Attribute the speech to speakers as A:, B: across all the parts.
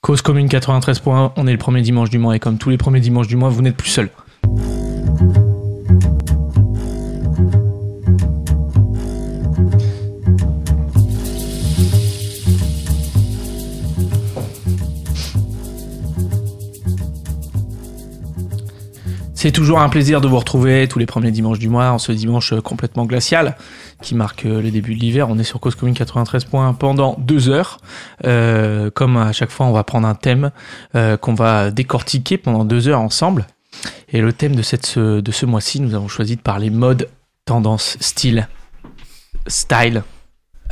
A: Cause commune 93.1, on est le premier dimanche du mois et comme tous les premiers dimanches du mois, vous n'êtes plus seul. C'est toujours un plaisir de vous retrouver tous les premiers dimanches du mois, en ce dimanche complètement glacial qui marque euh, le début de l'hiver. On est sur Cause Commune 93.1 pendant deux heures. Euh, comme à chaque fois, on va prendre un thème euh, qu'on va décortiquer pendant deux heures ensemble. Et le thème de, cette, ce- de ce mois-ci, nous avons choisi de parler mode, tendance, style, style.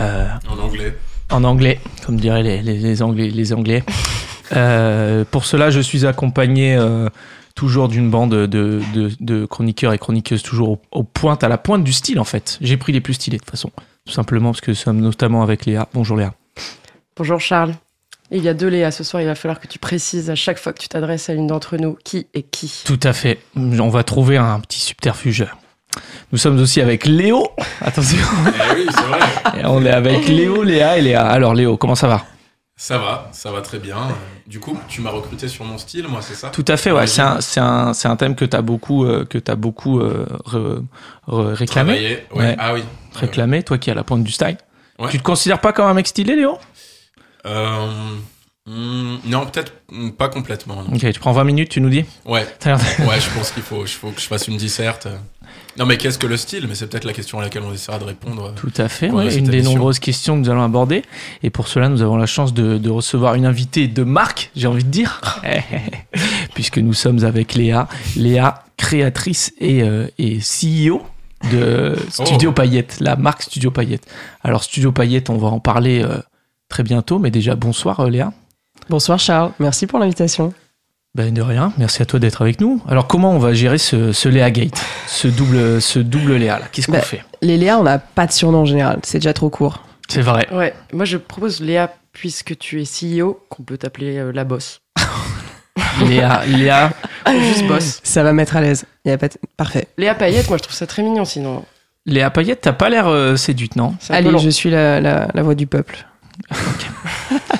A: Euh,
B: En anglais.
A: en anglais, comme diraient les, les- les anglais. Les anglais. Euh, pour cela, je suis accompagné euh, toujours d'une bande de, de- de chroniqueurs et chroniqueuses toujours au, au pointe, à la pointe du style en fait. J'ai pris les plus stylés de toute façon, tout simplement parce que nous sommes notamment avec Léa. Bonjour Léa.
C: Bonjour Charles. Il y a deux Léa ce soir, il va falloir que tu précises à chaque fois que tu t'adresses à une d'entre nous qui est qui.
A: Tout à fait. On va trouver un petit subterfuge. Nous sommes aussi avec Léo. Attention,
B: eh oui, c'est vrai.
A: on est avec Léo, Léa et Léa. Alors Léo, comment ça va
B: Ça va, ça va très bien. Du coup, tu m'as recruté sur mon style, moi, c'est ça
A: Tout à fait, ouais. C'est un, c'est un, c'est un thème que tu as beaucoup, euh, que t'as beaucoup euh, re- re- réclamé.
B: Travailler, ouais.
A: Ouais.
B: Ah oui.
A: réclamé, toi qui es à la pointe du style.
B: Ouais.
A: Tu te considères pas comme un mec stylé, Léo
B: Euh, hmm, non, peut-être hmm, pas complètement. non.
A: Ok, tu prends 20 minutes, tu nous dis
B: Ouais,
A: T'as l'air de-
B: ouais, je pense qu'il faut, je- faut que je fasse une disserte. Non, mais qu'est-ce que le style Mais c'est peut-être la question à laquelle on essaiera de répondre.
A: Tout à fait,
B: Pour
A: ouais,
B: cette
A: une des
B: émission.
A: nombreuses questions que nous allons aborder. Et pour cela, nous avons la chance de, de recevoir une invitée de marque, j'ai envie de dire, puisque nous sommes avec Léa. Léa, créatrice et, euh, et CEO de Studio Paillette, la marque Studio Paillette. Alors, Studio Paillette, on va en parler euh, très bientôt, mais déjà, bonsoir euh, Léa.
C: Bonsoir Charles, merci pour l'invitation.
A: Ben de rien, merci à toi d'être avec nous. Alors comment on va gérer ce, ce Léa Gate, ce double, ce double Léa là Qu'est-ce qu'on
D: Ben,
A: fait
D: Les Léa, on n'a pas de surnom en général, c'est déjà trop court.
A: C'est vrai.
C: Ouais, moi je propose Léa, puisque tu es CEO, qu'on peut t'appeler euh, la boss.
A: Léa, Léa,
C: Juste boss.
D: Ça va mettre à l'aise. Il y a pas de- Parfait.
C: Léa Payette, moi je trouve ça très mignon sinon.
A: Léa Payette, t'as pas l'air euh, séduite, non
C: C'est un peu
D: Allez,
C: long.
D: je suis la, la- la voix du peuple.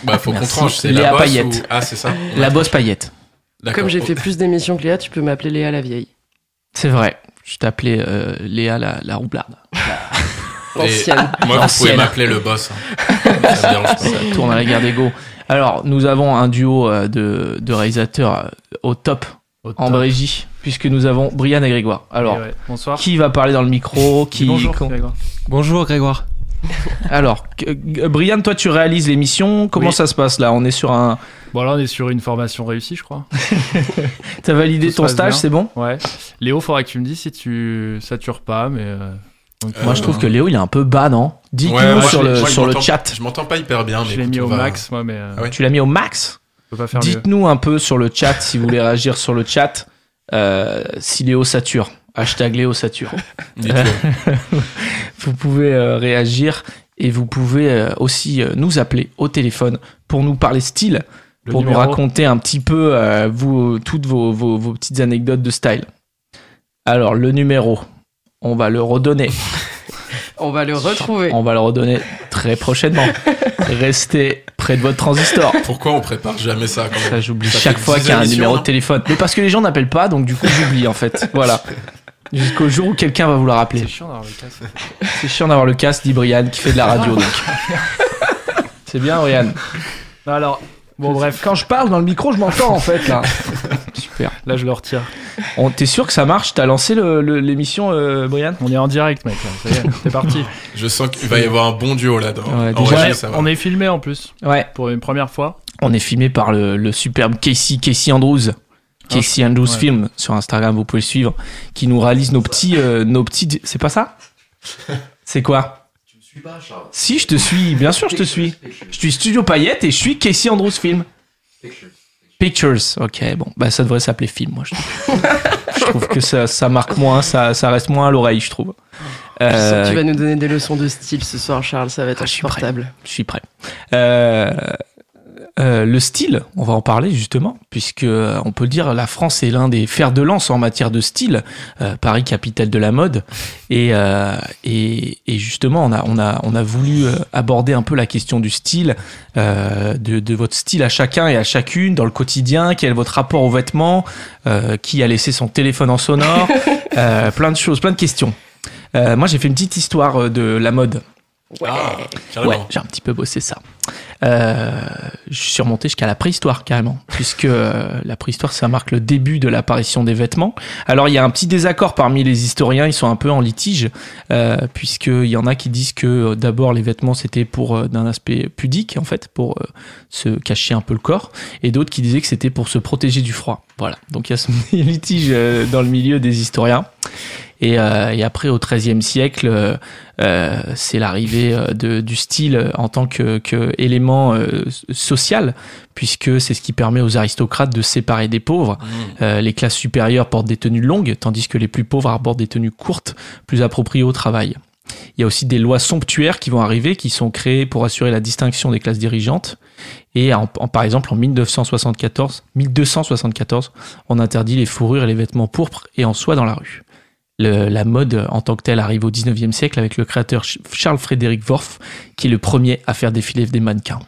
B: Bah, faut qu'on
A: Merci.
B: tranche. C'est
A: Léa
B: la bosse
A: Payette.
B: ou- Ah, c'est ça. On
A: La
B: a-
A: bosse Payette.
B: D'accord.
C: Comme j'ai fait plus d'émissions que Léa, tu peux m'appeler Léa la vieille.
A: C'est vrai. Je t'appelais euh, Léa la, la roublarde.
B: Et
C: Ancienne.
B: Moi, vous pouvez
A: Ancienne.
B: m'appeler le boss. hein. Ça me dérange pas.
A: Ça tourne à la guerre des go. Alors nous avons un duo euh, de, de réalisateurs euh, au top en régie, puisque nous avons Brian et Grégoire. Alors
E: bonsoir.
A: qui va parler dans le micro qui,
E: Bonjour,
A: qu'on-
E: Grégoire.
A: Alors que- euh, Brian, toi tu réalises l'émission. Comment
E: Oui.
A: ça se passe là On est sur un
E: Bon, là, on est sur une formation réussie, je crois.
A: T'as validé
E: Tout se
A: ton
E: passe
A: stage,
E: bien.
A: c'est bon
E: Ouais. Léo, faudra que tu me dises si tu satures pas, mais. euh, donc,
B: Euh,
A: Moi, je trouve que Léo, il est un peu bas, non Dis-nous
B: Ouais, moi,
A: sur,
B: je-
A: le,
B: moi, je
A: sur le
B: m'entends-
A: chat.
B: Je m'entends pas hyper bien, mais.
E: Je l'ai
B: écoute,
E: mis
B: on
E: au
B: va-
E: max, moi, mais euh,
B: Ah ouais.
A: Tu l'as mis au max
E: je peux pas faire mieux.
A: Dites-nous un peu sur le chat, si vous voulez réagir sur le chat, euh, si Léo sature. Hashtag Léo sature.
B: Dites-le.
A: vous pouvez euh, réagir et vous pouvez euh, aussi euh, nous appeler au téléphone pour nous parler style,
E: Le
A: pour nous
E: numéro-
A: raconter un petit peu euh, vous, toutes vos, vos- vos petites anecdotes de style. Alors, le numéro, on va le redonner.
C: On va le retrouver.
A: On va le redonner très prochainement. Restez près de votre transistor.
B: Pourquoi on prépare jamais ça quand
A: Ça,
B: même
A: j'oublie
B: Ça
A: chaque
B: fait
A: fois
B: dix
A: qu'il y a un
B: émissions,
A: numéro
B: non
A: de téléphone. Mais parce que les gens n'appellent pas, donc du coup, j'oublie en fait. Voilà. Jusqu'au jour où quelqu'un va vouloir appeler.
E: C'est chiant d'avoir le casque.
A: C'est chiant d'avoir le casque, dit Brian, qui fait de la radio. donc. C'est bien, Brian.
E: Non, Bah, Alors, bon, bref,
A: Quand je parle dans le micro, je m'entends en fait là. Super.
E: là, je le retire.
A: On- T'es sûr que ça marche T'as lancé le- le- l'émission, euh, Brian
E: On est en direct, mec. là. Ça y est, c'est parti.
B: Je sens qu'il va y avoir un bon duo là-dedans.
A: Ouais,
B: En
A: déjà,
B: vrai,
E: Ouais,
B: ça va.
E: on est filmé en plus,
A: Ouais.
E: pour une première fois.
A: On est filmé par le, le superbe Casey, Casey Andrews. Casey Andrews
E: ouais.
A: Film sur Instagram, vous pouvez le suivre, qui nous réalise nos petits, euh, nos petits. C'est pas ça C'est quoi Si je te suis, bien sûr je te suis. Je suis Studio Paillette et je suis Casey Andrews Film. Pictures, ok, bon, bah ça devrait s'appeler film, moi je trouve. je trouve que ça, ça marque moins, ça, ça reste moins à l'oreille, je trouve.
C: Je sens que
A: Euh,
C: tu vas nous donner des leçons de style ce soir Charles, ça va être
A: Ah, je suis prêt.
C: insupportable.
A: je suis prêt. Euh, euh, le style, on va en parler justement, puisque euh, on peut le dire, la France est l'un des fers de lance en matière de style. Euh, Paris, capitale de la mode, et, euh, et, et justement, on a, on a, on a voulu euh, aborder un peu la question du style, euh, de, de votre style à chacun et à chacune dans le quotidien. Quel est votre rapport aux vêtements euh, Qui a laissé son téléphone en sonore Euh, Plein de choses, plein de questions. Euh, moi, j'ai fait une petite histoire euh, de la mode.
C: Ouais.
B: Ah,
A: Ouais,
B: carrément.
A: j'ai un petit peu bossé ça. Euh, je suis remonté jusqu'à la préhistoire carrément, puisque euh, la préhistoire, ça marque le début de l'apparition des vêtements. Alors il y a un petit désaccord parmi les historiens, ils sont un peu en litige, euh, puisqu'il y en a qui disent que euh, d'abord les vêtements, c'était pour euh, d'un aspect pudique, en fait, pour euh, se cacher un peu le corps, et d'autres qui disaient que c'était pour se protéger du froid. Voilà, donc il y a ce litige euh, dans le milieu des historiens. Et, euh, et après, au XIIIe siècle, euh, euh, c'est l'arrivée euh, de- du style euh, en tant que, que élément euh, s- social, puisque c'est ce qui permet aux aristocrates de se séparer des pauvres.
B: Mmh.
A: Euh, les classes supérieures portent des tenues longues, tandis que les plus pauvres arborent des tenues courtes, plus appropriées au travail. Il y a aussi des lois somptuaires qui vont arriver, qui sont créées pour assurer la distinction des classes dirigeantes. Et en- en- par exemple, en 1974, 1274, on interdit les fourrures et les vêtements pourpres et en soie dans la rue. Le- la mode en tant que telle arrive au 19e siècle avec le créateur Ch- Charles-Frédéric Worf, qui est le premier à faire défiler des mannequins.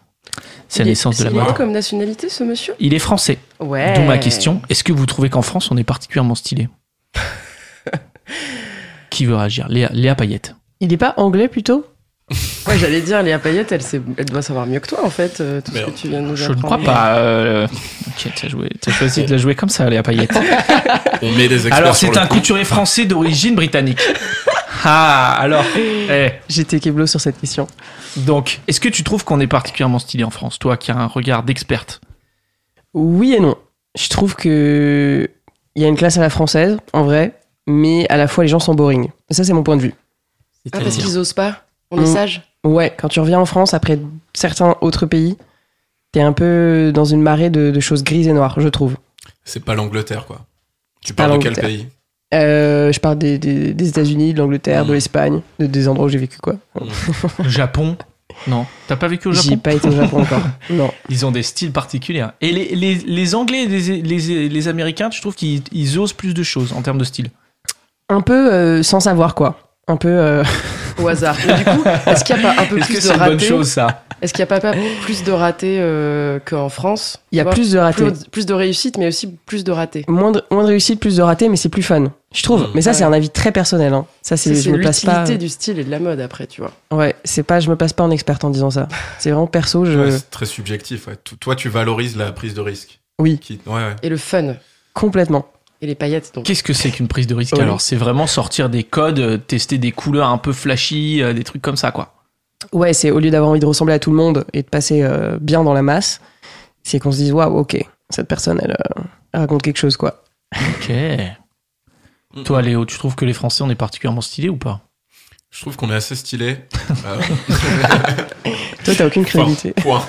A: C'est la
C: Il est-
A: naissance de la
C: il est
A: mode.
C: comme nationalité, ce monsieur
A: Il est français.
C: Ouais.
A: D'où ma question. Est-ce que vous trouvez qu'en France, on est particulièrement stylé Qui veut réagir Léa, Léa Payette.
D: Il est pas anglais plutôt
C: Ouais, j'allais dire, Léa Payette, elle, sait- elle doit savoir mieux que toi, en fait, euh, tout
B: Merde.
C: ce que tu viens de nous
A: Je ne
C: apprendre.
A: crois pas. euh, Ok, t'as joué- t'as choisi de la jouer comme ça, Léa Payette.
B: On met des experts
A: Alors,
B: sur
A: c'est
B: le
A: un
B: coup.
A: couturier français d'origine britannique. Ah, alors. eh,
D: J'étais Keblo sur cette question.
A: donc, est-ce que tu trouves qu'on est particulièrement stylé en France, toi qui as un regard d'experte
D: Oui et non. Je trouve que il y a une classe à la française, en vrai, mais à la fois les gens sont boring. Ça, c'est mon point de vue.
C: Ah, parce qu'ils osent pas On
D: Mm.
C: est sage
D: Ouais, quand tu reviens en France après certains autres pays, t'es un peu dans une marée de, de choses grises et noires, je trouve.
B: C'est pas l'Angleterre, quoi. Tu
D: Pas
B: parles de quel
D: l'Angleterre.
B: pays
D: Euh, je parle des, des- des États-Unis, de l'Angleterre,
B: Mm.
D: de l'Espagne, de- des endroits où j'ai vécu quoi.
A: Le Japon Non. T'as pas vécu au
D: J'ai
A: Japon
D: pas été au Japon encore. Non.
A: Ils ont des styles particuliers. Et les, les, les Anglais et les, les, les Américains, je trouve qu'ils ils osent plus de choses en termes de style.
D: Un peu euh, sans savoir quoi. Un peu. euh,
C: Au hasard. Mais du coup, est-ce qu'il n'y a pas un peu
A: Est-ce que
C: plus de
A: c'est une bonne
C: ratés
A: chose, ça
C: Est-ce qu'il n'y a pas, pas plus de ratés euh, qu'en France
D: Il y a
C: Tu vois,
D: plus de ratés.
C: plus, plus de réussite, mais aussi plus de ratés.
D: Moins de, moins de réussite, plus de ratés, mais c'est plus fun. Je trouve.
B: Mm.
D: Mais ça,
C: Ouais.
D: c'est un avis très personnel. hein. Ça,
C: C'est
D: c'est. Je me place pas. euh,
C: l'utilité du style et de la mode, après, tu vois.
D: Ouais, c'est pas. Je me place pas en experte en disant ça. C'est vraiment perso. Je.
B: Ouais, C'est très subjectif. ouais. To- Toi, tu valorises la prise de risque.
D: Oui.
B: Qui- Ouais, ouais.
C: Et le fun.
D: Complètement.
C: Et les paillettes, donc.
A: Qu'est-ce que c'est qu'une prise de risque
D: Oui.
A: alors C'est vraiment sortir des codes, euh, tester des couleurs un peu flashy, euh, des trucs comme ça quoi.
D: Ouais, c'est au lieu d'avoir envie de ressembler à tout le monde et de passer euh, bien dans la masse, c'est qu'on se dise waouh, ok, cette personne, elle, euh, elle raconte quelque chose quoi.
A: Ok. Toi Léo, tu trouves que les Français on est particulièrement stylés ou pas
B: Je trouve qu'on est assez stylé. Euh,
D: Toi, t'as aucune crédibilité.
B: Point.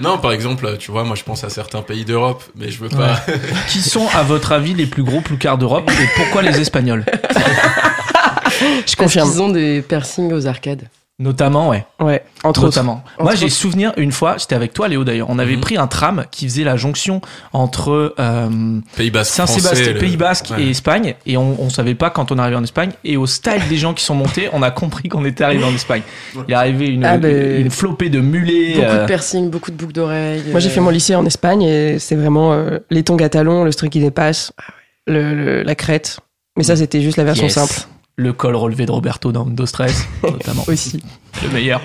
B: non, par exemple, tu vois, moi je pense à certains pays d'Europe, mais je veux pas.
A: Qui sont à votre avis les plus gros ploucards d'Europe et pourquoi les Espagnols
D: Je
C: Parce
D: confirme.
C: qu'ils ont des piercings aux arcades.
A: Notamment ouais.
D: Ouais. Entre autres.
A: Notamment. Moi,
C: Entre
A: j'ai
C: autres.
A: souvenir une fois, j'étais avec toi, Léo d'ailleurs. On avait
B: Mhm.
A: pris un tram qui faisait la jonction entre euh,
B: Pays basque.
A: Saint-Sébastien,
B: français, le-
A: Pays Basque
B: Ouais.
A: et Espagne, et on, on savait pas quand on arrivait en Espagne. Et au style des gens qui sont montés, on a compris qu'on était arrivé en Espagne.
B: Ouais.
A: Il est arrivé une,
D: Ah, ben.
A: une flopée de mulets.
C: Beaucoup
A: euh,
C: de piercings, beaucoup de boucles d'oreilles.
D: Moi, j'ai
C: euh,
D: fait mon lycée en Espagne et c'est vraiment euh, les tongs à talons, le string qui dépasse,
C: Ah
D: le, le- la crête. Mais
C: Mm.
D: ça, c'était juste la version
A: Yes.
D: simple
A: Le col relevé de Roberto dans Dos Stress, notamment.
D: aussi.
A: Le meilleur.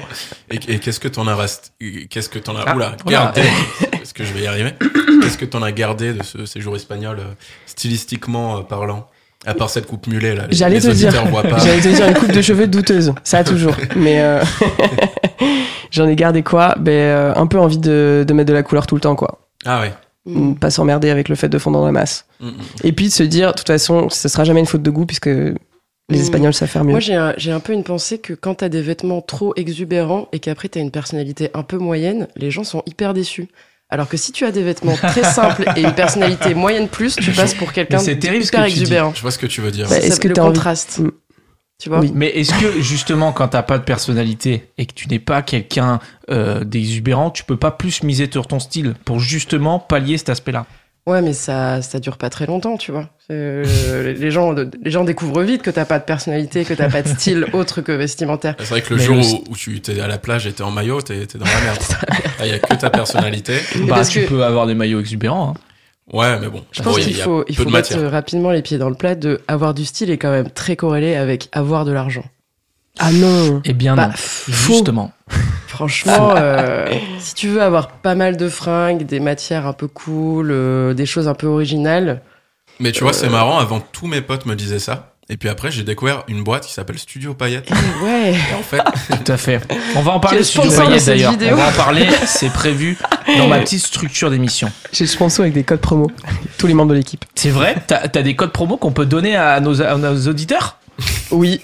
B: Et, et qu'est-ce que t'en as rest... Qu'est-ce que t'en as
A: Ah,
B: Oula,
A: voilà.
B: gardé. Est-ce que je vais y arriver Qu'est-ce que t'en as gardé de ce séjour espagnol, euh, stylistiquement euh, parlant À part cette coupe mulet là. les-
D: J'allais
B: les
D: te dire.
B: auditeurs voient pas.
D: J'allais te dire une coupe de cheveux douteuse, ça toujours. Mais euh, j'en ai gardé quoi ben, euh, Un peu envie de, de mettre de la couleur tout le temps, quoi.
B: Ah ouais.
C: mm.
D: Pas s'emmerder avec le fait de fondre dans la masse.
B: Mm, mm.
D: Et puis de se dire, de toute façon, ce sera jamais une faute de goût puisque les
C: Mm.
D: Espagnols savent faire mieux.
C: Moi, j'ai un, j'ai un peu une pensée que quand t'as des vêtements trop exubérants et qu'après t'as une personnalité un peu moyenne, les gens sont hyper déçus. Alors que si tu as des vêtements très simples et une personnalité moyenne plus, tu passes pour quelqu'un
A: Mais c'est terrible ce
C: hyper
A: que tu dis. Bah,
C: exubérant.
B: Je vois ce que tu veux dire.
D: Ouais.
C: Ça,
D: Est-ce que
C: le
D: t'as envie-
C: contraste.
D: Mm.
C: Tu vois
D: Oui.
A: Mais est-ce que justement, quand t'as pas de personnalité et que tu n'es pas quelqu'un euh, d'exubérant, tu peux pas plus miser sur ton style pour justement pallier cet aspect-là
C: Ouais, mais ça, ça dure pas très longtemps, tu vois. Euh, les, gens, les gens découvrent vite que t'as pas de personnalité, que t'as pas de style autre que vestimentaire.
B: C'est vrai que le
A: Mais
B: jour
A: le-
B: où, où tu étais à la plage et t'es en maillot, t'es t'es dans la merde. Il n'y a que ta personnalité.
A: Bah,
C: parce
A: tu
C: que-
A: peux avoir des maillots exubérants. hein.
B: Ouais, mais bon,
C: Je
B: bon,
C: pense
B: il y a-
C: qu'il
B: il y a
C: faut, il
B: peu
C: faut
B: de
C: mettre
B: matière.
C: rapidement les pieds dans le plat de avoir du style est quand même très corrélé avec avoir de l'argent.
D: Ah non
A: Eh bien,
C: Bah,
A: non.
C: pff,
A: Justement.
C: franchement, euh, si tu veux avoir pas mal de fringues, des matières un peu cool, euh, des choses un peu originales,
B: Mais tu vois, c'est marrant, avant tous mes potes me disaient ça. Et puis après, j'ai découvert une boîte qui s'appelle Studio Paillette.
C: ouais.
B: Et en fait,
A: Tout à fait. On va en parler
C: Quel
A: Studio
C: sponsor de
A: Payet,
C: cette
A: d'ailleurs.
C: vidéo
A: On va en parler, c'est prévu dans ma petite structure d'émission.
D: J'ai le sponsor avec des codes promo. Tous les membres de l'équipe.
A: C'est vrai T'as t'as des codes promo qu'on peut donner à nos, à nos auditeurs
D: Oui.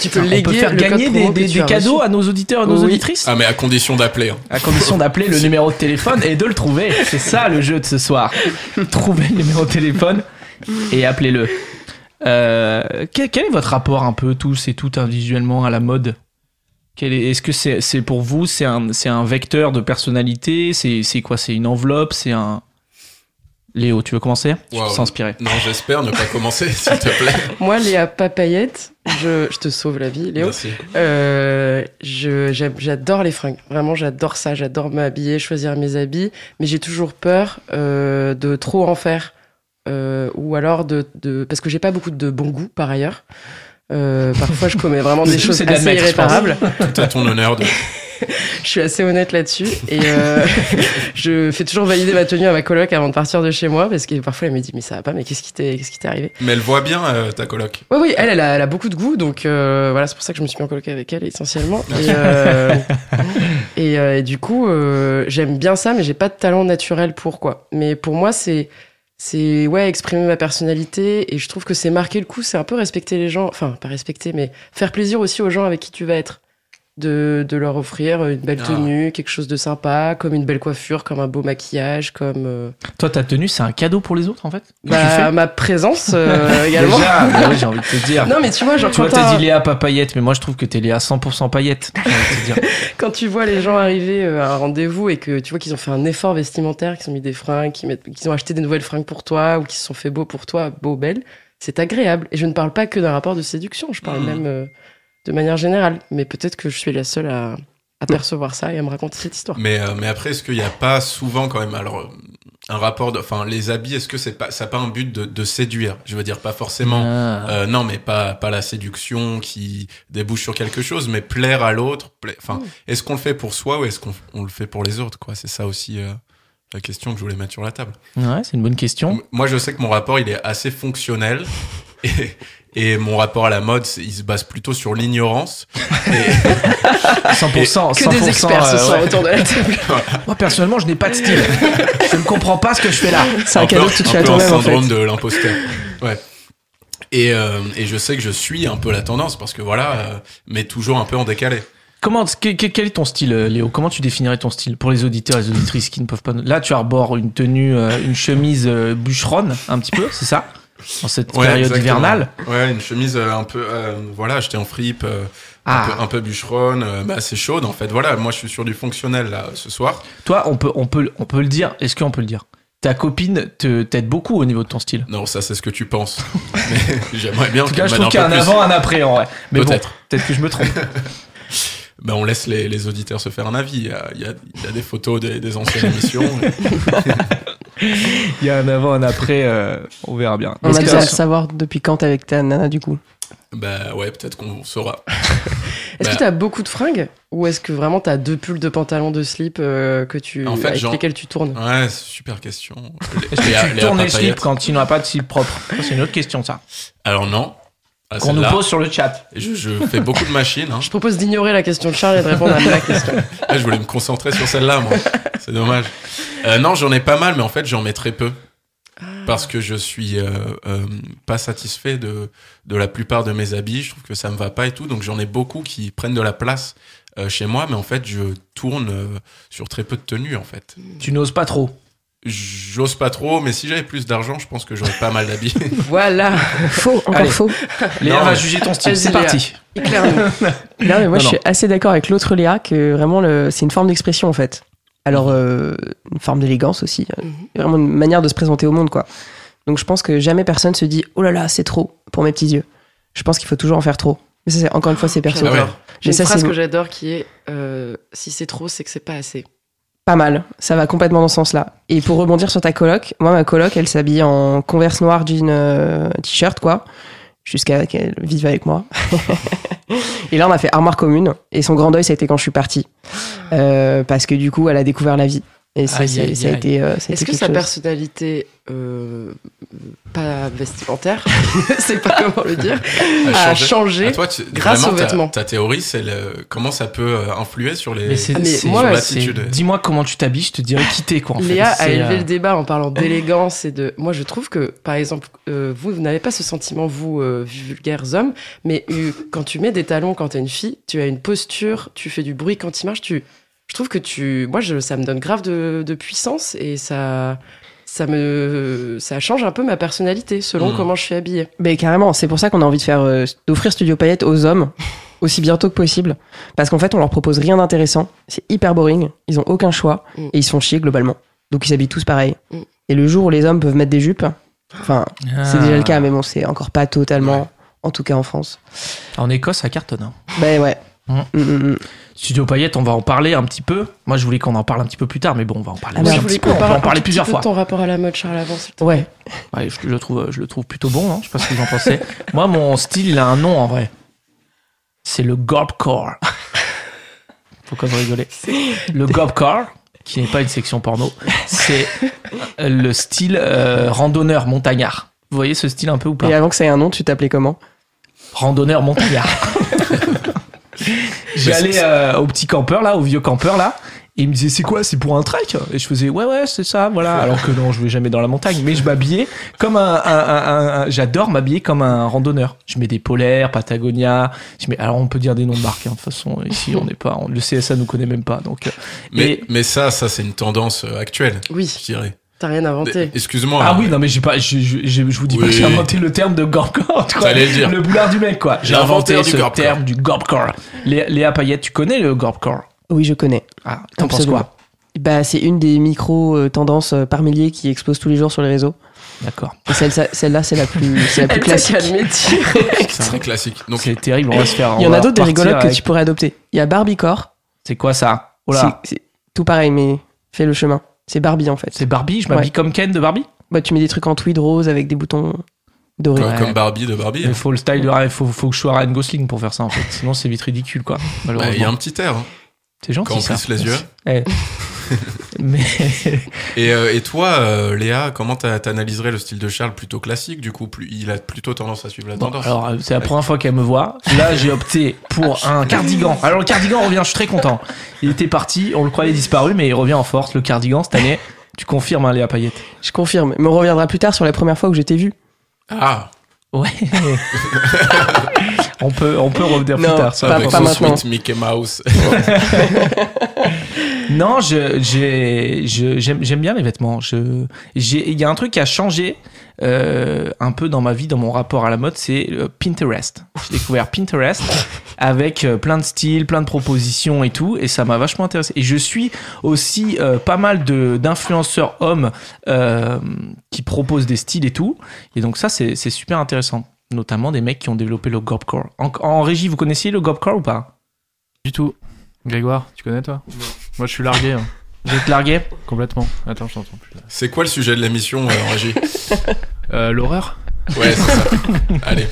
C: tu peux
A: On peut
C: léguer
A: faire
C: le
A: gagner
C: code
A: des,
C: promo que
A: des-
C: tu
A: des
C: as
A: cadeaux
C: reçu.
A: à nos auditeurs et nos
D: Oui.
A: auditrices
B: ah, mais à condition d'appeler. hein.
A: À condition d'appeler le numéro de téléphone et de le trouver. C'est ça le jeu de ce soir. Trouver le numéro de téléphone et appelez-le. Euh, quel, quel est votre rapport un peu tous et toutes individuellement à la mode Quel est, ce que c'est c'est pour vous c'est un, c'est un vecteur de personnalité C'est c'est quoi C'est une enveloppe C'est un... Léo, tu veux commencer Je
B: Wow.
A: peux s'inspirer.
B: Non, j'espère ne pas commencer, s'il te plaît.
C: Moi, Léa Papayette, je, je te sauve la vie, Léo.
B: Merci.
C: Euh, je- j'aime- j'adore les fringues. Vraiment, j'adore ça. J'adore m'habiller, choisir mes habits. Mais j'ai toujours peur euh, de trop en faire. Euh, ou alors de, de- Parce que j'ai pas beaucoup de bon goût, par ailleurs. Euh, parfois, je commets vraiment des
A: C'est-
C: choses
A: c'est
C: assez
A: d'admettre, je pense.
C: irréparables.
B: Tout à ton honneur de
C: Je suis assez honnête là-dessus. Et euh, je fais toujours valider ma tenue à ma coloc avant de partir de chez moi. Parce que parfois, elle me dit Mais ça va pas, mais qu'est-ce qui t'est qu'est-ce qui t'est arrivé
B: Mais elle voit bien euh, ta coloc.
C: Oui, oui, elle, elle a, elle a beaucoup de goût, donc euh, voilà, c'est pour ça que je me suis mis en coloc avec elle essentiellement. Et, euh, et, euh, et du coup, euh, j'aime bien ça, mais j'ai pas de talent naturel pour quoi. Mais pour moi, c'est c'est ouais exprimer ma personnalité et je trouve que c'est marquer le coup, c'est un peu respecter les gens, enfin pas respecter, mais faire plaisir aussi aux gens avec qui tu vas être, de, de leur offrir une belle
B: Ah.
C: tenue, quelque chose de sympa, comme une belle coiffure, comme un beau maquillage, comme euh,
A: Toi, ta tenue, c'est un cadeau pour les autres en fait que tu
C: bah,
A: fais
C: ma présence euh, également.
A: Déjà, bah oui, j'ai envie de te dire.
C: Non mais tu vois, genre
A: tu vois,
C: quand t'as-
A: t'as dit Léa pas paillette, mais moi je trouve que t'es Léa 100% paillette. j'ai envie de te dire.
C: Quand tu vois les gens arriver euh, à un rendez-vous et que tu vois qu'ils ont fait un effort vestimentaire, qu'ils ont mis des fringues, qu'ils mettent- qu'ils ont acheté des nouvelles fringues pour toi ou qu'ils se sont fait beaux pour toi, beau, belle, c'est agréable. Et je ne parle pas que d'un rapport de séduction, je parle
B: Mhm.
C: même euh, de manière générale. Mais peut-être que je suis la seule à,
B: Mmh.
C: à percevoir ça et à me raconter cette histoire.
B: Mais, euh, mais après, est-ce qu'il n'y a pas souvent quand même alors euh, un rapport de, enfin les habits, est-ce que c'est pas ça a pas un but de, de séduire Je veux dire pas forcément.
A: Ah.
B: euh, non, mais pas pas la séduction qui débouche sur quelque chose, mais plaire à l'autre. pla- Enfin, est-ce qu'on le fait pour soi ou est-ce qu'on on le fait pour les autres Quoi, c'est ça aussi euh, la question que je voulais mettre sur la table.
A: Ouais, c'est une bonne question.
B: M- Moi, je sais que mon rapport, il est assez fonctionnel. Et, et mon rapport à la mode, c'est- il se base plutôt sur l'ignorance. Et-
A: 100%, 100%.
C: Bah, Que des experts
A: euh,
C: ce soir
A: ouais.
C: autour de la table.
A: Moi, personnellement, je n'ai pas de style. je ne comprends pas ce que je fais là.
D: C'est un cadeau
B: peu-
D: que tu te
B: un
D: fais à
B: peu un
D: toi-même en fait.
B: syndrome de l'imposteur. Ouais. Et, euh, et je sais que je suis un peu la tendance parce que voilà, euh, mais toujours un peu en décalé.
A: Comment, que- que- quel est ton style, euh, Léo Comment tu définirais ton style pour les auditeurs et les auditrices qui ne peuvent pas. Là, tu arbores une tenue, euh, une chemise euh, bûcheronne, un petit peu, c'est ça Dans cette
B: Ouais,
A: période
B: exactement.
A: hivernale.
B: Ouais, une chemise euh, un peu, euh, voilà, j'étais en fripe, euh,
A: Ah,
B: un, peu, un peu bûcheronne, euh, bah, c'est chaude en fait. Voilà, moi je suis sur du fonctionnel là ce soir.
A: toi, on peut, on peut, on peut le dire. Est-ce qu'on peut le dire Ta copine te t'aide beaucoup au niveau de ton style.
B: Non, ça c'est ce que tu penses. Mais J'aimerais bien
A: En tout
B: qu'elle
A: cas, je
C: bah,
A: trouve
B: m'aide un
A: qu'il y a
B: peu
A: un
B: plus.
A: avant, un après, en vrai. Mais bon,
B: Peut-être.
A: peut-être que je me trompe.
B: Ben, on laisse les, les auditeurs se faire un avis. Il y a, il y a- il y a des photos des, des anciennes émissions.
A: Il y a un avant, un après. euh, on verra bien.
D: On
A: Est-ce
D: a
A: que
D: besoin de
A: ça-
D: savoir depuis quand t'es avec ta nana du coup.
B: Ben ouais, peut-être qu'on saura.
C: Est-ce
B: Bah.
C: que t'as beaucoup de fringues ou est-ce que vraiment t'as deux pulls, deux pantalons, deux slips euh, que tu
B: En fait,
C: avec
B: genre-
C: lesquels tu tournes
B: Ouais, c'est super question.
A: Est-ce
B: Léa-
A: que tu
B: Léa
A: tournes les
B: Papayette.
A: slips quand il n'aura pas de slip propre Ça, C'est une autre question, ça.
B: Alors non. Ah,
A: Qu'on nous
B: celle-là,
A: pose sur le chat.
B: Je, je fais beaucoup de machines. hein.
C: Je propose d'ignorer la question de Charles et de répondre à la question.
B: Ah, je voulais me concentrer sur celle-là, moi. C'est dommage. Euh, non, j'en ai pas mal, mais en fait, j'en mets très peu. Parce que je suis euh, euh, pas satisfait de, de la plupart de mes habits. Je trouve que ça me va pas et tout. Donc, j'en ai beaucoup qui prennent de la place euh, chez moi. Mais en fait, je tourne euh, sur très peu de tenues, en fait.
A: Tu n'oses pas trop.
B: J'ose pas trop, mais si j'avais plus d'argent, je pense que j'aurais pas mal d'habits.
C: Voilà.
D: Faux, encore
A: Allez.
D: faux.
A: Léa
B: Non,
A: va
B: mais-
A: juger ton style.
C: Vas-y,
A: C'est
C: Léa.
A: parti.
C: Éclaire-nous.
D: Non, mais
A: Non,
D: moi, je
A: non.
D: suis assez d'accord avec l'autre Léa que vraiment, le- c'est une forme d'expression en fait. Alors, euh, une forme d'élégance aussi. euh,
C: Mhm.
D: Vraiment une manière de se présenter au monde, quoi. Donc, je pense que jamais personne se dit Oh là là, c'est trop pour mes petits yeux. Je pense qu'il faut toujours en faire trop. Mais ça, c'est encore une fois, c'est perso.
B: Ah ouais.
C: J'ai
D: J'ai
C: une
D: ça,
C: phrase
D: c'est
C: que j'adore qui est euh, si c'est trop, c'est que c'est pas assez.
D: pas mal. Ça va complètement dans ce sens-là. Et pour rebondir sur ta coloc, moi, ma coloc, elle s'habille en converse noire, jean, euh, t-shirt, quoi. Jusqu'à qu'elle vive avec moi. et là, on a fait armoire commune. Et son grand deuil, ça a été quand je suis partie. Euh, parce que du coup, elle a découvert la vie. Et ça,
A: Aïe,
D: c'est-
A: aïe,
D: ça a
A: aïe.
D: été. euh, ça a
C: Est-ce
D: été
C: que
D: quelque
C: sa
D: chose.
C: personnalité euh, pas vestimentaire, je sais pas comment le dire,
B: À
C: a
B: changer.
C: changé
B: Ah, toi, tu-
C: grâce
B: vraiment,
C: aux
B: ta-
C: vêtements.
B: Ta, théorie, c'est le- comment ça peut euh, influer sur les.
A: Mais c'est,
C: Ah, mais
A: c'est-
C: moi,
A: sur
C: ouais,
B: l'attitude.
A: c'est- Dis-moi comment tu t'habilles, je te dirais quitter quoi. En
C: Léa
A: fait.
C: a
A: C'est,
C: élevé
A: euh,
C: le débat en parlant d'élégance et de. Moi, je trouve que, par exemple, euh, vous, vous n'avez pas ce sentiment, vous, euh, vulgaires hommes, mais euh, quand tu mets des talons quand t'es une fille, tu as une posture, tu fais du bruit quand tu marches, tu. Je trouve que tu. Moi, je, ça me donne grave de, de puissance et ça. Ça me. Ça change un peu ma personnalité selon
B: Mm.
C: comment je suis habillée.
D: Mais Ben, carrément, c'est pour ça qu'on a envie de faire euh, d'offrir Studio Paillette aux hommes aussi bientôt que possible, parce qu'en fait, on leur propose rien d'intéressant. C'est hyper boring. Ils ont aucun choix
C: Mm.
D: et ils sont chiés globalement. Donc ils s'habillent tous pareil.
C: Mm.
D: Et le jour où les hommes peuvent mettre des jupes, enfin, c'est
A: ah.
D: déjà le cas, mais bon, c'est encore pas totalement,
B: Ouais.
D: en tout cas en France.
A: Ah. En Écosse, ça cartonne. hein.
D: Ben ouais.
A: Mm.
D: Mm, mm, mm.
A: Studio Payette, on va en parler un petit peu. Moi, je voulais qu'on en parle un petit peu plus tard, mais bon, on va en parler
D: Ah,
A: aussi
D: mais
A: un
D: je
A: petit
C: bah,
A: peu.
C: voulais qu'on
A: On va
C: parle
A: en parler plusieurs
C: Petit
A: fois.
C: peu de ton rapport à la mode, Charles, avant, s'il te plaît.
D: Ouais.
A: Ouais, je, je le trouve, je le trouve plutôt bon, non Je sais pas ce que vous en pensez. Moi, mon style, il a un nom en vrai. C'est le gobcore. Pourquoi vous rigolez Le gobcore, qui n'est pas une section porno, c'est le style euh, randonneur montagnard. Vous voyez ce style un peu ou pas
D: Et avant que ça ait un nom, tu t'appelais comment
A: Randonneur montagnard. J'allais euh, au petit campeur là, au vieux campeur là, et il me disait c'est quoi, c'est pour un trek Et je faisais ouais ouais c'est ça, voilà. Alors que non, je vais jamais dans la montagne, mais je m'habillais comme un, un- un- un- un- j'adore m'habiller comme un randonneur. Je mets des polaires, Patagonia. Je mets alors on peut dire des noms de marques hein, de toute façon ici on n'est pas, on- le CSA nous connaît même pas donc. euh,
B: Mais,
A: Et-
B: mais ça, ça c'est une tendance euh, actuelle, je
C: Oui,
B: dirais.
C: t'as rien inventé.
B: Excuse-moi.
A: Ah oui non mais j'ai pas, je, je, je- je vous dis pas
B: Oh. Oui.
A: que j'ai inventé le terme de gorgor.
B: T'allais le dire.
A: Le boulard du mec, quoi. J'ai
B: L'inventeur
A: inventé ce
B: du gorpcore.
A: terme du gorpcore. Lé- Léa Payette, tu connais le gorpcore
D: Oui, je connais.
A: Ah, t'en penses
D: Absolument.
A: quoi
D: Bah, c'est une des micro euh, tendances euh, par milliers qui explosent tous les jours sur les réseaux.
A: D'accord.
D: Et celle- celle-là, c'est la plus, c'est la plus classique.
B: C'est très classique. Donc,
A: C'est terrible, on va se faire.
D: Il y
A: on
D: en a
A: va
D: d'autres des
A: repartir
D: rigolotes que
A: avec-
D: tu pourrais adopter. Il y a Barbiecore.
A: C'est quoi ça Oh là,
D: C'est- c'est tout pareil, mais fais le chemin. C'est Barbie en fait.
A: c'est Barbie Je m'habille
D: Ouais.
A: comme Ken de Barbie
D: Bah, tu mets des trucs en tweed rose avec des boutons dorés.
B: comme,
A: Ouais.
B: comme Barbie de Barbie.
A: Il faut le style de. Il faut, faut que je sois Ryan Gosling pour faire ça en fait. Sinon, c'est vite ridicule quoi.
B: Bah,
A: Malheureusement.
B: Il y a un petit air. hein,
A: C'est gentil.
B: quand on
A: ça.
B: plisse les yeux.
A: Eh. Mais
B: Et, euh, et toi, euh, Léa, comment t'a- t'analyserais le style de Charles plutôt classique Du coup, plus, il a plutôt tendance à suivre la
A: bon,
B: tendance.
A: alors, euh, c'est la première fois qu'elle me voit. Là, j'ai opté pour un cardigan. Alors, le cardigan revient, je suis très content. Il était parti, on le croyait disparu, mais il revient en force. Le cardigan cette année, tu confirmes, hein, Léa Payette
D: Je confirme. Mais on reviendra plus tard sur la première fois où j'étais vu.
B: Ah,
A: Ouais. on peut, on peut revenir
D: Non,
A: plus tard.
B: ça
D: Pas-
B: avec
D: pas
B: son
D: maintenant.
B: sweet Mickey Mouse.
A: Non, je, j'ai- je- j'aime, j'aime bien les vêtements. Je, j'ai, il y a un truc qui a changé euh, un peu dans ma vie, dans mon rapport à la mode, c'est euh, Pinterest. J'ai découvert Pinterest avec euh, plein de styles, plein de propositions et tout, et ça m'a vachement intéressé. Et je suis aussi euh, pas mal de, d'influenceurs hommes euh, qui proposent des styles et tout, et donc ça, c'est, c'est super intéressant. Notamment des mecs qui ont développé le Gopcore. En, en régie, vous connaissiez le Gopcore ou pas
E: Du tout. Grégoire, tu connais toi Moi, je suis largué, hein,
A: Vous êtes largué
E: complètement. Attends, je t'entends plus. là.
B: C'est quoi le sujet de la mission, euh, en régie
E: Euh, L'horreur
B: Ouais, c'est ça. Allez.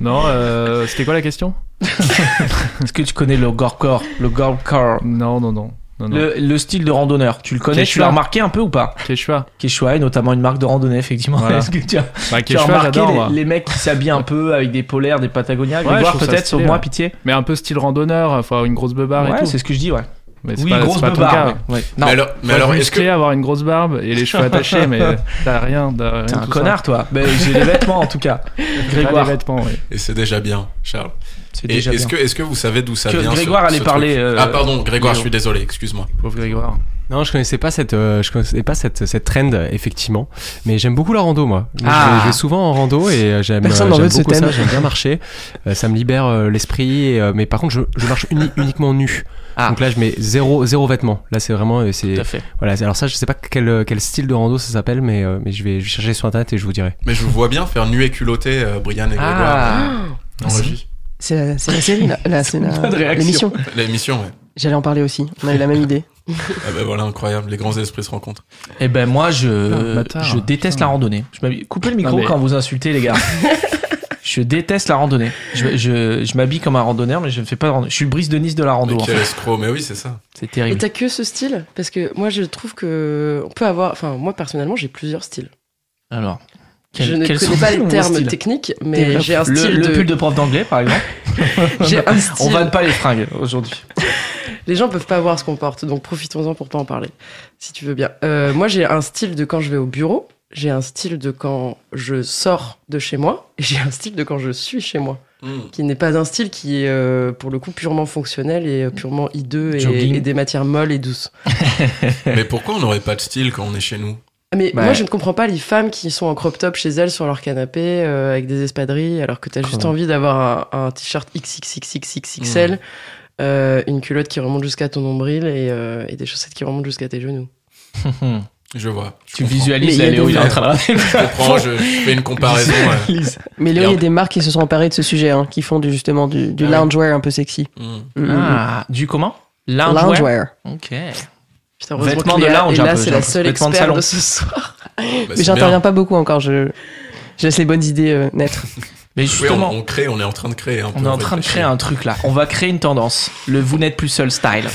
E: Non, euh, c'était quoi la question
A: Est-ce que tu connais le Gorcore Le Gorcore
E: Non, non, non. non, non.
A: le, le style de randonneur, tu le connais Tu
E: Quechua.
A: l'as remarqué un peu ou pas
E: Quechua.
A: Quechua est notamment une marque de randonnée, effectivement.
E: Voilà.
A: Est-ce que tu as,
E: Bah,
A: tu as
E: Quechua,
A: remarqué
E: j'adore, moi.
A: les, les mecs qui s'habillent un peu avec des polaires, des Patagonia
E: Ouais, je
A: voir
E: trouve ça
A: peut-être sur
E: stylé,
A: moi,
E: ouais.
A: pitié.
E: Mais un peu style randonneur, euh, faut avoir une grosse beubare et
A: ouais,
E: tout.
A: c'est ce que je dis, ouais.
E: Mais c'est
A: Oui,
E: pas,
A: grosse
E: c'est pas ton
A: beubare,
E: cas.
A: ouais. Ouais. Non,
B: mais alors, mais alors est-ce que.
E: avoir une grosse barbe et les cheveux attachés, mais euh, t'as rien. T'as rien de
A: t'es un
E: tout
A: connard, toi. Ben, j'ai les vêtements, en tout cas.
E: Ça. Grégoire.
A: Grégoire.
E: Pas les vêtements, ouais.
B: Et c'est déjà bien, Charles.
A: C'est
B: Et
A: déjà
B: Est-ce
A: bien.
B: que, est que vous savez d'où ça
A: Que
B: vient ce-
A: Grégoire allait
B: ce
A: parler,
B: truc
A: euh,
B: ah, pardon, Grégoire,
A: Léo.
B: je suis désolé, excuse-moi.
E: Pauvre Grégoire.
F: Non, je connaissais pas cette, euh, je connaissais pas cette, cette trend euh, effectivement, mais j'aime beaucoup la rando moi. Je vais-
A: Ah.
F: Je, vais, souvent en rando et euh, j'aime,
D: Personne
F: euh,
D: n'en
F: j'aime
D: veut de ce
F: beaucoup
D: thème.
F: ça. J'aime bien marcher, Euh, ça me libère euh, l'esprit. et, euh, mais par contre, je, je marche uni- uniquement nu.
A: Ah.
F: Donc là, je mets zéro, zéro vêtement. Là, c'est vraiment, euh, c'est
A: Tout à fait.
F: voilà. c'est- Alors ça, je sais pas quel, euh, quel style de rando ça s'appelle, mais euh, mais je vais, je vais chercher sur internet et je vous dirai.
B: Mais je vous vois bien faire nu et culotté euh, Brian et Grégoire
A: Ah,
B: en régie.
D: C'est la, c'est la série, là. Là, c'est la- euh,
A: Pas de réaction.
D: l'émission.
B: L'émission, ouais.
D: J'allais en parler aussi. On a eu la même idée.
B: Ah bah voilà, incroyable. Les grands esprits se rencontrent.
A: eh ben moi
E: Ah,
A: je,
E: bâtard.
A: je déteste
E: Putain.
A: la randonnée. Je m'habille- Coupez le micro
E: Non, mais-
A: quand vous insultez les gars. je déteste la randonnée. Je, je, je m'habille comme un randonneur mais je ne fais pas de randonnée. Je suis le brise de Nice de la rando.
B: Mais
A: en
B: quel
A: fait.
B: escroc. euh, Mais oui, c'est ça.
A: C'est
C: Et
A: terrible.
C: t'as que ce style Parce que moi, je trouve que on peut avoir. Enfin, moi personnellement, j'ai plusieurs styles.
A: Alors,
C: je ne
A: quels
C: connais
A: sont
C: pas les
A: vos
C: termes
A: styles
C: techniques, mais j'ai un
A: le,
C: style
A: le
C: de.
A: pull de prof d'anglais par exemple.
C: J'ai un style.
A: On vanne pas les fringues aujourd'hui.
C: Les gens peuvent pas voir ce qu'on porte, donc profitons-en pour pas en parler, si tu veux bien. Euh, moi, j'ai un style de quand je vais au bureau, j'ai un style de quand je sors de chez moi, et j'ai un style de quand je suis chez moi,
B: Mm.
C: qui n'est pas un style qui est euh, pour le coup purement fonctionnel et euh, purement hideux et,
A: Jogging.
C: et des matières molles et douces.
B: Mais pourquoi on n'aurait pas de style quand on est chez nous
C: Ah, Mais
A: Bah,
C: moi, je ne comprends pas les femmes qui sont en crop top chez elles sur leur canapé euh, avec des espadrilles, alors que t'as juste envie d'avoir un, un t-shirt XXXXXXL, euh, une culotte qui remonte jusqu'à ton nombril et, euh, et des chaussettes qui remontent jusqu'à tes genoux.
B: Je vois. Je
A: tu
B: comprends.
A: visualises
D: Mais il y a
A: la Léo,
D: des
A: il est en train de
B: Je comprends, je, je fais une comparaison. ouais.
D: Mais Léo, il y a
B: Merde.
D: des marques qui se sont emparées de ce sujet, hein, qui font du, justement du, du
B: Ah ouais.
D: loungewear un peu sexy.
B: Mm.
D: Mm, mm,
A: Ah, du comment
D: mm.
A: Loungewear. Ok.
C: Putain, heureusement
A: Vêtements
C: que
A: de
C: Léa
A: lounge,
C: est
A: un
C: là,
A: peu,
C: c'est
A: j'ai
C: la
A: l'impression.
C: seule
A: Vêtements de
C: experte de,
A: salon.
C: ce soir.
B: Bah,
D: Mais
B: c'est
D: j'interviens
B: bien.
D: pas beaucoup encore. Je, je laisse les bonnes idées euh, naître.
A: Mais
B: Oui, on,
A: justement,
B: on crée, on est en train de créer. un peu,
A: on, est en
B: fait,
A: train de
B: la
A: créer
B: chaîne.
A: un truc là. On va créer une tendance. Le vous n'êtes plus seul style.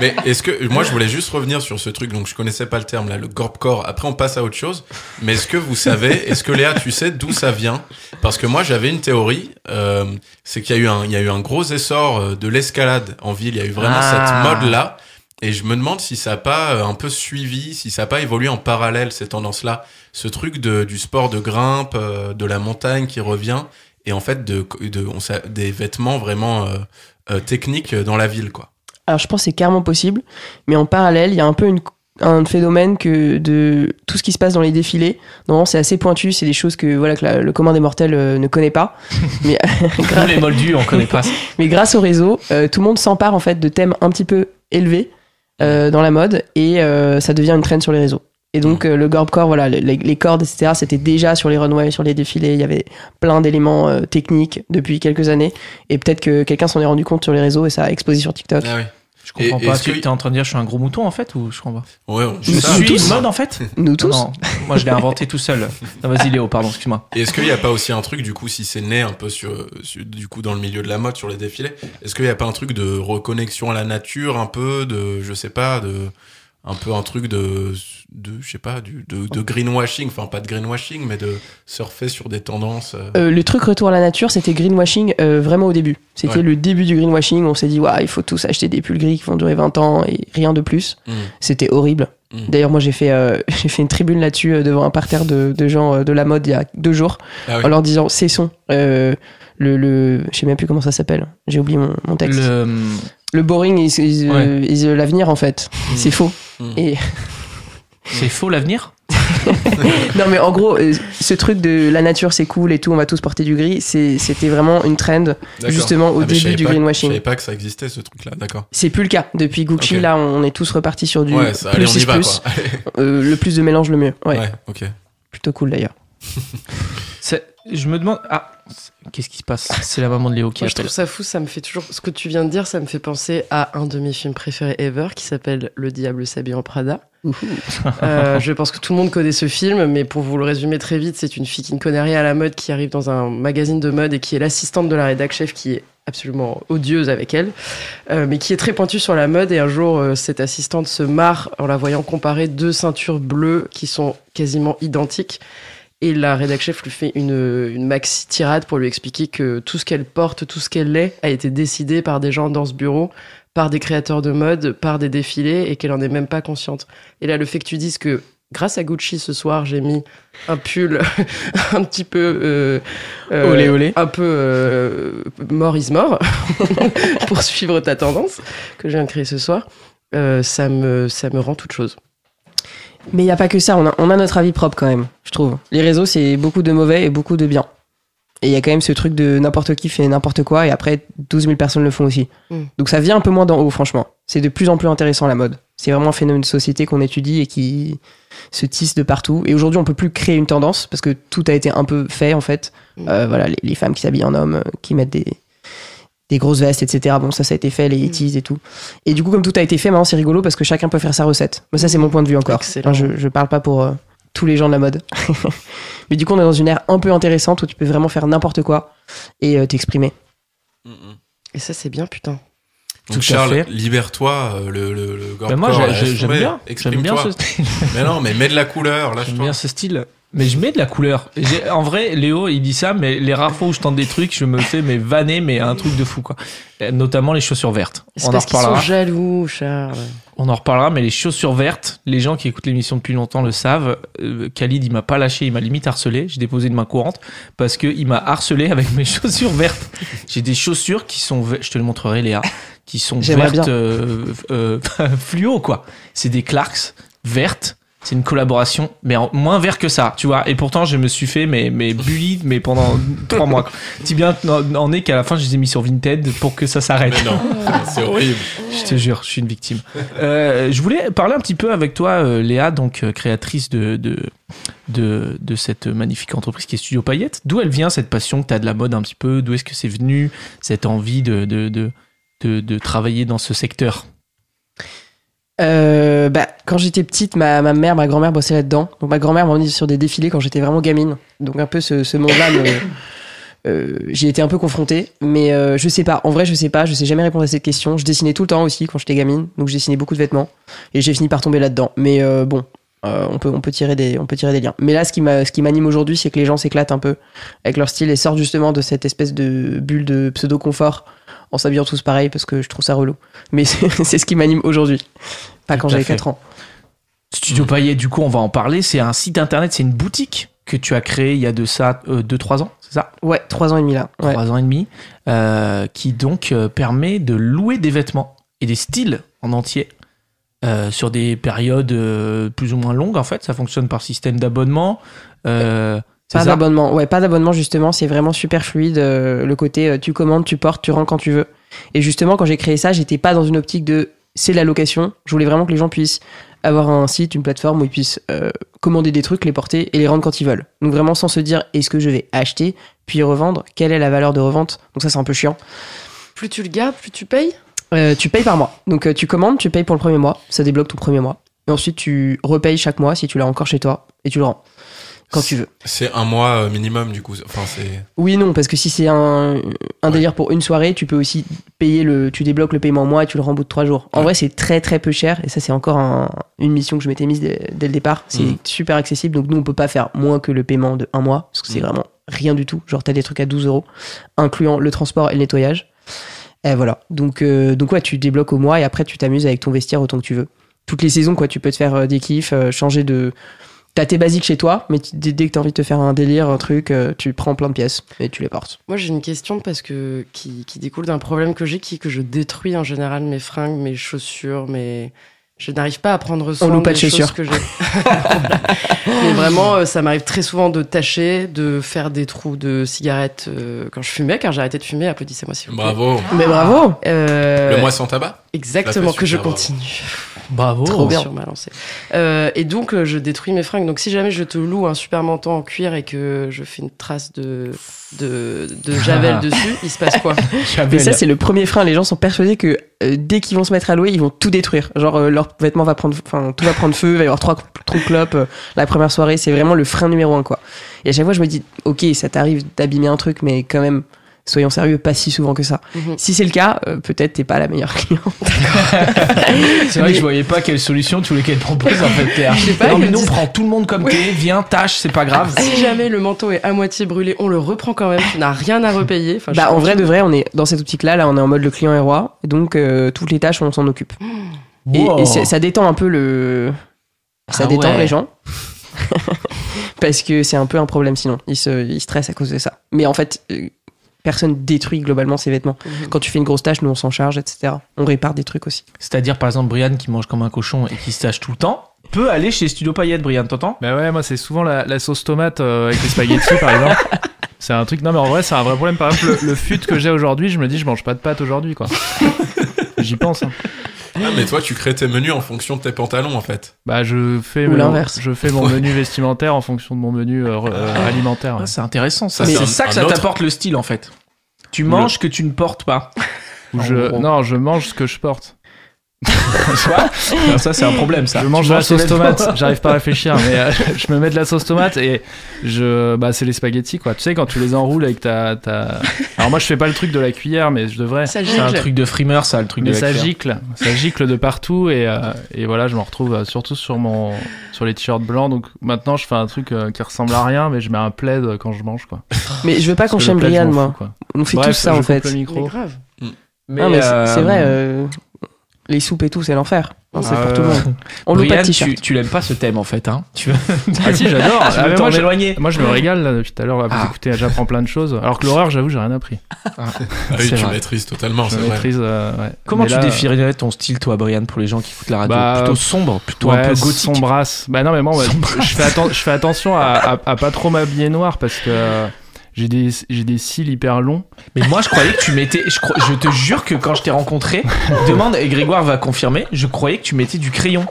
B: Mais est-ce que moi je voulais juste revenir sur ce truc donc je connaissais pas le terme là le gorpcore. Après on passe à autre chose. Mais est-ce que vous savez est-ce que Léa tu sais d'où ça vient Parce que moi j'avais une théorie euh, c'est qu'il y a eu un il y a eu un gros essor euh, de l'escalade en ville, il y a eu vraiment
A: Ah.
B: cette mode là et je me demande si ça a pas euh, un peu suivi, si ça a pas évolué en parallèle ces tendances là, ce truc de du sport de grimpe, euh, de la montagne qui revient et en fait de, de on s'a- des vêtements vraiment euh, euh, techniques dans la ville quoi.
D: Alors, je pense que c'est carrément possible, mais en parallèle, il y a un peu une- un phénomène que de tout ce qui se passe dans les défilés. Normalement, c'est assez pointu, c'est des choses que voilà que la- le commun des mortels euh, ne connaît pas. Mais,
A: Nous les moldus, on connaît pas ça.
D: mais grâce au réseau, euh, tout le monde s'empare en fait de thèmes un petit peu élevés euh, dans la mode et euh, ça devient une traîne sur les réseaux. Et donc euh, le gorbcore, voilà, les, les- les cordes, etc. C'était déjà sur les runways, sur les défilés. Il y avait plein d'éléments euh, techniques depuis quelques années. Et peut-être que quelqu'un s'en est rendu compte sur les réseaux et ça a explosé sur TikTok.
B: Ah oui.
A: Je comprends
B: Et-
A: pas.
B: est-ce
A: Tu
B: que-
A: es en train de dire je suis un gros mouton en fait ou je comprends pas
B: Ouais, on
A: Je
B: dit ça.
A: suis
D: tous.
A: une mode en fait
D: Nous tous.
A: Non, moi je l'ai inventé tout seul. Non, vas-y Léo, pardon, excuse-moi.
B: Et est-ce qu'il n'y a pas aussi un truc, du coup, si c'est né un peu sur, sur- du coup, dans le milieu de la mode, sur les défilés, est-ce qu'il n'y a pas un truc de reconnexion à la nature, un peu, de, je sais pas, de, un peu un truc de, de je sais pas, du, de, de greenwashing, enfin, pas de greenwashing, mais de surfer sur des tendances. euh.
D: Euh, le truc retour à la nature, c'était greenwashing euh, vraiment au début. C'était
B: Ouais.
D: le début du greenwashing. On s'est dit, ouais, il faut tous acheter des pulls gris qui vont durer 20 ans et rien de plus.
B: Mm.
D: C'était horrible.
B: Mm.
D: D'ailleurs, moi, j'ai fait, euh, j'ai fait une tribune là-dessus euh, devant un parterre de, de gens euh, de la mode il y a deux jours
B: Ah oui.
D: en leur disant, cessons. Euh, le, le, je sais même plus comment ça s'appelle. J'ai oublié mon, mon texte. Le,
A: Le,
D: boring is, is,
A: Ouais.
D: euh, is, euh, l'avenir, en fait.
B: Mm.
D: C'est faux.
B: Mm.
D: Et
A: c'est faux l'avenir
D: Non mais en gros, euh, ce truc de la nature c'est cool et tout, on va tous porter du gris, c'est- c'était vraiment une trend
B: D'accord.
D: justement
B: Ah,
D: au
B: mais je
D: début
B: savais
D: du
B: pas- Je
D: greenwashing.
B: savais pas que ça existait, ce truc-là, d'accord.
D: C'est plus le cas. Depuis Gucci,
B: Ok.
D: là, on est tous repartis sur du
B: Ouais, ça,
D: plus
B: allez, on y
D: is
B: va, quoi.
D: plus.
B: Allez.
D: Euh, le plus de mélange, le mieux. Ouais,
B: Ouais, ok.
D: plutôt cool d'ailleurs.
A: C'est- Je me demande. Ah, c'est- qu'est-ce qui se passe C'est la maman de Léo qui
C: Moi, je
A: appelle.
C: trouve ça fou, ça me fait toujours. Ce que tu viens de dire, ça me fait penser à un de mes films préférés ever qui s'appelle Le Diable s'habille en Prada. Euh, je pense que tout le monde connaît ce film, mais pour vous le résumer très vite, c'est une fille qui ne connaît rien à la mode qui arrive dans un magazine de mode et qui est l'assistante de la rédac chef qui est absolument odieuse avec elle, euh, mais qui est très pointue sur la mode. Et un jour, euh, cette assistante se marre en la voyant comparer deux ceintures bleues qui sont quasiment identiques. Et la rédac chef lui fait une, une maxi tirade pour lui expliquer que tout ce qu'elle porte, tout ce qu'elle est, a été décidé par des gens dans ce bureau, par des créateurs de mode, par des défilés, et qu'elle en est même pas consciente. Et là, le fait que tu dises que grâce à Gucci ce soir, j'ai mis un pull un petit peu. euh, euh,
D: Olé, olé.
C: Un peu euh, mort is mort, pour suivre ta tendance que je viens de créer ce soir. euh, ça, me, ça me rend toute chose.
D: Mais il n'y a pas que ça, on a, on a notre avis propre quand même, je trouve. Les réseaux, c'est beaucoup de mauvais et beaucoup de bien. Et il y a quand même ce truc de n'importe qui fait n'importe quoi, et après, 12 000 personnes le font aussi.
C: Mm.
D: Donc ça vient un peu moins d'en haut, franchement. C'est de plus en plus intéressant la mode. C'est vraiment un phénomène de société qu'on étudie et qui se tisse de partout. Et aujourd'hui, on peut plus créer une tendance, parce que tout a été un peu fait, en fait.
C: Mm.
D: Euh, voilà, les, les femmes qui s'habillent en hommes, euh, qui mettent des, des grosses vestes, etc. Bon, ça, ça a été fait, les
C: Mm.
D: 80s et tout. Et du coup, comme tout a été fait, maintenant, c'est rigolo, parce que chacun peut faire sa recette. Mais ça, c'est mon point de vue encore.
C: Excellent.
D: Enfin, je, je parle pas pour euh, tous les gens de la mode. Mais du coup, on est dans une ère un peu intéressante où tu peux vraiment faire n'importe quoi et euh, t'exprimer.
B: Mm, mm.
C: Et ça, c'est bien, putain.
A: Tout à
B: Donc Charles,
A: fait.
B: libère-toi, euh, le, le, le
A: Ben moi, j'ai-
B: gore-core, laisse
C: euh,
A: j'ai- j'aime
B: tomber,
A: bien. J'aime bien
B: exprime-toi.
A: ce style.
B: Mais non, mais mets de la couleur,
A: J'aime
B: lâche-toi.
A: bien ce style. Mais je mets de la couleur. J'ai- En vrai, Léo, il dit ça, mais les rares fois où je tente des trucs, je me fais mais vanner, mais un truc de fou quoi. Euh, Notamment les chaussures vertes.
C: C'est
A: On en
C: parce qu'ils
A: reparlera.
C: sont jaloux, Charles.
A: On en reparlera, mais les chaussures vertes, les gens qui écoutent l'émission depuis longtemps le savent. euh, Khalid, il m'a pas lâché, il m'a limite harcelé. J'ai déposé une main courante parce que il m'a harcelé avec mes chaussures vertes. J'ai des chaussures qui sont, ve- je te le montrerai, Léa, qui sont
D: J'aimerais
A: vertes
D: bien.
A: euh, euh, fluo quoi. C'est des Clarks vertes. C'est une collaboration, mais en moins vert que ça, tu vois. Et pourtant, je me suis fait mes, mes bullies, mais pendant trois mois. quoi. Si bien en, en est qu'à la fin, je les ai mis sur Vinted pour que ça s'arrête.
B: Mais non, c'est horrible.
A: Je te jure, je suis une victime. Euh, je voulais parler un petit peu avec toi, euh, Léa, donc euh, créatrice de, de, de, de cette magnifique entreprise qui est Studio Paillette. D'où elle vient cette passion que tu as de la mode un petit peu D'où est-ce que c'est venu cette envie de, de, de, de, de travailler dans ce secteur
D: Euh, bah, quand j'étais petite, ma, ma mère, ma grand-mère bossait là-dedans. Donc ma grand-mère m'emmenait sur des défilés quand j'étais vraiment gamine. Donc un peu ce, ce monde-là, me- euh, j'y étais un peu confrontée. Mais euh, je sais pas, en vrai je sais pas, je sais jamais répondre à cette question. Je dessinais tout le temps aussi quand j'étais gamine, donc je dessinais beaucoup de vêtements. Et j'ai fini par tomber là-dedans. Mais euh, bon, euh, on, peut, on, peut tirer des, on peut tirer des liens. Mais là, ce qui m'a- ce qui m'anime aujourd'hui, c'est que les gens s'éclatent un peu avec leur style et sortent justement de cette espèce de bulle de pseudo-confort en s'habillant tous pareil parce que je trouve ça relou. Mais c'est c'est ce qui m'anime aujourd'hui. Pas
A: Tout
D: quand
A: à
D: j'avais
A: fait.
D: 4 ans.
A: Studio Paillette, du coup, on va en parler. C'est un site internet, c'est une boutique que tu as créée il y a de ça 2-3 ans, c'est ça
D: Ouais, 3 ans et demi là. Ouais.
A: trois ans et demi, euh, qui donc euh, permet de louer des vêtements et des styles en entier euh, sur des périodes euh, plus ou moins longues. En fait, ça fonctionne par système d'abonnement. Euh, c'est
D: Pas
A: ça
D: d'abonnement. Ouais, pas d'abonnement justement, c'est vraiment super fluide euh, le côté euh, tu commandes, tu portes, tu rentres quand tu veux. Et justement quand j'ai créé ça, j'étais pas dans une optique de c'est la location, je voulais vraiment que les gens puissent avoir un site, une plateforme où ils puissent euh, commander des trucs, les porter et les rendre quand ils veulent. Donc vraiment sans se dire est-ce que je vais acheter puis revendre, quelle est la valeur de revente. Donc ça c'est un peu chiant.
C: Plus tu le gardes, plus tu payes
D: Euh, tu payes par mois. Donc euh, tu commandes, tu payes pour le premier mois, ça débloque ton premier mois. Et ensuite tu repayes chaque mois si tu l'as encore chez toi et tu le rends quand tu veux.
B: C'est un mois euh, minimum, du coup. Enfin, c'est.
D: Oui et non, parce que si c'est un, un
B: Ouais.
D: délire pour une soirée, tu peux aussi payer le, tu débloques le paiement en mois et tu le rends au bout de trois jours. En
B: Ouais.
D: vrai, c'est très très peu cher et ça c'est encore un- une mission que je m'étais mise dès, dès le départ. C'est
B: Mhm.
D: super accessible, donc nous on peut pas faire moins que le paiement de un mois parce que c'est
B: Mhm.
D: vraiment rien du tout. Genre t'as des trucs à 12 euros, incluant le transport et le nettoyage. Et voilà. Donc euh, donc ouais, tu débloques au mois et après tu t'amuses avec ton vestiaire autant que tu veux. Toutes les saisons quoi, tu peux te faire euh, des kiffs, euh, changer de T'as tes basiques chez toi, mais tu- dès dès que t'as envie de te faire un délire, un truc, euh, tu prends plein de pièces et tu les portes.
C: Moi, j'ai une question parce que qui, qui découle d'un problème que j'ai, qui est que je détruis en général mes fringues, mes chaussures, mes. Je n'arrive pas à prendre soin
D: loue pas de
C: des choses
D: chaussures.
C: que j'ai. Mais vraiment, euh, ça m'arrive très souvent de tâcher, de faire des trous de cigarettes euh, quand je fumais, car j'ai arrêté de fumer. Applaudissez-moi si vous plaît.
B: Bravo.
D: Mais bravo
C: Euh,
B: Le mois sans tabac
C: exactement
B: La fait
C: que je
B: super, bravo.
C: continue.
A: Bravo.
C: Trop bien. sur ma lancée. Euh, et donc, euh, je détruis mes fringues. Donc, si jamais je te loue un super manteau en cuir et que je fais une trace de, de, de javel dessus, il se passe quoi
D: Mais
A: Javel.
D: ça, c'est le premier frein. Les gens sont persuadés que euh, dès qu'ils vont se mettre à louer, ils vont tout détruire. Genre, euh, leur vêtement va prendre, enfin, tout va prendre feu, il va y avoir trois trous de clopes. euh, la première soirée, c'est vraiment le frein numéro un, quoi. Et à chaque fois, je me dis, ok, ça t'arrive d'abîmer un truc, mais quand même, soyons sérieux, pas si souvent que ça.
C: Mhm.
D: Si c'est le cas, euh, peut-être t'es pas la meilleure cliente.
A: C'est vrai que je voyais pas quelle solution tu voulais qu'elle propose en fait. Claire.
C: Je sais pas,
A: non,
C: ils
A: mais
C: me
A: nous, on
C: disent-
A: prend tout le monde comme t'es, viens, tâche, c'est pas grave.
C: Si jamais le manteau est à moitié brûlé, on le reprend quand même. Tu n'as rien à repayer. Enfin, je
D: bah, en
C: pense
D: vrai
C: que-
D: de vrai, on est dans cette optique-là. Là, on est en mode le client est roi. Donc, euh, toutes les tâches, on s'en occupe. Et-
A: Wow.
D: Et, c'est- ça détend un peu le. Ça
A: Ah
D: détend
A: ouais.
D: les gens. Parce que c'est un peu un problème sinon. Ils, se, ils stressent à cause de ça. Mais en fait, euh, personne détruit globalement ses vêtements.
C: Mhm.
D: Quand tu fais une grosse tâche, nous on s'en charge, etc. On répare des trucs aussi.
A: C'est-à-dire, par exemple, Brian qui mange comme un cochon et qui se tâche tout le temps, peut aller chez Studio Paillette, Brian, t'entends
E: Mais Bah ouais, moi c'est souvent la, la sauce tomate euh, avec les spaghettis par exemple. C'est un truc. Non mais en vrai, c'est un vrai problème. Par exemple, le, le fut que j'ai aujourd'hui, je me dis, je mange pas de pâtes aujourd'hui quoi. J'y pense. hein.
B: Ah, mais toi, tu crées tes menus en fonction de tes pantalons, en fait.
E: Bah je fais
D: Ou
E: mon-
D: l'inverse.
E: Je fais mon menu vestimentaire en fonction de mon menu euh, re- euh, alimentaire.
A: Ah, C'est intéressant, ça.
B: Ça,
A: C'est
B: c'est un-
A: ça que
B: un
A: ça
B: autre.
A: t'apporte le style, en fait. Tu manges que tu ne portes pas.
E: Ou
A: En
E: je
A: gros.
E: non, je mange ce que je porte.
A: Soit. Alors ça, c'est un problème, ça.
E: je
A: Tu
E: mange de la
A: manges
E: sauce
A: tes
E: tomate.
A: vêtements.
E: J'arrive pas à réfléchir, mais euh, je me mets de la sauce tomate et je bah c'est les spaghettis quoi. Tu sais quand tu les enroules avec ta ta. Alors moi je fais pas le truc de la cuillère, mais je devrais.
C: Ça
A: C'est un
C: gicle.
A: truc de frimeur, ça, le truc
E: Mais
A: de la
E: ça
A: cuillère.
E: gicle, ça gicle de partout et, euh, et voilà, je me retrouve euh, surtout sur mon sur les t-shirts blancs. Donc maintenant, je fais un truc euh, qui ressemble à rien, mais je mets un plaid euh, quand je mange quoi.
D: Mais je veux pas qu'on
E: Parce que
D: chame
E: le plaid, je
D: Brian,
E: m'en
D: moi.
E: fous, quoi.
D: On fait
E: Bref,
D: tous ça
E: je
D: en
E: coupe
D: fait.
E: le
D: Non,
E: micro.
C: Mais grave.
A: Mais,
D: mais c'est-
A: euh,
D: c'est vrai, euh, les soupes et tout, c'est l'enfer. Non, C'est
A: Ah,
D: pour tout le
E: Euh,
A: ouais.
D: monde. On loue pas
A: Brian,
D: de t-shirt.
A: tu, tu l'aimes pas ce thème, en fait, hein Tu veux
E: Ah si, j'adore.
A: tu
E: Ah,
A: veux
E: mais
A: t'en
E: moi, je-
A: éloigner
E: moi, je me régale là, depuis tout à l'heure. à vous
A: Ah.
E: écouter, j'apprends plein de choses. Alors que l'horreur, j'avoue, j'ai rien appris.
B: Ah oui,
A: C'est
B: tu
A: vrai.
B: maîtrises totalement,
E: Je
B: c'est vrai.
E: maîtrise. euh, ouais.
A: Comment
E: Mais
A: tu
E: là,
A: définirais ton style, toi, Brian, pour les gens qui écoutent la radio
E: Bah,
A: Plutôt sombre, plutôt un
E: ouais,
A: peu gothique.
E: sombrasse. Bah non, mais moi, ouais, je, fais atten- je fais attention à, à- à pas trop m'habiller noir parce que euh, j'ai des j'ai des cils hyper longs.
A: Mais moi, je croyais que tu mettais. Je, crois- je te jure que quand je t'ai rencontré, demande et Grégoire va confirmer. Je croyais que tu mettais du crayon.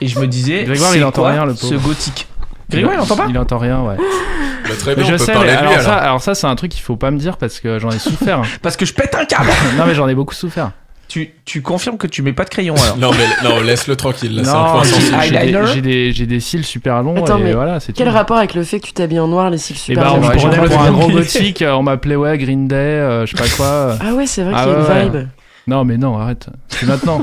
A: Et je me disais.
E: Grégoire,
A: c'est
E: il entend
A: quoi
E: rien, le
A: Ce
E: pauvre.
A: gothique. Grégoire, il entend pas
E: Il entend rien, ouais.
B: Bah, très bien,
E: Mais
B: on
E: je
B: peut
E: sais,
B: parler
E: mais
B: de lui
E: alors,
B: alors.
E: ça, alors ça, c'est un truc qu'il faut pas me dire parce que j'en ai souffert. hein.
A: Parce que je pète un câble.
E: non, mais j'en ai beaucoup souffert.
A: tu, tu confirmes que tu mets pas de crayon alors
B: Non, mais non, laisse-le tranquille, là, c'est un
E: non,
B: point
E: j'ai-
B: sensible.
E: j'ai des-
A: eyeliner
E: j'ai des, j'ai des cils super longs
C: Attends,
E: et
C: mais
E: voilà, c'est
C: Quel
E: tout.
C: rapport avec le fait que tu t'habilles en noir, les cils
E: Et
C: super
E: bah, on me
A: Ouais,
E: prenait
A: j'en ai
E: pour un
A: pas
E: gros
A: compris.
E: gothique, euh, on m'appelait, ouais, Green Day, euh, je sais pas quoi. euh.
C: Ah ouais, c'est vrai
E: Ah
C: qu'il y a
E: ouais,
C: une
E: ouais.
C: vibe.
E: Non, mais non, arrête. C'est maintenant.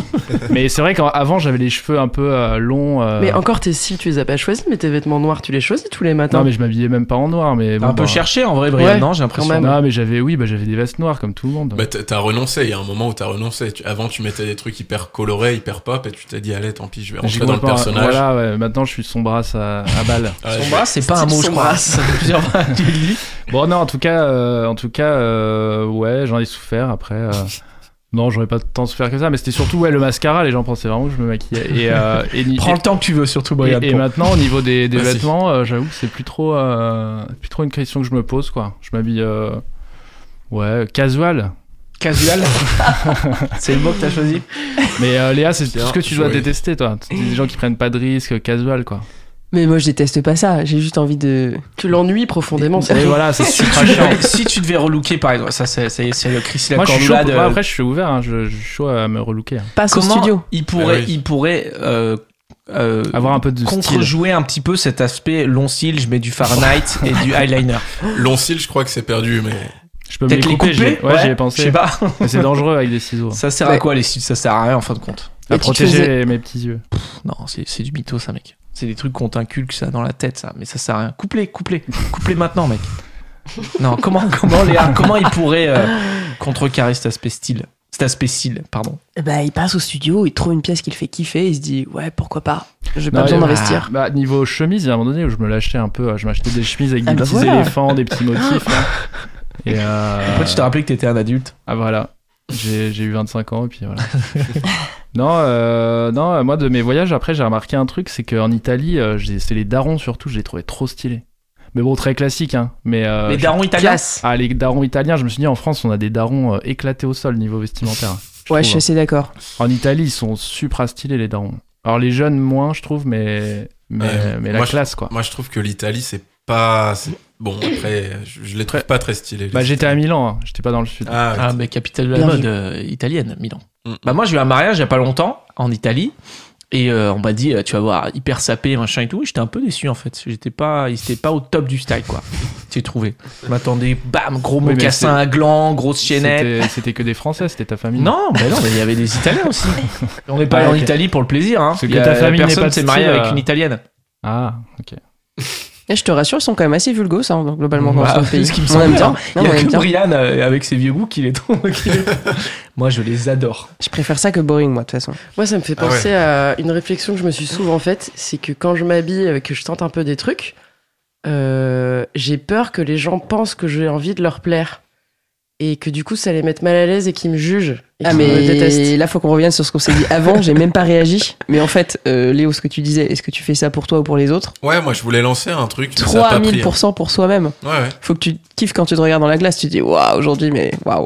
E: mais c'est vrai qu'avant, j'avais les cheveux un peu euh, longs. euh,
C: Mais encore tes cils, tu les as pas choisis, mais tes vêtements noirs, tu les choisis tous les matins.
E: Non, mais je m'habillais même pas en noir. Mais bon,
A: Un peu
E: bah,
A: cherché en vrai, Brian,
C: Ouais,
A: non J'ai l'impression.
C: quand même.
E: Non, mais j'avais, oui, bah, j'avais des vestes noires comme tout le monde.
B: Bah, t'as t'as renoncé, il y a un moment où t'as renoncé. Tu- avant, tu mettais des trucs hyper colorés, hyper pop, et tu t'es dit, allez, tant pis, je vais
E: J'y
B: rentrer dans le
E: crois pas.
B: personnage.
E: bah, Voilà, bah. ouais, maintenant je suis sombrasse à, à balle.
B: Ouais,
A: Son
B: je-
A: bras, c'est pas un
C: Style
A: mot, je
C: son
A: crois.
C: bras.
A: Ça veut dire- tu le dis.
E: Bon, non, en tout cas, euh, en tout cas, euh, ouais, j'en ai souffert après. euh, Non, j'aurais pas tant souffert que ça, mais c'était surtout ouais, le mascara, les gens pensaient vraiment que je me maquillais. Et, euh, et, ni-
A: Prends le temps que tu veux, surtout,
E: et-
A: Brian.
E: et
A: pour-
E: maintenant, au niveau des, des
B: Vas-y.
E: vêtements, euh, j'avoue que c'est plus trop, euh, plus trop une question que je me pose, quoi. Je m'habille, euh, ouais, casual.
A: Casual. c'est le mot que t'as choisi.
E: Mais euh, Léa, c'est tout
B: Tiens,
E: ce que tu dois
B: joyeux.
E: détester, toi. C'est Des gens qui prennent pas de risques, euh, casual, quoi.
D: Mais moi, je déteste pas ça. J'ai juste envie de.
C: Tu l'ennuies profondément, c'est
E: Et
C: tout.
E: voilà, c'est
A: Si
E: super
A: tu,
E: chiant.
A: devais, si tu devais relooker, par exemple, ça c'est, c'est, c'est le euh, Chris
E: Moi, je suis chaud.
A: Lacordoula de-
E: moi, après, je suis ouvert. hein, je, je suis chaud à me relooker. hein.
D: Passe
A: Comment
D: au studio.
A: il pourrait,
B: Ah oui.
A: il pourrait euh, euh,
E: Avoir un peu de style.
A: contre-jouer un petit peu cet aspect long cils, je mets du Fahrenheit et du eyeliner.
B: Long cils, je crois que c'est perdu, mais
E: Je peux me les
A: Peut-être les
E: couper.
A: couper,
E: j'y ai- ouais, j'y ai
A: Je
E: pensé.
A: sais pas.
E: Mais c'est dangereux avec des ciseaux.
A: Ça sert à
D: Ouais.
A: quoi les cils Ça sert à rien en fin de compte.
E: À
D: Et tu te
E: protéger
D: faisais-
E: mes petits yeux.
A: Pff, Non, c'est, c'est du mytho ça, mec. C'est des trucs qu'on t'inculque ça dans la tête, ça. Mais ça sert à rien. Couplez, couplez, couplez maintenant, mec. Non, comment, comment, Léa, comment il pourrait euh, contrecarrer cet aspect style Cet aspect style, pardon.
D: Eh ben, il passe au studio, il trouve une pièce qu'il fait kiffer, il se dit ouais pourquoi pas. J'ai pas
E: Non,
D: besoin
E: il y a-
D: d'investir.
E: Bah, niveau chemise, il y a un moment donné où je me lâchais un peu. euh, Je m'achetais des chemises avec des
D: Ah bah
E: petits
D: voilà.
E: éléphants, des petits motifs. hein. Et euh,
A: Après, tu t'es rappelé que t'étais un adulte.
E: Ah voilà. J'ai j'ai eu 25 ans et puis voilà. non, euh, non, euh, moi de mes voyages, après j'ai remarqué un truc, c'est qu'en Italie, euh, j'ai- c'est les darons surtout, je les trouvais trop stylés. Mais bon, très classique, hein. Mais, euh,
A: Les
E: je-
A: darons italiens.
D: Classe.
E: Ah, les darons italiens, je me suis dit en France, on a des darons euh, éclatés au sol niveau vestimentaire.
D: ouais, je
E: trouve,
D: suis assez d'accord.
E: En Italie, ils sont supra stylés les darons. Alors les jeunes moins, je trouve, mais mais,
B: Ouais,
E: mais
B: moi,
E: la
B: je-
E: classe quoi.
B: moi, je trouve que l'Italie, c'est pas. c'est- Bon, après, je, je les trouve pas très stylés. les
E: Bah j'étais à
B: Italiens.
E: Milan, hein. j'étais pas dans le sud.
B: Ah,
A: Ah, mais capitale de la
D: Bien
A: mode
D: vu.
A: euh, italienne, Milan.
B: Mm.
A: Bah moi j'ai eu un mariage il y a pas longtemps en Italie et euh, on m'a dit euh, tu vas voir hyper sapé machin et tout. Et J'étais un peu déçu en fait. J'étais pas, ils étaient pas au top du style quoi. J'ai trouvé. Je m'attendais bam gros
E: Oui, mais
A: mocassin
E: c'est-
A: à gland, grosse chaînette.
E: C'était c'était que des Français, c'était ta famille.
A: Non, mais non, mais il y avait des Italiens aussi. On n'est pas
E: Ah,
A: allé en
E: ok.
A: Italie pour le plaisir. Hein.
E: Parce que
A: Il y a-
E: ta famille n'est
A: personne
E: pas de
A: s'est marié
E: style,
A: avec
E: euh,
A: une Italienne.
E: Ah ok.
D: Et je te rassure, ils sont quand même assez vulgos, hein, donc globalement quand
A: Bah,
D: je suis au
A: c'est
D: pays.
A: ce qui me
D: on
A: semble,
D: aime bien.
A: hein.
D: Non,
A: il y
D: on
A: a
D: aime
A: que
D: bien.
A: Brian euh, avec ses vieux goûts qui les trouve. qui les trouve. Moi je les adore.
D: Je préfère ça que boring, moi de toute façon.
C: Moi, ça me fait
B: Ah ouais.
C: penser à une réflexion que je me suis souvent faite, c'est que quand je m'habille, euh, que je tente un peu des trucs, euh, j'ai peur que les gens pensent que j'ai envie de leur plaire. et que du coup ça les mette mal à l'aise et qu'ils me jugent et
D: Ah
C: qu'ils me détestent.
D: mais là faut qu'on revienne sur ce qu'on s'est dit avant, j'ai même pas réagi. Mais en fait, euh, Léo, ce que tu disais, est-ce que tu fais ça pour toi ou pour les autres
A: Ah.
B: Ouais, moi je voulais lancer un truc, mais
A: hein.
B: ça a pas pris. hein.
D: 3000% pour soi-même.
B: Ouais, ouais.
D: Faut que tu kiffes quand tu te regardes dans la glace, tu te dis waouh aujourd'hui mais waouh.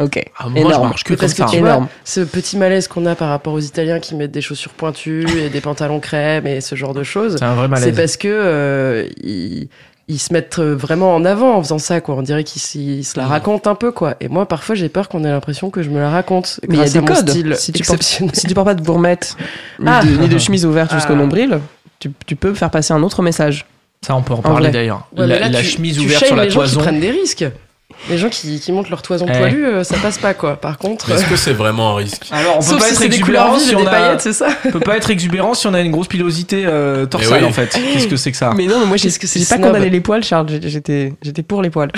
D: Ok.
A: Ah, moi,
D: Énorme.
A: je marche que
D: Mais
A: comme
D: parce
A: ça.
D: que tu
A: hein.
D: vois,
C: énorme. Ce petit malaise qu'on a par rapport aux Italiens qui mettent des chaussures pointues et des pantalons crème et ce genre de choses,
A: C'est un vrai
C: c'est
A: malaise.
C: parce que euh, ils, ils se mettent euh, vraiment en avant en faisant ça quoi. On dirait qu'ils s- ils se la racontent un peu quoi. Et moi parfois j'ai peur qu'on ait l'impression que je me la raconte.
D: Mais il y a
C: grâce
D: des
C: à mon
D: codes.
C: style
D: Si tu penses-
C: exceptionnel.
D: Si tu portes pas de gourmette ni,
C: Ah.
D: de, ni de chemise ouverte jusqu'au
C: Ah.
D: nombril, tu, tu peux faire passer un autre message.
A: Ça, on peut en
D: vrai.
A: parler d'ailleurs.
C: Ouais, mais
A: la
C: là,
A: la
C: tu-
A: chemise
C: tu
A: ouverte
C: shames
A: sur la
C: les gens qui
A: toison.
C: prennent des risques. Les gens qui, qui montent leur toison
A: Eh.
C: poilue, euh, ça passe pas quoi. Par contre, euh,
B: Mais Est-ce que c'est vraiment un risque
A: Alors, on peut
C: sauf
A: pas
C: si
A: être
C: c'est des couleurs
A: exubérant
C: vives
A: si
C: et des
A: on a.
C: paillettes, c'est ça.
A: peut pas être exubérant si on a une grosse pilosité euh,
B: Mais
A: dorsale
B: oui.
A: en fait. Qu'est-ce que c'est que ça
D: Mais non, mais moi j'ai
C: Qu'est-ce que c'est
D: j'ai pas
C: snob.
D: condamné les poils, Charles. j'ai- J'étais j'étais pour les poils.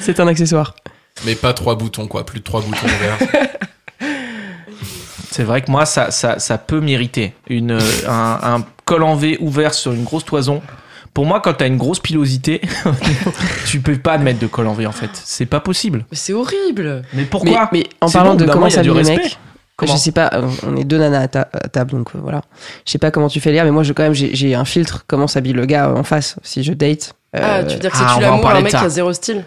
D: c'est un accessoire.
B: Mais pas trois boutons, quoi. Plus de trois boutons verts.
A: C'est vrai que moi ça ça, ça peut m'irriter une euh, un, un col en V ouvert sur une grosse toison. Pour moi, quand t'as une grosse pilosité, tu peux pas mettre de col en V en fait. C'est pas possible.
C: Mais c'est horrible.
A: Mais pourquoi
D: mais, mais en
A: C'est
D: parlant
A: bon, au bout
D: de
A: d'un
D: comment
A: moment, il y a
D: ça
A: du
D: les
A: respect.
D: mecs,
A: Comment
D: je sais pas. euh, On est deux nanas à, ta- à table, donc euh, voilà. Je sais pas comment tu fais l'air, mais moi je quand même j'ai j'ai un filtre. Comment s'habille le gars euh, en face si je date Euh,
C: Ah, tu veux dire que
A: ah,
C: si
A: on
C: tu
A: va en
C: l'amour,
A: parler
C: un mec qui
A: tard.
C: a zéro style.
A: on va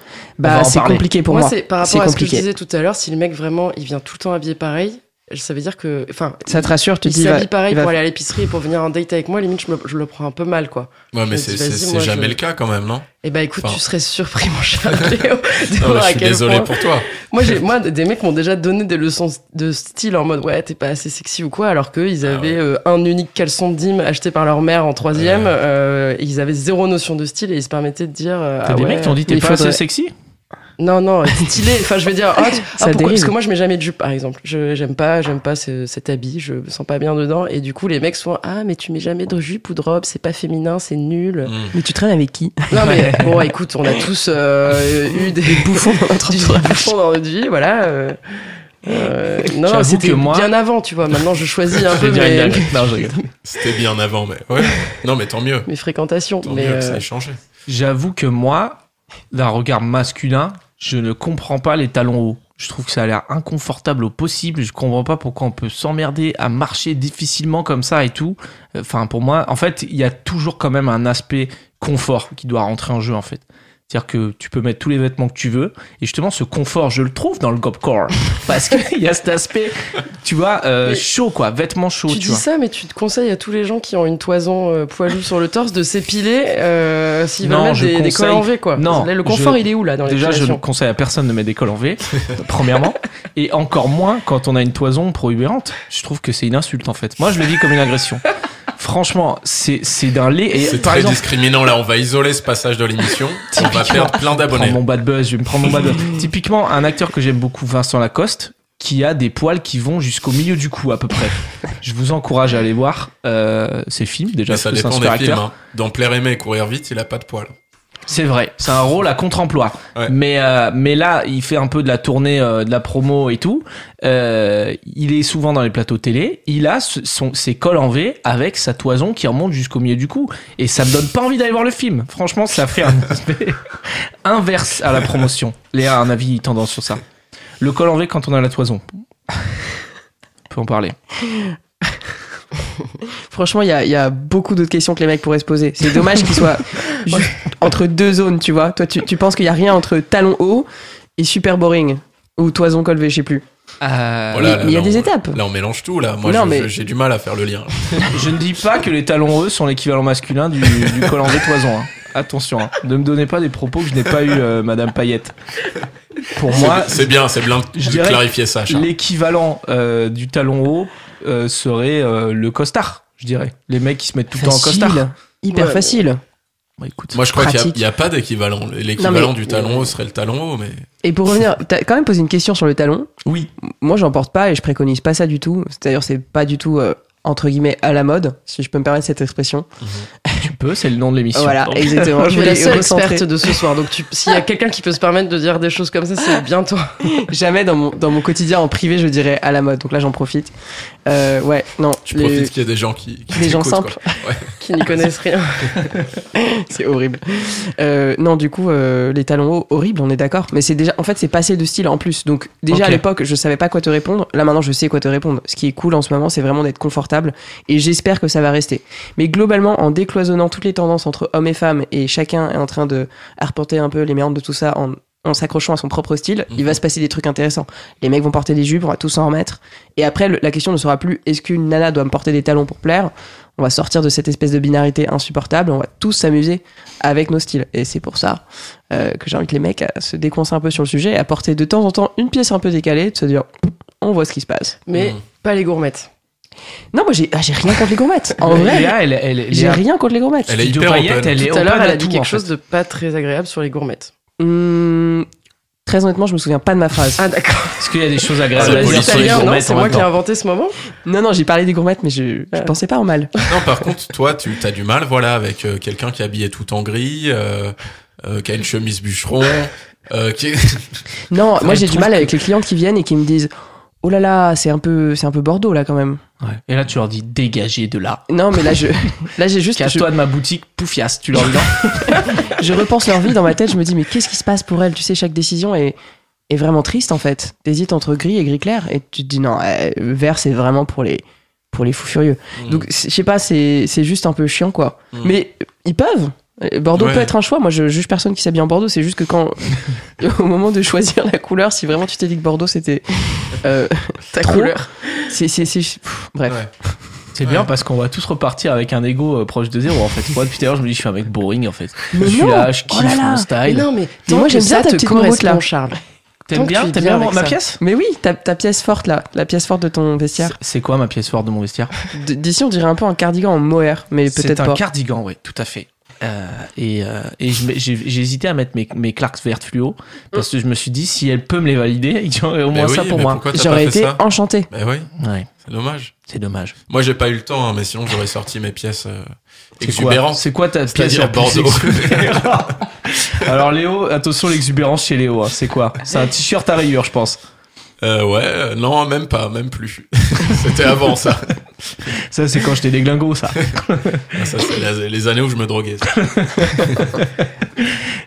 D: Bah
A: en
D: c'est
A: parler.
D: compliqué pour moi.
C: c'est par
D: c'est
C: rapport à ce que je
D: compliqué.
C: disais tout à l'heure, si le mec vraiment, il vient tout le temps habillé pareil, ça veut dire que, enfin,
D: Ça te rassure, tu
C: il
D: te dis. va-
C: s'habille pareil
D: il va-
C: pour aller à l'épicerie et pour venir en date avec moi, limite je, me- je le prends un peu mal quoi.
B: Ouais, mais
C: me
B: c'est
C: dis,
B: c'est-
C: vas-y,
B: c'est
C: moi,
B: jamais
C: je-
B: le cas quand même, non
C: Et bah écoute,
B: Enfin.
C: tu serais surpris mon cher Léo. de
B: Non,
C: voir
B: mais
C: à
B: Je suis
C: quel
B: désolé
C: point-
B: pour toi.
C: Moi, j'ai, moi, des mecs m'ont déjà donné des leçons de style en mode ouais, t'es pas assez sexy ou quoi, alors qu'eux, ils
B: Ah
C: avaient euh, un unique caleçon de dîme acheté par leur mère en troisième,
B: Ouais.
C: euh, et ils avaient zéro notion de style et ils se permettaient de dire. euh,
A: T'as
C: ah
A: des
C: ouais,
A: mecs qui ont dit t'es
D: mais
A: pas
D: faudrait-
A: assez sexy
C: Non, non, stylé. Enfin, je vais dire, ah, tu- ah,
D: Ça
C: pourquoi
D: dérive.
C: Parce que moi, je mets jamais de jupe, par exemple. Je j'aime pas, j'aime pas ce- cet habit. Je me sens pas bien dedans. Et du coup, les mecs sont, ah, mais tu mets jamais de jupe ou de robe. C'est pas féminin, c'est nul.
B: Mm.
D: Mais tu traînes avec qui
C: Non, mais bon, écoute, on a tous euh, eu des
D: Bouffon dans notre
C: du
D: entourage.
C: bouffon dans notre vie, voilà. euh, euh, non, non,
A: J'avoue
C: c'était
A: que moi-
C: bien avant, tu vois. Maintenant, je choisis un
A: Je vais
C: peu
A: dire une
C: mes,
A: dalle. Non, je rigole.
B: C'était bien avant, mais ouais. Non, mais tant mieux.
C: mes fréquentations.
B: Tant
C: mais
B: mieux que
C: euh,
B: ça ait changé.
A: J'avoue que moi, d'un regard masculin, je ne comprends pas les talons hauts. Je trouve que ça a l'air inconfortable au possible. Je comprends pas pourquoi on peut s'emmerder à marcher difficilement comme ça et tout. Enfin, pour moi, en fait, il y a toujours quand même un aspect confort qui doit rentrer en jeu, en fait. C'est-à-dire que tu peux mettre tous les vêtements que tu veux. Et justement, ce confort, je le trouve dans le gopcore. Parce qu'il y a cet aspect, tu vois, euh,
C: Mais
A: chaud, quoi. Vêtements chauds,
C: tu
A: tu,
C: dis
A: vois.
C: ça, mais tu te conseilles à tous les gens qui ont une toison euh, poilue sur le torse de s'épiler euh, s'ils veulent
A: Non,
C: mettre
A: je
C: des, des cols
A: conseille-
C: en V, quoi.
A: Non,
C: Là, le confort,
A: je-
C: il est où là dans
A: Déjà, je ne
C: l'épilation
A: conseille à personne de mettre des cols en V, premièrement. Et encore moins quand on a une toison prohibérante. Je trouve que c'est une insulte, en fait. Moi, je le vis comme une agression. Franchement, c'est c'est d'un lait. Et
B: C'est
A: par
B: très
A: exemple,
B: discriminant. Là, on va isoler ce passage de l'émission. on va perdre plein
A: je vais me
B: d'abonnés.
A: prendre mon bad buzz, je vais me prendre mon bad buzz. Typiquement, un acteur que j'aime beaucoup, Vincent Lacoste, qui a des poils qui vont jusqu'au milieu du cou, à peu près. Je vous encourage à aller voir euh, ses films, déjà,
B: Mais
A: parce
B: ça
A: que c'est un
B: dépend
A: super
B: des films.
A: acteur.
B: hein. Dans Plaire aimer et courir vite, il a pas de poils.
A: C'est vrai, c'est un rôle à contre-emploi.
B: Ouais.
A: Mais, euh, mais là, il fait un peu de la tournée, euh, de la promo et tout. Euh, il est souvent dans les plateaux télé. Il a ce- son, ses cols en V avec sa toison qui remonte jusqu'au milieu du cou. Et ça me donne pas envie d'aller voir le film. Franchement, ça fait un aspect inverse à la promotion. Léa a un avis tendance sur ça. Le col en V quand on a la toison. On peut en parler.
D: Franchement, il y a, il y a beaucoup d'autres questions que les mecs pourraient se poser. C'est dommage qu'ils soient juste entre deux zones, tu vois. Toi, tu, tu penses qu'il n'y a rien entre talons hauts et super boring ou toison colvé, je sais plus.
C: Oh
B: Voilà,
D: mais- mais il y a
B: là,
D: des
B: on-
D: étapes.
B: Là, on mélange tout. Là, moi,
D: Non,
B: je-
D: mais-
B: je- j'ai du mal à faire le lien.
A: Je ne dis pas que les talons hauts sont l'équivalent masculin du, du col en V toison. hein. Attention, hein. ne me donnez pas des propos que je n'ai pas eu, euh, Madame Payette. Pour moi,
B: C'est bien, c'est bien
A: Je
B: de
A: dirais
B: clarifier ça, Charles.
A: l'équivalent euh, du talon haut euh, serait euh, le costard, je dirais. Les mecs qui se mettent tout le temps en costard.
D: Facile, hyper
C: Ouais.
D: facile.
C: Bah,
A: Bon, écoute.
B: Moi, je crois qu'il
D: pratique.
B: n'y a, pas d'équivalent. L'équivalent
D: Non, mais-
B: du talon haut serait le talon haut, mais
D: Et pour revenir, t'as quand même posé une question sur le talon.
A: Oui.
D: Moi, j'en porte pas et je préconise pas ça du tout. C'est- D'ailleurs, c'est pas du tout euh, entre guillemets à la mode, si je peux me permettre cette expression.
A: tu peux, c'est le nom de l'émission.
D: Voilà,
A: Donc,
D: exactement.
C: Je suis la
D: voulais
C: seule
D: recentrer.
C: experte de ce soir, donc tu- s'il y a quelqu'un qui peut se permettre de dire des choses comme ça, c'est bien toi.
D: Jamais dans mon, dans mon quotidien en privé, je dirais à la mode. Donc là, j'en profite. Euh, ouais, non.
B: Tu
D: les-
B: profites qu'il y a des gens qui. qui
D: les gens
B: t'écoutent, quoi.
D: simples.
C: qui n'y connaissent rien.
D: C'est horrible. Euh, non, du coup, euh, les talons hauts, horrible, on est d'accord. Mais c'est déjà, en fait, c'est passé de style en plus. Donc, déjà
A: Ok.
D: à l'époque, je savais pas quoi te répondre. Là, maintenant, je sais quoi te répondre. Ce qui est cool en ce moment, c'est vraiment d'être confortable. Et j'espère que ça va rester. Mais globalement, en décloisonnant toutes les tendances entre hommes et femmes, et chacun est en train de arpenter un peu les méandres de tout ça en en s'accrochant à son propre style, il va se passer des trucs intéressants. Les mecs vont porter des jupes, on va tous s'en remettre. Et après, le- la question ne sera plus est-ce qu'une nana doit me porter des talons pour plaire On va sortir de cette espèce de binarité insupportable, on va tous s'amuser avec nos styles. Et c'est pour ça euh, que j'invite les mecs à se décoincer un peu sur le sujet et à porter de temps en temps une pièce un peu décalée, de se dire on voit ce qui se passe.
C: Mais
B: Mm.
C: pas les gourmettes.
D: Non, moi j'ai ah, j'ai rien contre les gourmettes. En vrai,
A: Léa, elle, elle, elle-
D: j'ai
A: Léa
D: rien contre les gourmettes.
B: Elle est
A: Studio
B: hyper
A: Payette,
B: open.
A: elle est
C: Tout à
A: open
C: l'heure, elle a dit
A: tout,
C: quelque
A: en
C: chose
A: fait.
C: de pas très agréable sur les gourmettes.
D: Hum, très honnêtement, je me souviens pas de ma phrase.
C: Ah d'accord.
A: Est-ce qu'il y a des choses
B: Ah,
A: agréables
B: la
A: à dire
B: police,
A: sur les
B: les
C: italien, non
A: gourmettes
C: C'est
A: en
C: moi
A: même
C: qui ai
A: temps
C: inventé ce moment.
D: Non, non, j'ai parlé des gourmettes, mais je, je
C: Ah.
D: pensais pas au mal.
B: Non, par contre, toi, tu as du mal, voilà, avec euh, quelqu'un qui est habillé tout en gris, euh, euh, qui a une chemise bûcheron, euh, qui est-
D: Non, moi
A: il
D: j'ai du
A: trouve
D: mal avec les clients qui viennent et qui me disent Oh là là, c'est un peu, c'est un peu Bordeaux là quand même.
A: Ouais. Et là, tu leur dis dégagez de là.
D: Non, mais là je, là j'ai juste, je,
A: Cache-toi de ma boutique, poufias, tu leur dis non.
D: je repense leur vie dans ma tête. Je me dis mais qu'est-ce qui se passe pour elles Tu sais, chaque décision est, est vraiment triste en fait. T'hésites entre gris et gris clair et tu te dis non, euh, vert c'est vraiment pour les, pour les fous furieux.
C: Mm.
D: Donc c'est- je sais pas, c'est, c'est juste un peu chiant quoi.
B: Mm.
D: Mais euh, ils peuvent. Euh, Bordeaux
B: Ouais.
D: peut être un choix. Moi je juge personne qui s'habille en Bordeaux. C'est juste que quand, au moment de choisir la couleur, si vraiment tu t'es dit que Bordeaux c'était euh,
C: Ta
D: Trop.
C: couleur.
D: C'est, c'est, c'est- pff, bref.
B: Ouais.
A: C'est bien parce qu'on va tous repartir avec un ego euh, proche de zéro en fait. Moi depuis tout à l'heure je me dis je suis un mec boring en fait.
D: Mais
A: je suis
D: non.
A: là, je
D: Oh
A: kiffe
D: là là.
A: mon
C: Mais
A: style.
C: non mais
D: moi,
C: moi
D: j'aime
C: j'aime
D: bien
C: ça
D: ta
C: te
D: petite marotte, là.
C: correspond Charles.
A: T'aimes
C: tant que
A: bien,
C: tu
A: t'aimes
C: viens
A: bien
C: avec
A: ma
C: ça.
A: pièce
D: Mais oui, ta, ta pièce forte là, la pièce forte de ton vestiaire.
A: C'est- C'est quoi ma pièce forte de mon vestiaire
D: D- D'ici, on dirait un peu un cardigan en mohair, mais
A: C'est
D: peut-être
A: un
D: pas.
A: cardigan, oui, tout à fait. Euh, et euh, et je mets- j'ai j'ai hésité à mettre mes, mes Clarks vertes fluo parce que je me suis dit si elle peut me les valider, il y aurait au
B: Mais
A: moins ça
B: Ben oui,
A: pour
B: mais
A: moi.
B: pourquoi t'as pas
D: J'aurais
B: fait
D: été
B: ça
D: enchantée.
B: Ben oui,
A: Ouais,
B: c'est dommage.
A: c'est dommage.
B: Moi, j'ai pas eu le temps, hein, mais sinon, j'aurais sorti mes pièces euh,
A: C'est quoi,
B: exubérantes.
A: c'est quoi ta pièce
B: C'est-à-dire
A: la plus
B: Bordeaux.
A: exubérante Alors Léo, attention l'exubérance chez Léo, hein, c'est quoi C'est un t-shirt à rayures, je pense.
B: Euh, ouais, euh, non, même pas, même plus. C'était avant ça.
A: Ça c'est quand j'étais des glingos, ça.
B: Ah, ça, c'est les, les années où je me droguais. ça.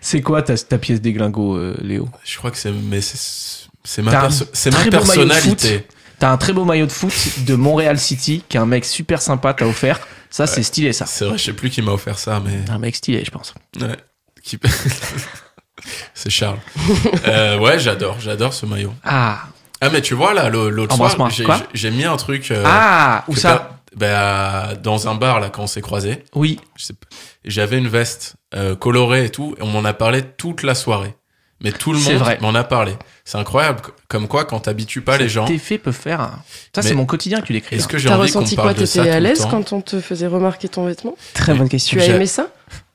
A: C'est quoi ta, ta pièce des glingos, euh, Léo
B: Je crois que c'est mais c'est c'est ma,
A: T'as un
B: perso- c'est ma
A: très beau maillot de
B: personnalité.
A: T'as un très beau maillot de foot de Montréal City qu'un mec super sympa t'a offert. Ça, c'est stylé, ça.
B: C'est vrai, je sais plus qui m'a offert ça, mais
A: Un mec stylé, je pense.
B: ouais. Qui- c'est Charles. Euh, ouais, j'adore, j'adore ce maillot.
A: Ah,
B: Ah mais tu vois là, le- l'autre
A: Embrasse-moi,
B: soir, j'ai-
A: quoi
B: j'ai- j'ai mis un truc. euh,
A: ah, où
B: que
A: ça
B: per- bah, dans un bar là quand on s'est croisés.
A: Oui.
B: Je sais pas. Et J'avais une veste euh, colorée et tout, et on m'en a parlé toute la soirée. Mais tout le
A: C'est
B: monde
A: vrai.
B: m'en a parlé. C'est incroyable, co- comme quoi quand t'habitues pas les gens.
A: Tes faits peuvent faire. un- Ça, c'est
B: Mais-
A: mon quotidien que tu décris. hein.
B: Est-ce que j'ai
C: T'as
B: envie qu'on
C: ressenti quoi
B: parle de ça
C: T'étais
B: tout
C: à
B: le
C: l'aise
B: temps
C: quand on te faisait remarquer ton vêtement
D: Très
B: Mais
D: bonne question.
C: Tu as
B: J'ai-
C: aimé ça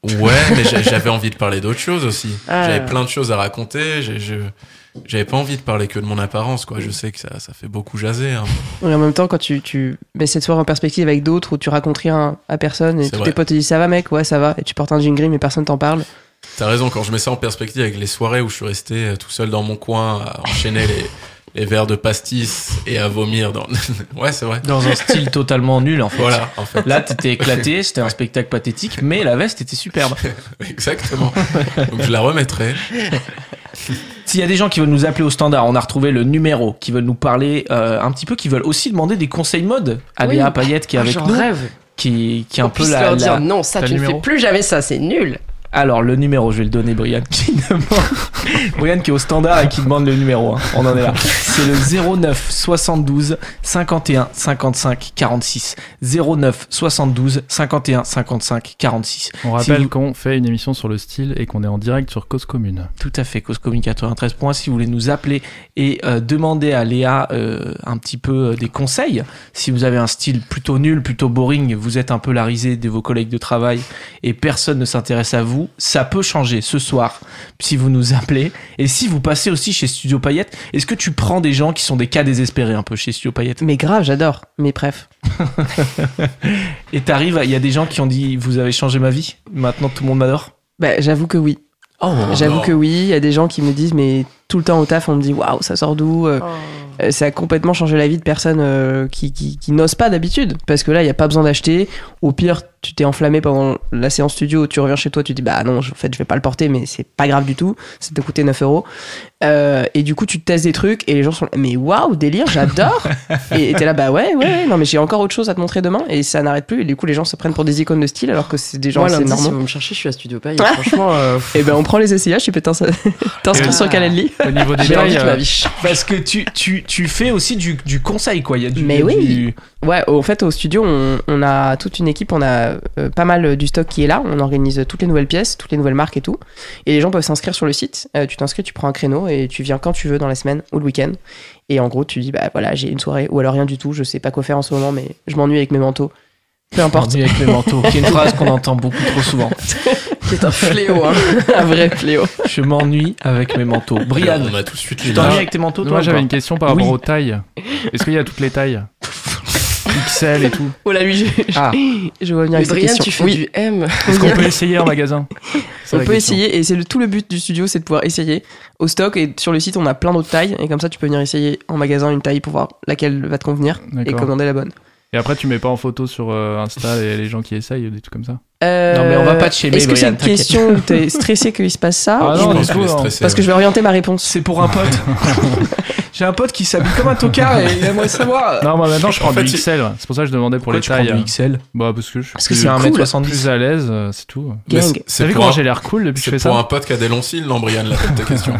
B: Ouais, mais j'a- j'avais envie de parler d'autre chose aussi.
C: Ah.
B: J'avais plein de choses à raconter. j'ai- je- J'avais pas envie de parler que de mon apparence, quoi. Je sais que ça, ça fait beaucoup jaser. hein.
D: Et en même temps, quand tu, tu mets cette soirée en perspective avec d'autres où tu racontes rien à personne et
B: C'est
D: tous
B: vrai.
D: tes potes te disent ça va mec, ouais ça va, et tu portes un jean gris mais personne t'en parle.
B: T'as raison, quand je mets ça en perspective avec les soirées où je suis resté euh, tout seul dans mon coin à enchaîner les, les verres de pastis et à vomir dans. ouais, c'est vrai.
A: Dans un style totalement nul, en fait.
B: Voilà, en fait.
A: Là, t'étais éclaté, c'était un spectacle pathétique, mais la veste était superbe.
B: Exactement. Donc je la remettrai.
A: S'il y a des gens qui veulent nous appeler au standard, on a retrouvé le numéro, qui veulent nous parler euh, un petit peu, qui veulent aussi demander des conseils mode à
C: Oui.
A: Léa Payette qui est
C: Ah,
A: avec
C: J'en
A: nous,
C: rêve.
A: qui, qui est
C: On
A: un peu
C: puisse
A: la-
C: leur
A: la,
C: dire non, ça
A: t'as
C: tu
A: le
C: ne fais
A: numéro
C: plus jamais ça, c'est nul.
A: Alors, le numéro, je vais le donner, Brian, qui demande. Brian qui est au standard et qui demande le numéro. hein. On en est là. C'est le 09 72 51 55 46. 09 72 51 55 46.
E: On
A: Si
E: rappelle
A: vous-
E: qu'on fait une émission sur le style et qu'on est en direct sur Cause Commune.
A: Tout à fait, Cause Commune 93 points. Si vous voulez nous appeler et euh, demander à Léa euh, un petit peu euh, des conseils, si vous avez un style plutôt nul, plutôt boring, vous êtes un peu la risée de vos collègues de travail et personne ne s'intéresse à vous, ça peut changer ce soir si vous nous appelez. Et si vous passez aussi chez Studio Payette, est-ce que tu prends des gens qui sont des cas désespérés un peu chez Studio Payette.
D: Mais grave, j'adore. Mais bref.
A: Et t'arrives, à- il y a des gens qui ont dit vous avez changé ma vie. Maintenant tout le monde m'adore.
D: Bah, j'avoue que oui.
B: Oh,
D: J'avoue que oui. Il y a des gens qui me disent, mais tout le temps au taf, on me dit waouh, ça sort d'où euh, Euh, ça a complètement changé la vie de personnes euh, qui, qui, qui n'osent pas d'habitude. Parce que là, il n'y a pas besoin d'acheter. Au pire, tu t'es enflammé pendant la séance studio, tu reviens chez toi, tu dis bah non, je- en fait, je vais pas le porter, mais c'est pas grave du tout. Ça t'a coûté 9 euros. Euh, Et du coup, tu testes des trucs et les gens sont là, mais waouh, délire, j'adore. et et t'es là, bah ouais, ouais, ouais, non, mais j'ai encore autre chose à te montrer demain. Et ça n'arrête plus. Et du coup, les gens se prennent pour des icônes de style alors que c'est des gens
C: Moi,
D: assez
C: lundi, si
D: normaux.
C: vous me cherchez, je suis à Studio Paille. Franchement, euh, pff,
D: Et ben, on prend les essayages, tu peux t'ins- t'inscrire
E: Ah.
D: sur Calendly.
E: Au niveau des
C: j'ai envie
E: bails,
C: que
E: euh,
C: ma vie change.
A: Parce que tu, tu, tu fais aussi du, du conseil quoi. Il y a du.
D: Mais
A: il y a
D: oui.
A: du-
D: Ouais, au- en fait, au studio, on, on a toute une équipe, on a euh, pas mal euh, du stock qui est là. On organise toutes les nouvelles pièces, toutes les nouvelles marques et tout. Et les gens peuvent s'inscrire sur le site. Euh, tu t'inscris, tu prends un créneau et tu viens quand tu veux dans la semaine ou le week-end. Et en gros, tu dis, bah voilà, j'ai une soirée ou alors rien du tout, je sais pas quoi faire en ce moment, mais je m'ennuie avec mes manteaux. Peu importe.
A: Porter avec les manteaux, qui est une phrase qu'on entend beaucoup trop souvent.
D: C'est un fléau, hein. un vrai fléau.
A: Je m'ennuie avec mes manteaux. Brian,
B: On a tout de suite
A: tu
B: les
A: t'ennuies
E: Alors,
A: avec tes manteaux toi
E: euh, Moi
A: ou
E: j'avais
A: pas
E: une question par rapport
A: Oui.
E: aux tailles. Est-ce qu'il y a toutes les tailles XL et tout.
D: Oh là, lui, je,
E: Ah.
D: je vois
C: Mais
D: bien avec cette
C: Brian,
D: question.
C: tu fais
D: Oui.
C: du M.
E: Est-ce qu'on peut essayer en magasin C'est
D: On
E: la
D: peut
E: question.
D: essayer et c'est le, tout le but du studio, c'est de pouvoir essayer au stock et sur le site on a plein d'autres tailles et comme ça tu peux venir essayer en magasin une taille pour voir laquelle va te convenir et
E: D'accord.
D: commander la bonne.
E: Et après, tu mets pas en photo sur euh, Insta les, les gens qui essayent, des trucs comme ça.
D: Euh,
A: Non, mais on va pas te shamer,
D: Est-ce que c'est
A: Brian,
D: une question où t'es stressé qu'il se passe ça
E: Ah
D: ou-
E: non,
B: Je
E: du
B: pense
E: coup,
B: qu'on est
E: on-
B: stressé, hein.
D: Parce que
B: ouais.
D: je vais orienter ma réponse.
A: C'est pour un pote. J'ai un pote qui s'habille comme un tocard et il aimerait savoir.
E: Non, moi maintenant je prends
B: En fait,
E: du
B: il-
E: XL. ouais. C'est pour ça que je demandais pour
A: Pourquoi
E: les
A: tu
E: tailles.
A: prends du XL
E: Bah, parce que je suis
A: Parce que
E: plus,
A: hein. c'est un mètre soixante-dix.
E: plus à l'aise, euh, c'est tout.
B: Mais
D: Gang.
B: c'est-
E: T'as
B: C'est
E: vu
B: pour,
E: comment
B: un,
E: j'ai l'air cool depuis que je fais
B: c'est pour un
E: ça
B: pote qui a des longs cils, non, Brian, là, ta question.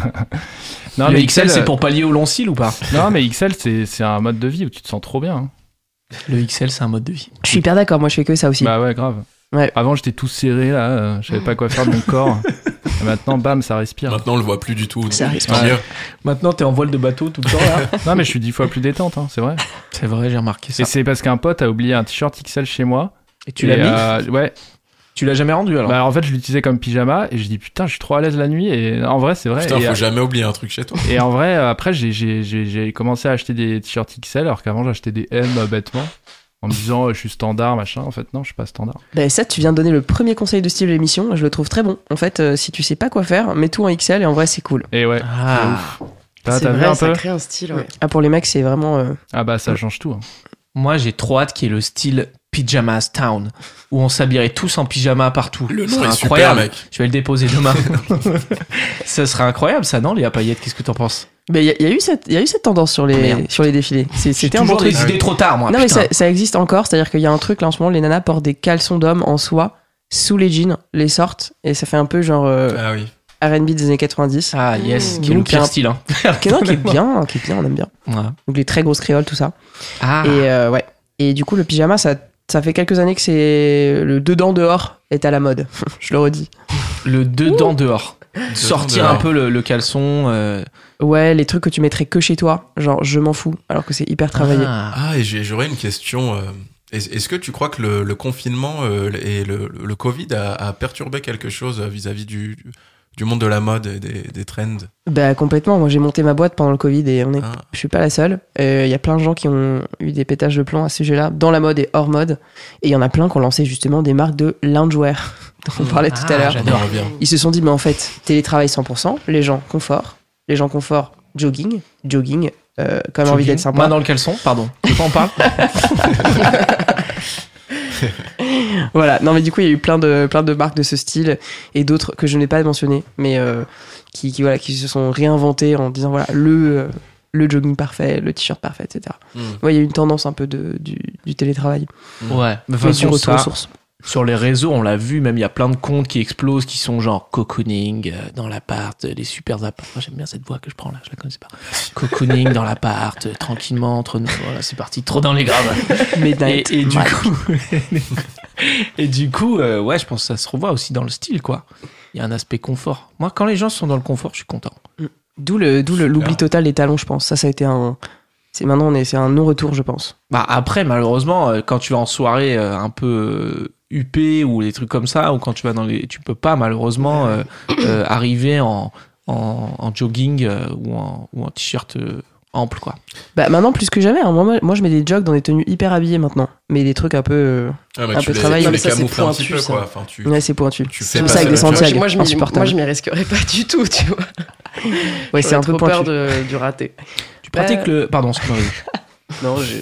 E: Non,
A: Le
E: mais
A: XL, c'est
E: euh,
A: pour pallier au long cil ou pas
E: Non, mais XL, c'est c'est un mode de vie où tu te sens trop bien. hein.
A: Le XL, c'est un mode de vie.
D: Je suis hyper d'accord, moi je fais que ça aussi.
E: Bah ouais, grave.
D: Ouais.
E: Avant, j'étais tout serré là, euh, je savais pas quoi faire de mon corps. Et maintenant, bam, ça respire.
B: Maintenant, on le voit plus du tout.
D: Ça
B: donc,
D: risque.
B: tant mieux.
A: Maintenant, t'es en voile de bateau tout le temps là.
E: Non, mais je suis dix fois plus détente, hein, c'est vrai.
A: Bah. C'est vrai, j'ai remarqué ça.
E: Et c'est parce qu'un pote a oublié un t-shirt XL chez moi.
A: Et tu
E: Et,
A: l'as mis
E: euh, Ouais.
A: Tu l'as jamais rendu alors
E: Bah, alors, en fait, je l'utilisais comme pyjama et je dis putain, je suis trop à l'aise la nuit. Et en vrai, c'est vrai.
B: Putain,
E: et,
A: euh,
B: faut jamais oublier un truc chez toi.
E: et en vrai, euh, après, j'ai- j'ai j'ai- j'ai commencé à acheter des t-shirts XL alors qu'avant, j'achetais des M euh, bêtement. En me disant, euh, je suis standard, machin. En fait, non, je suis pas standard.
D: Bah, ça, tu viens de donner le premier conseil de style de l'émission, je le trouve très bon. En fait, euh, si tu sais pas quoi faire, mets tout en XL et en vrai c'est cool.
E: Et ouais.
A: Ah.
E: T'as
C: C'est
E: t'as vu
C: vrai,
E: un
C: ça
E: peu
C: crée un style. ouais.
D: Ah, pour les mecs, c'est vraiment. euh,
E: Ah bah, ça change tout. hein.
A: Moi, j'ai trop hâte qu'il y ait le style Pyjamas Town, où on s'habillerait tous en pyjama partout.
B: Le
A: Ce
B: nom
A: serait
B: est super,
A: incroyable.
B: mec.
A: Je vais le déposer demain. ça serait incroyable, ça, non, Léa Payette Qu'est-ce que t'en penses
D: Mais il y, a- il y a eu cette- il y a eu cette tendance sur les,
A: Merde.
D: sur les défilés. C'est- C'était
A: C'était
D: un bon
A: toujours
D: truc.
A: des idées trop tard, moi.
D: non, mais
A: putain.
D: ça, ça existe encore. C'est-à-dire qu'il y a un truc là en ce moment, les nanas portent des caleçons d'hommes en soie sous les jeans, les sortent, et ça fait un peu genre euh,
B: Ah oui.
D: RB des années 90.
A: Ah, yes, qui est
D: Mmh.
A: le pire
D: Qu'un-
A: style. Hein.
D: Qui est- non, qui est bien, qui est bien, on aime bien.
A: Ouais.
D: Donc les très grosses créoles, tout ça.
A: Ah,
D: Et euh, ouais. Et du coup, le pyjama, ça, ça fait quelques années que c'est le dedans dehors est à la mode. Je le redis.
A: le dedans dehors. Sortir
B: dehors.
A: un peu le, le caleçon. euh,
D: Ouais, les trucs que tu mettrais que chez toi, genre je m'en fous, alors que c'est hyper travaillé.
A: Ah.
B: Ah, et j'ai- j'aurais une question. euh, Est-ce est-ce que tu crois que le, le confinement euh, et le, le Covid a, a perturbé quelque chose euh, vis-à-vis du, du monde de la mode et des, des trends
D: Bah complètement. Moi, j'ai monté ma boîte pendant le Covid et on est.
B: Ah.
D: Je suis pas la seule. Euh, Il y a plein de gens qui ont eu des pétages de plomb à ce sujet-là, dans la mode et hors mode. Et il y en a plein qui ont lancé justement des marques de loungewear dont on parlait tout
A: Ah,
D: à l'heure.
B: On
A: J'adore.
B: en revient.
D: Ils se sont dit, mais en fait, télétravail 100%, les gens confort, les gens confort jogging, jogging, euh, quand même envie d'être
A: Main
D: sympa.
A: dans le caleçon, pardon. Je t'en parle.
D: Voilà, non mais du coup, il y a eu plein de, plein de marques de ce style et d'autres que je n'ai pas mentionnées, mais euh, qui, qui, voilà, qui se sont réinventées en disant, voilà, le, euh, le jogging parfait, le t-shirt parfait, etc.
B: Hmm.
D: Ouais, il y a eu une tendance un peu de, du, du télétravail,
A: ouais. De toute
D: mais du
A: façon,
D: retour aux
A: ça,
D: sources.
A: Sur les réseaux, on l'a vu, même il y a plein de comptes qui explosent, qui sont genre cocooning euh, dans l'appart, euh, les super apparts. Moi, j'aime bien cette voix que je prends là, je la connaissais pas. Cocooning dans l'appart, euh, tranquillement entre nous. Voilà, c'est parti, trop dans les graves. Et,
D: Midnight.
A: et du
D: Ouais.
A: coup, et du coup, euh, ouais, je pense que ça se revoit aussi dans le style, quoi. Il y a un aspect confort. Moi, quand les gens sont dans le confort, je suis content.
D: D'où le- d'où le- l'oubli total des talons, je pense. Ça, ça a été un. C'est maintenant, on est- c'est un non-retour, je pense.
A: Bah après, malheureusement, euh, quand tu vas en soirée euh, un peu euh, huppée ou des trucs comme ça, ou quand tu vas dans les, tu peux pas malheureusement euh, euh, arriver en, en, en jogging euh, ou en, ou en t-shirt euh, ample, quoi.
D: Bah maintenant plus que jamais. hein. Moi, moi, je mets des jogs dans des tenues hyper habillées maintenant, mais des trucs un peu. euh,
B: Ah, mais
D: Un
B: tu
D: peu
B: les,
D: travail,
B: tu
D: mais
B: les
C: ça, c'est
B: camoufles un petit
C: pointu,
B: peu,
C: ça.
B: quoi. Enfin, tu,
D: Ouais, c'est pointu.
B: tu
D: Tout
B: pas
D: ça avec des
B: seul, tu vois.
D: Santiago.
C: Moi, je m'y- moi,
D: insupportable.
C: je m'y risquerais pas du tout, tu vois.
D: Ouais, c'est
C: J'aurais
D: un peu
C: trop
D: pointu.
C: peur de, du raté.
A: Tu pratiques le. Pardon, c'est
D: Bah, Non, je-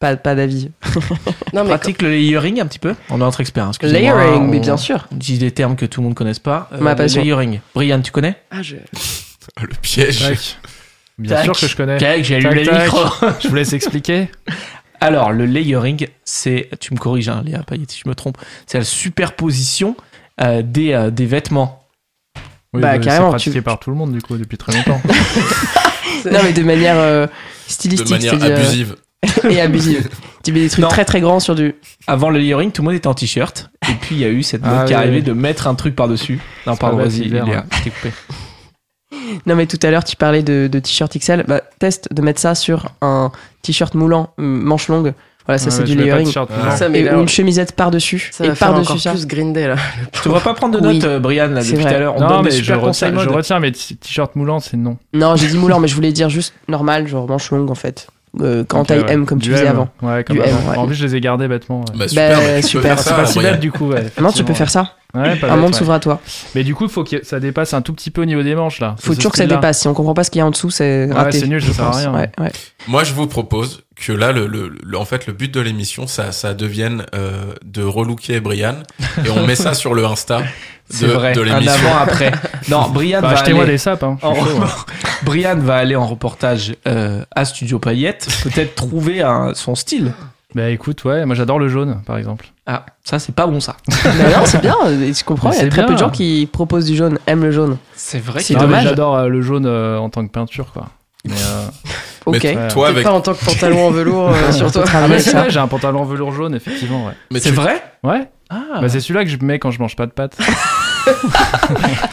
D: Pas, pas d'avis.
C: Non,
A: Tu
C: mais
A: pratiques le layering un petit peu On est entre experts, hein, excusez-moi.
D: Layering,
A: on-
D: mais bien sûr.
A: On dit des termes que tout le monde ne connaisse pas.
D: Ma
A: le
D: passion.
A: Layering. Brian, tu connais
C: Ah, je...
B: Le piège.
E: Tac. Bien
A: Tac.
E: sûr que je connais.
A: Tac, j'ai
E: Tac,
A: allumé le
E: tac.
A: micro.
E: Je vous laisse expliquer.
A: Alors, le layering, c'est, tu me corriges, hein, Léa Payet, si je me trompe, c'est la superposition euh, des, euh, des vêtements.
E: Oui,
D: Bah,
E: euh,
D: carrément,
E: C'est pratiqué
D: tu-
E: par tout le monde, du coup, depuis très longtemps.
D: Non, mais de manière euh,
B: De
D: stylistique,
B: manière
D: c'est-à-dire- euh,
B: abusive.
D: et abusive. Tu mets des trucs
A: Non.
D: très très grands sur du.
A: Avant le layering, tout le monde était en t-shirt. Et puis, il y a eu cette mode
E: Ah,
A: qui
E: oui,
A: est arrivée
E: oui.
A: de mettre un truc par-dessus. Non,
E: C'est
A: pardon,
E: pas mal,
A: vas-y,
E: c'est l'hiver,
A: Léa,
E: hein.
A: je t'ai coupé.
D: Non, mais tout à l'heure, tu parlais de, de t-shirt XL. Bah, teste de mettre ça sur un t-shirt moulant, hum, manche longue. Voilà, ça,
E: Ouais,
D: c'est
E: ouais,
D: du
E: je mets pas de
D: layering.
E: t-shirt,
B: Ah.
E: non.
C: ça, mais
D: Et
C: là,
D: ou une chemisette par-dessus.
C: ça
D: Et
C: va faire
D: par-dessus
C: encore
D: ça.
C: plus grindé, là.
A: Tu
C: le
A: ne
C: pauvre.
A: vas pas prendre de
D: Oui.
A: notes, euh, Brian, là,
D: C'est
A: depuis tout
D: vrai.
A: à l'heure. On
E: Non,
A: donne
E: mais
A: des
E: je
A: super conseils
E: retiens, je
A: mode.
E: retiens, mais t- t-shirt moulant, c'est non.
D: Non, j'ai dit moulant, mais je voulais dire juste normal, genre manche longue en fait. Euh, quand
E: Ok,
D: taille
E: ouais.
D: M, comme tu
E: Du
D: disais
E: M.
D: avant.
E: Ouais, comme
D: Du
E: avant.
D: M, ouais.
E: En plus, je les ai gardés bêtement. ouais.
B: Bah, super, mais tu peux
D: super,
B: faire
D: c'est
E: c'est
B: ça,
E: pas
B: la
E: si
B: moyenne.
E: bête, du coup. ouais,
D: Non, tu peux faire ça.
E: effectivement. Ouais, pas
D: Un
E: bête,
D: monde
E: ouais.
D: s'ouvre à toi.
E: Mais du coup, faut que ça dépasse un tout petit peu au niveau des manches, là.
D: Faut
E: C'est ce
D: toujours que ça
E: style-là.
D: dépasse. Si on comprend pas ce qu'il y a en dessous, c'est
E: Ouais,
D: raté.
E: c'est nul, ça
D: je
E: sert à
D: pense.
E: rien.
D: Ouais, ouais.
B: Moi, je vous propose que là, le, le- le- en fait, le but de l'émission, ça, ça devienne euh, de relooker Brian et on met ça sur le Insta
A: C'est
B: de,
A: vrai,
B: de
A: un
B: l'émission.
A: avant-après. Non, Brian va
E: Bah,
A: aller...
E: Achetez-moi des sapes. Hein. Je
A: en
E: suis chaud, ouais.
A: report- Brian va aller en reportage euh, à Studio Payette, peut-être trouver un- son style.
E: Bah écoute, ouais, moi j'adore le jaune, par exemple.
A: Ah, ça, c'est pas bon, ça.
D: Bah non, c'est bien. et Tu comprends,
E: Mais
D: il y a
E: c'est
D: très peu
E: bien.
D: de gens qui proposent du jaune, aiment le jaune.
A: C'est vrai
D: C'est
E: Non, mais
D: dommage.
E: J'adore euh, le jaune euh, en tant que peinture, quoi. Mais, euh,
D: Ok.
B: Mais
E: Ouais.
B: toi,
C: Peut-être
B: avec,
C: pas en tant que pantalon en velours euh, sur toi.
E: Ah,
D: mais
E: mais c'est
D: ça-
E: vrai, j'ai un pantalon en velours jaune, effectivement, ouais.
B: mais
A: C'est
B: tu-
A: vrai
E: Ouais,
A: Ah,
E: bah c'est celui-là que je mets quand je mange pas de pâtes.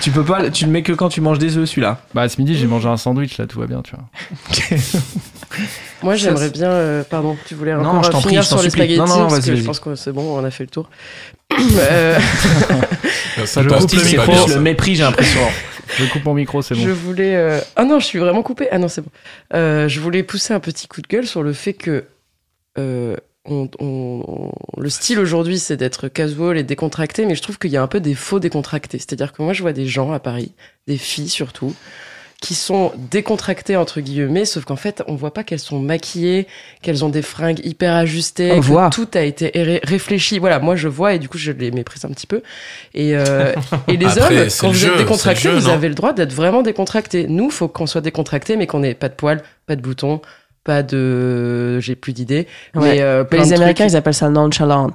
A: tu peux pas, tu le mets que quand tu manges des œufs, celui-là.
E: Bah ce midi, j'ai mangé un sandwich, là, tout va bien, tu vois.
C: Moi,
A: Ça,
C: j'aimerais
A: c'est-
C: bien. euh, pardon, tu voulais
A: Non,
C: encore
A: je t'en
C: euh, finir
A: prie, je t'en
C: sur les
A: supplie.
C: spaghettis
A: Non, non,
C: parce
A: vas-y,
C: que je
A: vas-y.
C: pense que c'est bon, on a fait le tour. Euh,
B: c'est
E: Je
B: pas-
E: coupe
B: c'est
E: le
B: pas
A: C'est
E: micro,
B: bien,
A: plus
B: ça.
A: le mépris, j'ai l'impression.
E: Je coupe mon micro, c'est bon.
C: Je voulais. euh, Ah non, je suis vraiment coupée. Ah non, c'est bon. Euh, je voulais pousser un petit coup de gueule sur le fait que euh, on- on- on- le style aujourd'hui, c'est d'être casual et décontracté, mais je trouve qu'il y a un peu des faux décontractés. C'est-à-dire que moi, je vois des gens à Paris, des filles surtout, qui sont décontractées entre guillemets, sauf qu'en fait, on voit pas qu'elles sont maquillées, qu'elles ont des fringues hyper ajustées,
E: Ah,
D: On
C: que
D: voit.
C: tout a été ré- réfléchi. Voilà, moi, je vois et du coup, je les méprise un petit peu. Et, euh, et les
B: Après,
C: hommes,
B: c'est
C: quand
B: le
C: vous
B: jeu,
C: êtes décontractés,
B: c'est le jeu,
C: vous
B: non
C: avez le droit d'être vraiment décontractés. Nous, faut qu'on soit décontractés, mais qu'on n'ait pas de poils, pas de boutons, pas de, j'ai plus d'idées.
D: Ouais.
C: Mais, euh,
D: Mais
C: plein de
D: les
C: trucs.
D: Américains, ils appellent ça nonchalant.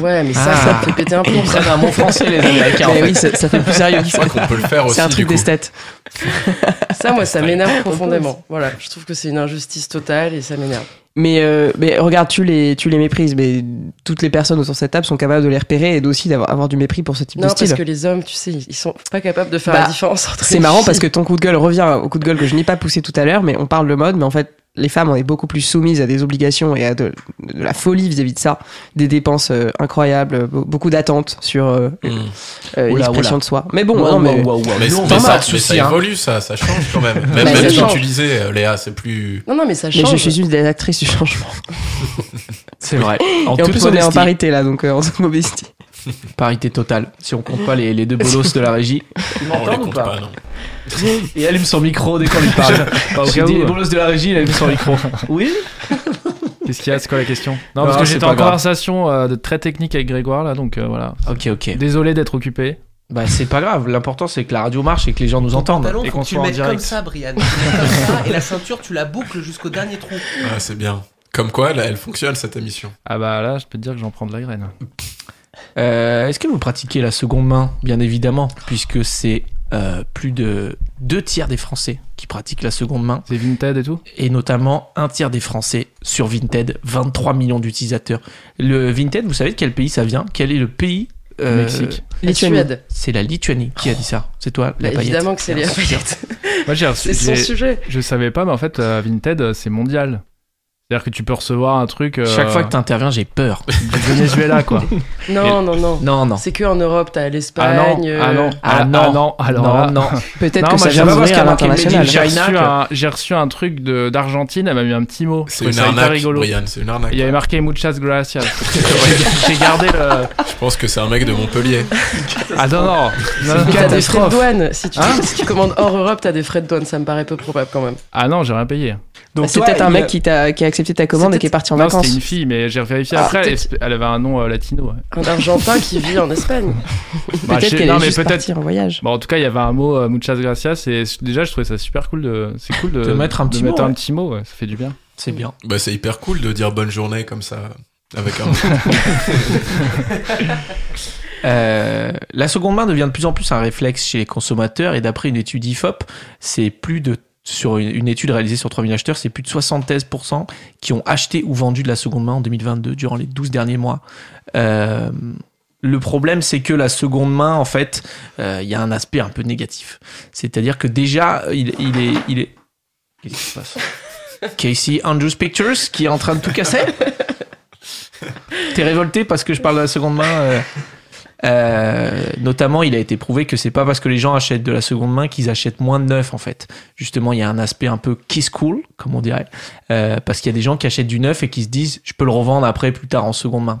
C: Ouais, mais ça,
A: Ah.
C: ça me fait péter un plomb.
A: Ils
C: ça.
A: prennent un mot français, les Américains. en
D: Mais
A: fait.
D: oui, ça, ça fait plus sérieux.
B: Je crois qu'on peut le faire aussi.
D: C'est un
B: du
D: truc
B: coup.
D: d'esthète.
C: Ça, moi, ça m'énerve profondément. Voilà, je trouve que c'est une injustice totale et ça m'énerve.
D: Mais, euh, mais regarde, tu les, tu les méprises. Mais toutes les personnes autour de cette table sont capables de les repérer et aussi d'avoir avoir du mépris pour ce type
C: Non,
D: de
C: parce
D: style.
C: que les hommes, tu sais, ils sont pas capables de faire
D: Bah,
C: la différence entre.
D: C'est marrant parce que ton coup de gueule revient au coup de gueule que je n'ai pas poussé tout à l'heure, mais on parle de mode, mais en fait, les femmes, on est beaucoup plus soumises à des obligations et à de, de la folie vis-à-vis de ça, des dépenses euh, incroyables, be- beaucoup d'attentes sur euh,
B: Hmm.
D: euh,
A: Oula,
D: l'expression
A: oula.
D: de soi. Mais bon,
A: Waouh,
D: non, mais-
A: waouh, waouh, waouh.
B: Mais,
A: Nous,
B: mais
A: on va
B: ça,
A: pas
B: mais
A: de
B: ça
A: soucis, hein.
B: évolue, ça, ça change quand même. Même,
D: Bah,
B: même
D: ça
B: quand
C: change.
B: tu disais, euh, Léa, c'est plus.
C: Non, non, mais ça
D: mais je,
C: change.
D: suis juste des actrices du changement.
A: C'est vrai. En,
D: et en
A: toute
D: plus, on est en
A: modestie.
D: parité là, donc euh, en toute modestie.
A: Parité totale. Si on compte pas les, les deux bolosses de la régie. Tu
B: Non, on les
A: m'entends ou
B: compte
A: pas,
B: pas, non.
A: Il allume son micro dès qu'on lui parle. J'ai
E: cas
A: dit
E: où.
A: les bolosses de la régie, il allume son micro. Oui
E: Qu'est-ce qu'il y a C'est quoi la question Non,
A: Non,
E: parce que
A: c'est
E: j'étais
A: pas
E: en
A: grave.
E: conversation euh, de très technique avec Grégoire, là, donc euh, voilà.
A: Ok, ok.
E: Désolé d'être occupé.
A: Bah, c'est pas grave. L'important, c'est que la radio marche et que les gens nous entendent.
G: pantalon,
E: et
G: faut
E: qu'on
G: que tu
E: soit
G: le
E: en
G: mettes comme
E: direct.
G: ça, Brian. Tu le mets comme ça, et la ceinture, tu la boucles jusqu'au dernier trou.
B: Ah, c'est bien. Comme quoi, là, elle fonctionne, cette émission.
E: Ah bah là, je peux te dire que j'en prends de la graine.
A: Euh, Est-ce que vous pratiquez la seconde main Bien évidemment, puisque c'est euh, plus de deux tiers des Français qui pratiquent la seconde main,
E: C'est Vinted et tout
A: et notamment un tiers des Français sur Vinted, 23 millions d'utilisateurs. Le Vinted, vous savez de quel pays ça vient Quel est le pays euh,
E: Mexique.
C: La Suède.
A: C'est la Lituanie qui a dit ça. C'est toi, la
C: Bah,
A: paillette.
C: évidemment que c'est les
A: Bien sûr.
C: paillettes.
E: Moi, j'ai reçu-
C: C'est son
E: j'ai-
C: sujet.
E: Je savais pas, mais en fait, euh, Vinted, euh, c'est mondial. C'est-à-dire que tu peux recevoir un truc. euh,
A: Chaque fois que t'interviens, j'ai peur.
E: Du Venezuela, quoi.
C: Non, non, non.
A: Non, non.
C: C'est que en Europe, t'as
E: Ah non,
C: l'Espagne.
E: ah non,
C: euh,
E: ah non, ah non, alors là-
A: non, non.
D: Peut-être
E: Non,
D: que
E: moi,
D: ça
E: je
D: vient
E: vais
D: de
E: voir ce
D: à
E: qu'il y a marqué
D: l'international.
A: Made in
E: J'ai reçu,
A: China,
E: un, j'ai reçu un truc de- d'Argentine, elle m'a mis un petit mot.
B: C'est
E: Je trouvais
B: une
E: ça hyper
B: arnaque.
E: rigolo.
B: Brian, c'est une arnaque.
E: Il y avait marqué Muchas gracias. J'ai gardé le.
B: Je pense que c'est un mec de Montpellier.
E: Ah non, non, non, non.
C: T'as des frais de douane. Si tu,
E: Hein
C: si tu commandes hors Europe, t'as des frais de douane. Ça me paraît peu probable quand même.
E: Ah non, j'ai rien payé.
A: Donc
D: c'est
A: toi,
D: peut-être un
A: il-
D: mec qui, t'a- qui a accepté ta commande et qui est parti en
E: Non,
D: vacances.
E: c'était une fille, mais j'ai vérifié
C: Ah,
E: après.
C: peut-être-
E: Elle elle avait un nom euh, latino. ouais.
C: Un Argentin qui vit en Espagne.
E: Bah, je
D: Peut-être
E: sais-
D: qu'elle
E: non,
D: est
E: mais
D: juste
E: peut-être-
D: partie en voyage.
E: Bon, en tout cas, il y avait un mot euh, Muchas gracias et c- déjà, je trouvais ça super cool de. C'est cool de,
A: De mettre un petit mot,
E: mettre
A: ouais.
E: un petit mot, ouais, ça fait du bien.
A: C'est bien.
B: Bah, c'est hyper cool de dire bonne journée comme ça. Avec un.
A: Euh, la seconde main devient de plus en plus un réflexe chez les consommateurs et d'après une étude IFOP, c'est plus de sur une, une étude réalisée sur 3000 acheteurs, c'est plus de 76% qui ont acheté ou vendu de la seconde main en 2022 durant les 12 derniers mois. Euh, le problème, c'est que la seconde main, en fait, euh, il y a un aspect un peu négatif. C'est-à-dire que déjà, il, il est... Il est... Qu'est-ce qui se passe Casey Andrews Pictures qui est en train de tout casser T'es révolté parce que je parle de la seconde main euh, euh, notamment, il a été prouvé que c'est pas parce que les gens achètent de la seconde main qu'ils achètent moins de neuf en fait. Justement, il y a un aspect un peu kiss cool, comme on dirait, euh, parce qu'il y a des gens qui achètent du neuf et qui se disent je peux le revendre après plus tard en seconde main.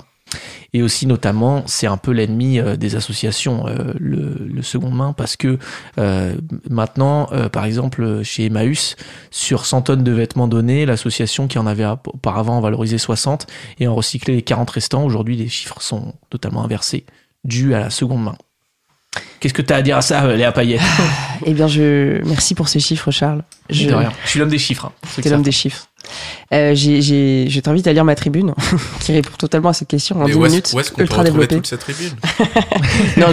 A: Et aussi notamment, c'est un peu l'ennemi euh, des associations euh, le, le seconde main parce que euh, maintenant, euh, par exemple chez Emmaüs, sur 100 tonnes de vêtements donnés, l'association qui en avait auparavant valorisé 60 et en recyclé les 40 restants, aujourd'hui les chiffres sont totalement inversés dû à la seconde main. Qu'est-ce que tu as à dire à ça, euh, Léa Payet
D: Eh bien, je merci pour ces chiffres, Charles. Je...
A: De rien. Je suis l'homme des chiffres. hein. C'est
D: T'es
A: ça.
D: l'homme des chiffres. Euh, j'ai- j'ai- je t'invite à lire ma tribune qui répond totalement à cette question en
B: Mais
D: 10
B: où
D: minutes,
B: est-ce où est-ce qu'on peut
D: ultra
B: retrouver
D: développée.
B: toute cette tribune
D: Non,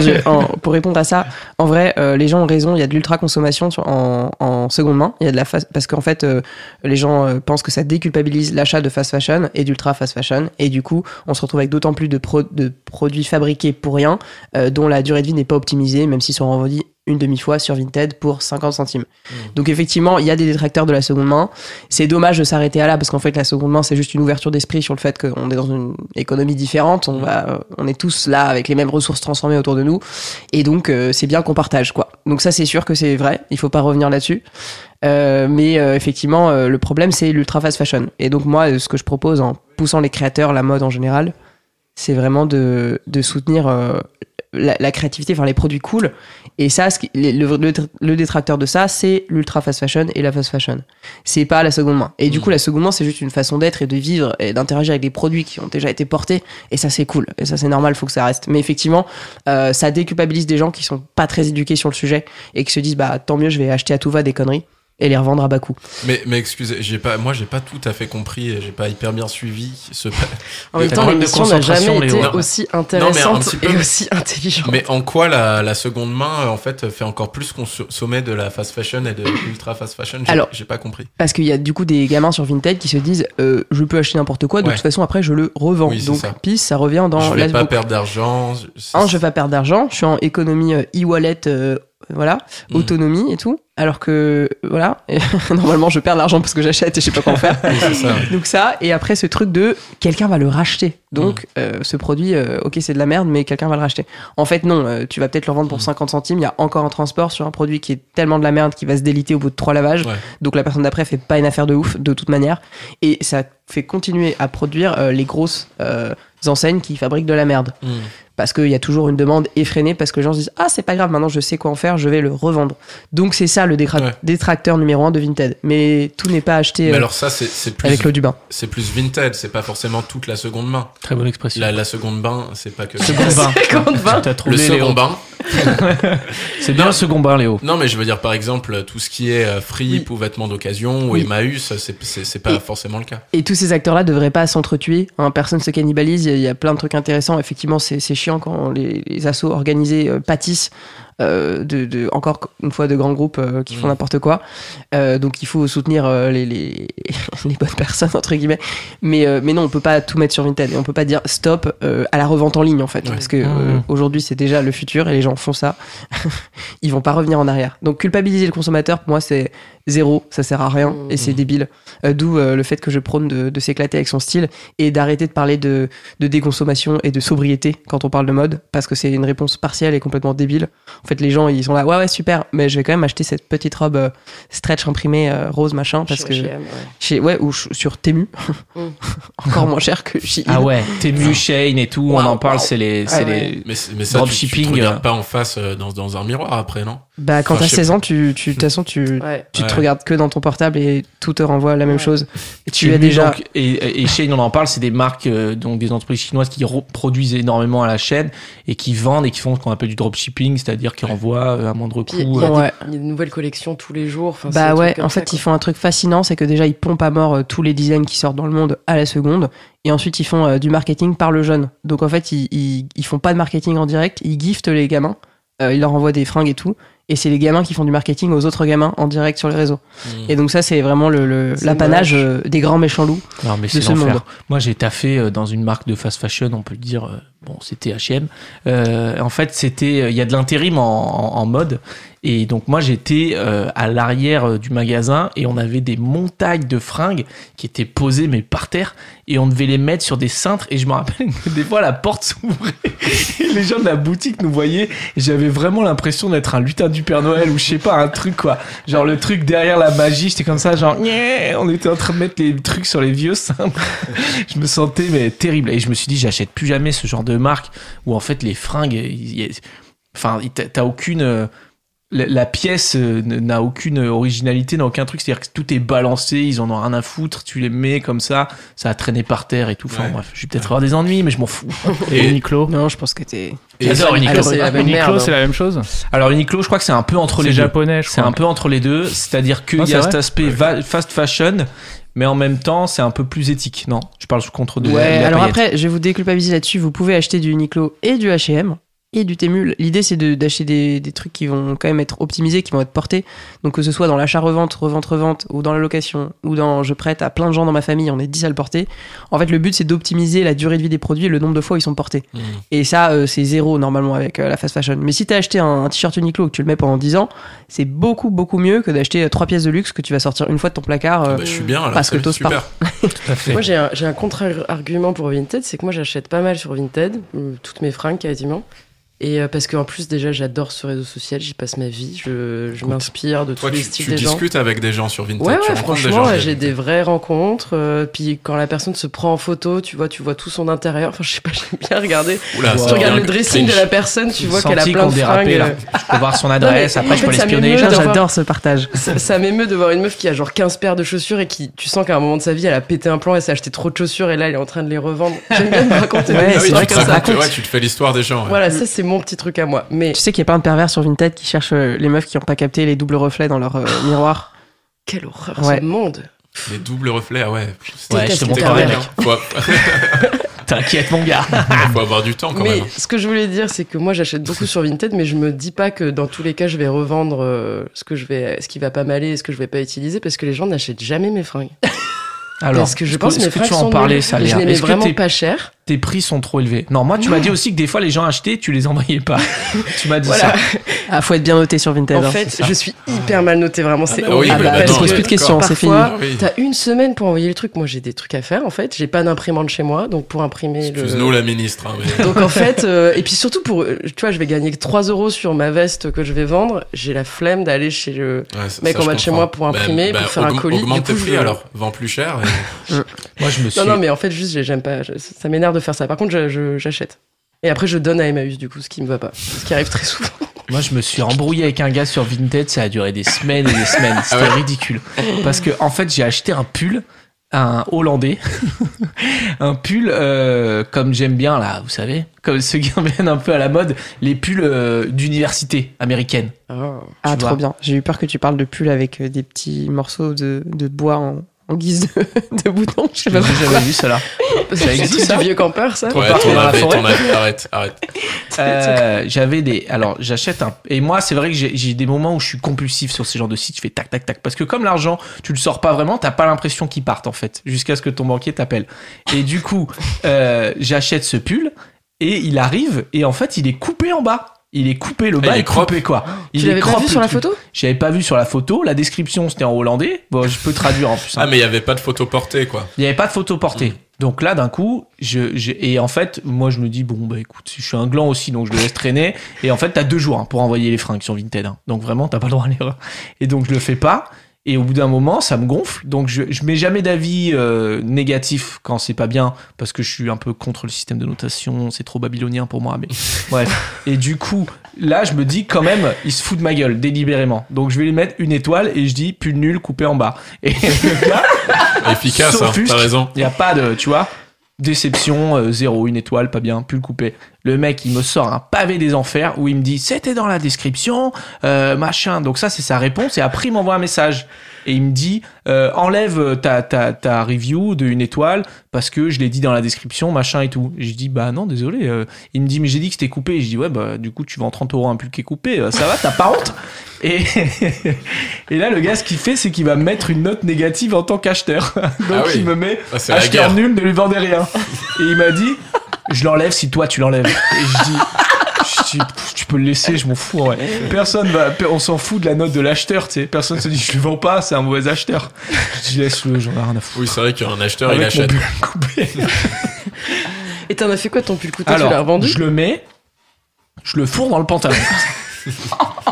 D: je- en- pour répondre à ça, en vrai, euh, les gens ont raison. Il y a de l'ultra consommation sur- en, en seconde main. Il y a de la fast- parce qu'en fait, euh, les gens euh, pensent que ça déculpabilise l'achat de fast fashion et d'ultra fast fashion, et du coup, on se retrouve avec d'autant plus de, pro- de produits fabriqués pour rien, euh, dont la durée de vie n'est pas optimisée, même s'ils sont revendus une demi-fois sur Vinted pour 50 centimes.
B: Mmh.
D: Donc effectivement, il y a des détracteurs de la seconde main. C'est dommage de s'arrêter à là parce qu'en fait la seconde main c'est juste une ouverture d'esprit sur le fait qu'on est dans une économie différente. On va, euh, on est tous là avec les mêmes ressources transformées autour de nous et donc euh, c'est bien qu'on partage quoi. Donc ça c'est sûr que c'est vrai. Il faut pas revenir là-dessus. Euh, mais euh, effectivement, euh, le problème c'est l'ultra fast fashion. Et donc moi, euh, ce que je propose en poussant les créateurs, la mode en général, c'est vraiment de, de soutenir euh, la, la créativité, enfin les produits cool. Et ça, ce qui- le, le- le tr- le détracteur de ça, c'est l'ultra fast fashion et la fast fashion. C'est pas la seconde main. Et du
B: Mhm.
D: coup, la seconde main, c'est juste une façon d'être et de vivre et d'interagir avec des produits qui ont déjà été portés. Et ça, c'est cool. Et ça, c'est normal, faut que ça reste. Mais effectivement, euh, ça déculpabilise des gens qui sont pas très éduqués sur le sujet et qui se disent, bah tant mieux, je vais acheter à tout va des conneries et les revendre à bas coût.
B: Mais, mais excusez, j'ai pas, moi j'ai pas tout à fait compris et j'ai pas hyper bien suivi ce.
C: En même
B: Le
C: temps,
B: problème
A: de
C: l'émission n'a jamais
A: concentration,
C: été
B: Léo.
C: aussi
B: Non, mais un
C: intéressante
B: petit peu.
C: et aussi intelligente.
B: Mais en quoi la, la seconde main euh, en fait fait encore plus consommer de la fast fashion et de l'ultra fast fashion J'ai-
D: Alors-
B: j'ai pas compris.
D: Parce qu'il y a du coup des gamins sur Vinted qui se disent euh, je peux acheter n'importe quoi, de
B: Ouais.
D: toute façon après je le revends.
B: Oui, c'est
D: Donc
B: ça.
D: pis ça revient dans
B: je
D: la
B: vais pas perdre d'argent. c'est-
D: Un, je vais pas perdre d'argent, je suis en économie euh, e-wallet, euh, voilà,
B: Mhm.
D: autonomie et tout. Alors que euh, voilà, normalement je perds de l'argent parce que j'achète et je sais pas quoi en faire.
B: Oui, c'est ça.
D: Donc ça, et après ce truc de quelqu'un va le racheter. Donc euh, ce produit, euh, ok c'est de la merde, mais quelqu'un va le racheter. En fait non, euh, tu vas peut-être le revendre pour
B: Mm.
D: 50 centimes, il y a encore un transport sur un produit qui est tellement de la merde qu'il va se déliter au bout de trois lavages.
B: Ouais.
D: Donc la personne d'après fait pas une affaire de ouf de toute manière. Et ça fait continuer à produire euh, les grosses euh, enseignes qui fabriquent de la merde.
B: Mm.
D: Parce qu'il y a toujours une demande effrénée, parce que les gens se disent Ah c'est pas grave, maintenant je sais quoi en faire, je vais le revendre. Donc c'est ça le détra-
B: Ouais.
D: détracteur numéro un de Vinted. Mais tout n'est pas acheté
B: Mais
D: euh,
B: alors ça c'est c'est plus
D: avec l'eau du bain.
B: c'est plus vintage, c'est pas forcément toute la seconde main.
A: Très bonne expression.
B: La, la seconde bain, c'est pas que
A: Seconde bain.
C: Seconde bain.
A: T'as
B: le
A: trouvé, Léo.
B: second bain.
A: C'est bien
B: Non.
A: le second bain, Léo.
B: Non mais je veux dire par exemple tout ce qui est euh, fripe ou vêtements d'occasion ou
D: Oui.
B: Emmaüs, c'est- c'est c'est pas
D: Et-
B: forcément le cas.
D: Et tous ces acteurs-là devraient pas s'entretuer. Hein, personne se cannibalise. Il y a- il y, a plein de trucs intéressants. Effectivement, c'est c'est chiant quand les, les assos organisés euh, pâtissent euh, de, de- encore une fois, de grands groupes euh, qui font
B: Mm.
D: n'importe quoi. Euh, donc il faut soutenir euh, les, les, les bonnes personnes, entre guillemets. Mais, euh, mais non, on peut pas tout mettre sur Vinted et on peut pas dire stop euh, à la revente en ligne, en fait.
B: Ouais. Mmh.
D: Parce que
C: Ah.
D: euh,
F: Mm.
D: aujourd'hui, c'est déjà le futur et les gens font ça. Ils vont pas revenir en arrière. Donc culpabiliser le consommateur, pour moi, c'est zéro, ça sert à rien et c'est débile. Euh, D'où euh, le fait que je prône de, de s'éclater avec son style et d'arrêter de parler de, de déconsommation et de sobriété quand on parle de mode, parce que c'est une réponse partielle et complètement débile. En fait, les gens, ils sont là, ouais, ouais, super, mais je vais quand même acheter cette petite robe euh, stretch imprimée euh, rose, machin, parce que.
C: Chez H&M, ouais.
D: Chez, ouais, ou ch- sur Temu.
C: Mm.
D: Encore moins cher que chez
A: Ah
D: Shein.
A: ouais, Temu, Shane et tout, on en parle, c'est les, c'est
C: Ah
A: les-
C: ouais.
B: Mais, c'est- mais ça, tu, tu te
A: Dropshipping,
B: regardes
A: euh.
B: pas en face euh, dans, dans un miroir après, non
D: Bah, quand
B: Enfin,
D: t'as
B: je sais
D: 16 ans, tu, tu, de toute façon, tu,
C: Ouais.
D: tu te
B: Ouais.
D: regardes que dans ton portable et tout te renvoie la même
C: Ouais.
D: chose. Et tu
A: Temu,
D: as déjà.
A: donc, et, et Shane, on en parle, c'est des marques, euh, donc des entreprises chinoises qui re- produisent énormément à la chaîne et qui vendent et qui font ce qu'on appelle du dropshipping, c'est-à-dire qui renvoient euh, à moindre
C: Puis il
A: coût.
C: y,
A: euh,
C: a des-
D: Ouais.
C: il y a de nouvelles collections tous les jours. Enfin, c'est des
D: Bah
C: trucs
D: ouais,
C: comme
D: en
C: ça,
D: fait,
C: quoi.
D: ils font un truc fascinant, c'est que déjà, ils pompent à mort euh, tous les designs qui sortent dans le monde à la seconde, et ensuite, ils font euh, du marketing par le jeune. Donc, en fait, ils, ils, ils font pas de marketing en direct, ils giftent les gamins, euh, ils leur envoient des fringues et tout, et c'est les gamins qui font du marketing aux autres gamins en direct sur les réseaux.
B: Mm.
D: Et donc, ça, c'est vraiment le- le-
C: C'est
D: l'apanage euh, des grands méchants loups.
A: Non, mais c'est
D: ce monde.
A: l'enfer. Moi, j'ai taffé euh, dans une marque de fast fashion, on peut le dire. euh, Bon, c'était H&M. Euh, en fait, c'était, euh, il y a de l'intérim en, en- en mode. Et donc, moi, j'étais euh, à l'arrière euh, du magasin et on avait des montagnes de fringues qui étaient posées, mais par terre. Et on devait les mettre sur des cintres. Et je me rappelle que des fois, la porte s'ouvrait et les gens de la boutique nous voyaient. Et j'avais vraiment l'impression d'être un lutin du Père Noël ou je sais pas, un truc quoi. Genre le truc derrière la magie, j'étais comme ça, genre, Nyeh on était en train de mettre les trucs sur les vieux simples. je me sentais mais terrible. Et je me suis dit, j'achète plus jamais ce genre de marque où en fait les fringues, il y a- enfin, il- t'as t'as aucune. euh, La, la pièce euh, n- n'a aucune originalité, n'a aucun truc. C'est-à-dire que tout est balancé, ils en ont rien à foutre, tu les mets comme ça, ça a traîné par terre et tout. Enfin
B: Ouais.
A: bref, je vais peut-être avoir des ennuis, mais je m'en fous.
E: Et
B: Et-
E: Uniqlo
D: Non, je pense que t'es.
B: Et-
A: J'adore
B: et-
C: Uniqlo, c'est la même
E: Uniqlo,
C: merde. hein.
E: c'est la même chose
A: Alors Uniqlo, je crois que c'est un peu entre
E: C'est
A: les deux.
E: japonais, je
A: C'est
E: crois.
A: un peu entre les deux, c'est-à-dire qu'il
E: Non,
A: y
E: c'est
A: a
E: vrai.
A: cet aspect va- fast fashion, mais en même temps, c'est un peu plus éthique, non Je parle sous contre de
D: Ouais,
A: de la
D: alors
A: paillette.
D: après, je vais vous déculpabiliser là-dessus. Vous pouvez acheter du Uniqlo et du HM et du Temu. L'idée, c'est de- d'acheter des, des trucs qui vont quand même être optimisés, qui vont être portés. Donc, que ce soit dans l'achat-revente, revente-revente, ou dans la location, ou dans je prête à plein de gens dans ma famille, on est 10 à le porter. En fait, le but, c'est d'optimiser la durée de vie des produits et le nombre de fois où ils sont portés.
B: Mm.
D: Et ça, euh, c'est zéro normalement avec euh, la fast fashion. Mais si t'as acheté un, un t-shirt Uniqlo et que tu le mets pendant 10 ans, c'est beaucoup, beaucoup mieux que d'acheter euh, trois pièces de luxe que tu vas sortir une fois de ton placard. euh,
B: Bah, je suis bien alors,
D: parce
B: ça
D: que
B: va être
D: t'oses pas.
B: super.
C: Moi, j'ai un, j'ai un contre-argument pour Vinted, c'est que moi, j'achète pas mal sur Vinted, euh, toutes mes fringues quasiment. Et euh, parce qu'en plus, déjà, j'adore ce réseau social, j'y passe ma vie, je, je m'inspire de tous
B: Toi,
C: les
B: tu,
C: styles
B: tu
C: des gens.
B: discutes avec des gens sur Vinted.
C: Ouais,
B: tu rencontres
C: ouais,
B: des
C: franchement,
B: gens
C: ouais,
B: sur
C: j'ai des
B: Vinted.
C: vraies rencontres. euh, puis quand la personne se prend en photo, tu vois, tu vois tout son intérieur. Enfin, je sais pas, j'aime bien regarder.
B: Oula,
A: Tu
B: ça
C: Tu
B: devient
C: regardes le dressing
B: cringe. Ah
C: de la personne, tu
A: J'ai
C: vois qu'elle a
A: senti
C: plein
A: qu'on
C: de
A: dérapait,
C: fringues.
A: là.
C: euh,
A: Je peux voir son adresse,
C: mais
A: après
C: en
A: je peux
C: fait, ça
A: l'espionner.
C: m'émeut
A: Genre,
C: d'avoir-
D: J'adore ce partage.
C: ça, ça m'émeut de voir une meuf qui a genre 15 paires de chaussures et qui, tu sens qu'à un moment de sa vie, elle a pété un plan, elle s'est acheté trop de chaussures et là, elle est en train de les revendre. J'aime bien me raconter
D: Ouais,
C: des
B: Ah oui,
D: c'est
C: histoires
D: vrai
B: tu
D: que
B: te
D: ça
B: racontes,
D: raconte.
B: ouais, tu te fais l'histoire des gens. ouais.
C: Voilà, ça, c'est mon petit truc à moi. Mais
D: Tu sais qu'il y a plein de pervers sur Vinted qui cherchent euh, les meufs qui n'ont pas capté les doubles reflets dans leur euh, miroir.
C: quelle horreur
D: Ouais.
C: ce monde.
B: Les doubles reflets, ah ouais. c'est-
A: Ouais, je
C: Déteste
A: te
C: les
A: montre
B: c'est
A: un
B: quand
C: pervers.
A: mec.
B: même, hein. Faut-
A: T'inquiète, mon gars.
B: Faut avoir du temps quand
C: mais
B: même. hein.
C: ce que je voulais dire, c'est que moi, j'achète beaucoup sur Vinted, mais je me dis pas que dans tous les cas, je vais revendre euh, ce que je vais, ce qui va pas m'aller, et ce que je vais pas utiliser, parce que les gens n'achètent jamais mes fringues.
A: Alors,
C: parce que je
A: est-ce
C: pense que
A: est-ce
C: mes
A: que
C: fringues
A: tu
C: sont
A: en parlais,
C: nulles.
A: ça,
C: Je
A: Léa
C: les mets
A: Est-ce que
C: vraiment
A: tes,
C: pas cher.
A: tes prix sont trop élevés Non, moi, tu m'as dit aussi que des fois, les gens achetaient, tu les envoyais pas. tu m'as dit
C: Voilà.
A: ça.
D: Ah, faut être bien noté sur Vinted.
C: En
D: hein.
C: fait, je suis hyper mal notée, vraiment. C'est
B: bah oui,
C: horrible.
D: ah
B: mais
D: bah,
B: bah
D: elle
C: parce
D: se
B: non,
D: pose
C: que
D: plus de
B: d'accord.
D: questions, c'est fini.
C: parfois,
B: Ah oui.
C: T'as une semaine pour envoyer le truc. Moi, j'ai des trucs à faire, en fait. J'ai pas d'imprimante chez moi, donc pour imprimer le.
B: Excuse-nous la ministre. hein, mais-
C: Donc en fait, euh, et puis surtout pour, euh, tu vois, je vais gagner que 3 euros sur ma veste que je vais vendre. J'ai la flemme d'aller chez le.
B: Ouais, ça-
C: Mec,
B: ça,
C: on
B: je
C: va de chez
B: comprends. Bah,
C: moi pour imprimer, pour faire un
B: augmente-
C: colis,
B: Augmente
C: du coup,
B: tes prix
C: je-
B: alors, vends plus cher. et-
A: Moi, je me suis.
C: Non, non, mais en fait, juste, j'ai- j'aime pas. je- ça m'énerve de faire ça. Par contre, je- je- j'achète. Et après, je donne à Emmaüs, du coup, ce qui me va pas. Ce qui arrive très souvent.
A: Moi, je me suis embrouillé avec un gars sur Vinted, ça a duré des semaines et des semaines. C'était
B: Ah ouais
A: ridicule. Parce que, en fait, j'ai acheté un pull à un Hollandais. un pull, euh, comme j'aime bien, là, vous savez, comme ceux qui reviennent un peu à la mode, les pulls euh, d'université américaine.
C: Oh.
D: ah,
A: tu
D: trop
A: vois.
D: bien. J'ai eu peur que tu parles de pull avec euh, des petits morceaux de, de bois en, en guise de, de bouton. Je sais
C: Bah,
A: J'ai
D: pas pourquoi.
A: jamais vu ça là.
C: C'est
A: existe,
C: le truc
A: ça
C: du vieux campeur, ça.
A: Trop
B: Ouais,
A: partout
B: ton
A: dans la
B: avis,
A: forêt.
B: ton avis, arrête, arrête.
A: Euh, j'avais des alors j'achète un et moi c'est vrai que j'ai j'ai des moments où je suis compulsif sur ces genres de sites je fais tac tac tac parce que comme l'argent tu le sors pas vraiment t'as pas l'impression qu'il parte en fait jusqu'à ce que ton banquier t'appelle et du coup euh, j'achète ce pull et il arrive et en fait il est coupé en bas il est coupé le
B: Ah,
A: bas
B: il est
A: est coupé quoi il
C: Tu l'avais pas
A: crop,
C: vu
A: le
C: sur la
A: truc.
C: photo
A: j'avais pas vu sur la photo la description c'était en hollandais bon je peux traduire en plus hein.
B: Ah, mais il y avait pas de photo portée, quoi.
A: Il n'y avait pas de photo portée.
B: Mm.
A: Donc là, d'un coup, je, je- et en fait, moi, je me dis, bon, bah écoute, je suis un gland aussi, donc je le laisse traîner. Et en fait, t'as deux jours hein, pour envoyer les fringues sur Vinted. hein. Donc vraiment, t'as pas le droit à l'erreur. Et donc, je le fais pas. Et au bout d'un moment, ça me gonfle. Donc, je, je mets jamais d'avis euh, négatif quand c'est pas bien, parce que je suis un peu contre le système de notation. C'est trop babylonien pour moi. Mais bref. Et du coup, là, je me dis quand même, il se fout de ma gueule délibérément. Donc, je vais lui mettre une étoile et je dis pull nul coupé en bas. Et le gars,
B: Efficace, hein,
A: S'offusque.
B: t'as raison.
A: il n'y a pas de, tu vois, déception, euh, zéro, une étoile, pas bien, pull coupé. Le mec, il me sort un pavé des enfers où il me dit c'était dans la description, euh, machin. Donc ça, c'est sa réponse. Et après, il m'envoie un message. Et il me dit euh, enlève ta, ta, ta review de une étoile parce que je l'ai dit dans la description, machin et tout. Et je dis bah non, désolé. euh. Il me dit mais j'ai dit que c'était coupé. Et je dis ouais, bah du coup, tu vends 30 euros un pull qui est coupé. Euh, Ça va, t'as pas honte et, et là, le gars, ce qu'il fait, c'est qu'il va me mettre une note négative en tant qu'acheteur. Donc
B: Ah oui.
A: il me met
B: Ah, c'est la
A: acheteur
B: guerre.
A: nul ne lui vendait rien. Et il m'a dit, je l'enlève si toi tu l'enlèves. Et je dis, je dis, Pff, tu peux le laisser, je m'en fous. ouais. Personne va, pe- on s'en fout de la note de l'acheteur, tu sais. Personne se dit, je le vends pas, c'est un mauvais acheteur. Je dis, laisse-le, j'en ai rien à foutre.
B: Oui, c'est vrai qu'un acheteur,
A: Avec
B: il
A: mon
B: achète.
A: pull coupé.
C: Et t'en as fait quoi ton pull couteau Tu l'as
A: Alors,
C: revendu
A: je le mets, je le fourre dans le pantalon.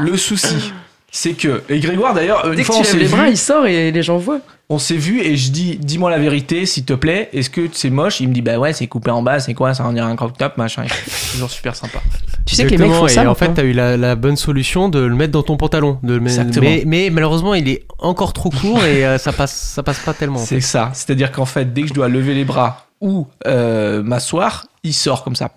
A: le souci, c'est que, et Grégoire d'ailleurs, une
C: Dès que
A: fois
C: tu
A: on
C: lèves
A: s'est
C: les bras,
A: vu,
C: il sort et les gens voient.
A: on s'est vu et je dis dis-moi la vérité s'il te plaît est-ce que c'est moche il me dit bah ouais c'est coupé en bas c'est quoi ça on dirait un crop top machin toujours super sympa
D: Tu sais que les mecs font
F: Exactement,
D: ça.
F: Et en
D: maintenant.
F: fait, t'as eu la, la bonne solution de le mettre dans ton pantalon. De le mettre-
A: Exactement.
F: mais, mais malheureusement, il est encore trop court et euh, ça passe, ça passe pas tellement. en fait.
A: c'est ça c'est-à-dire qu'en fait dès que je dois lever les bras ou euh, m'asseoir il sort comme ça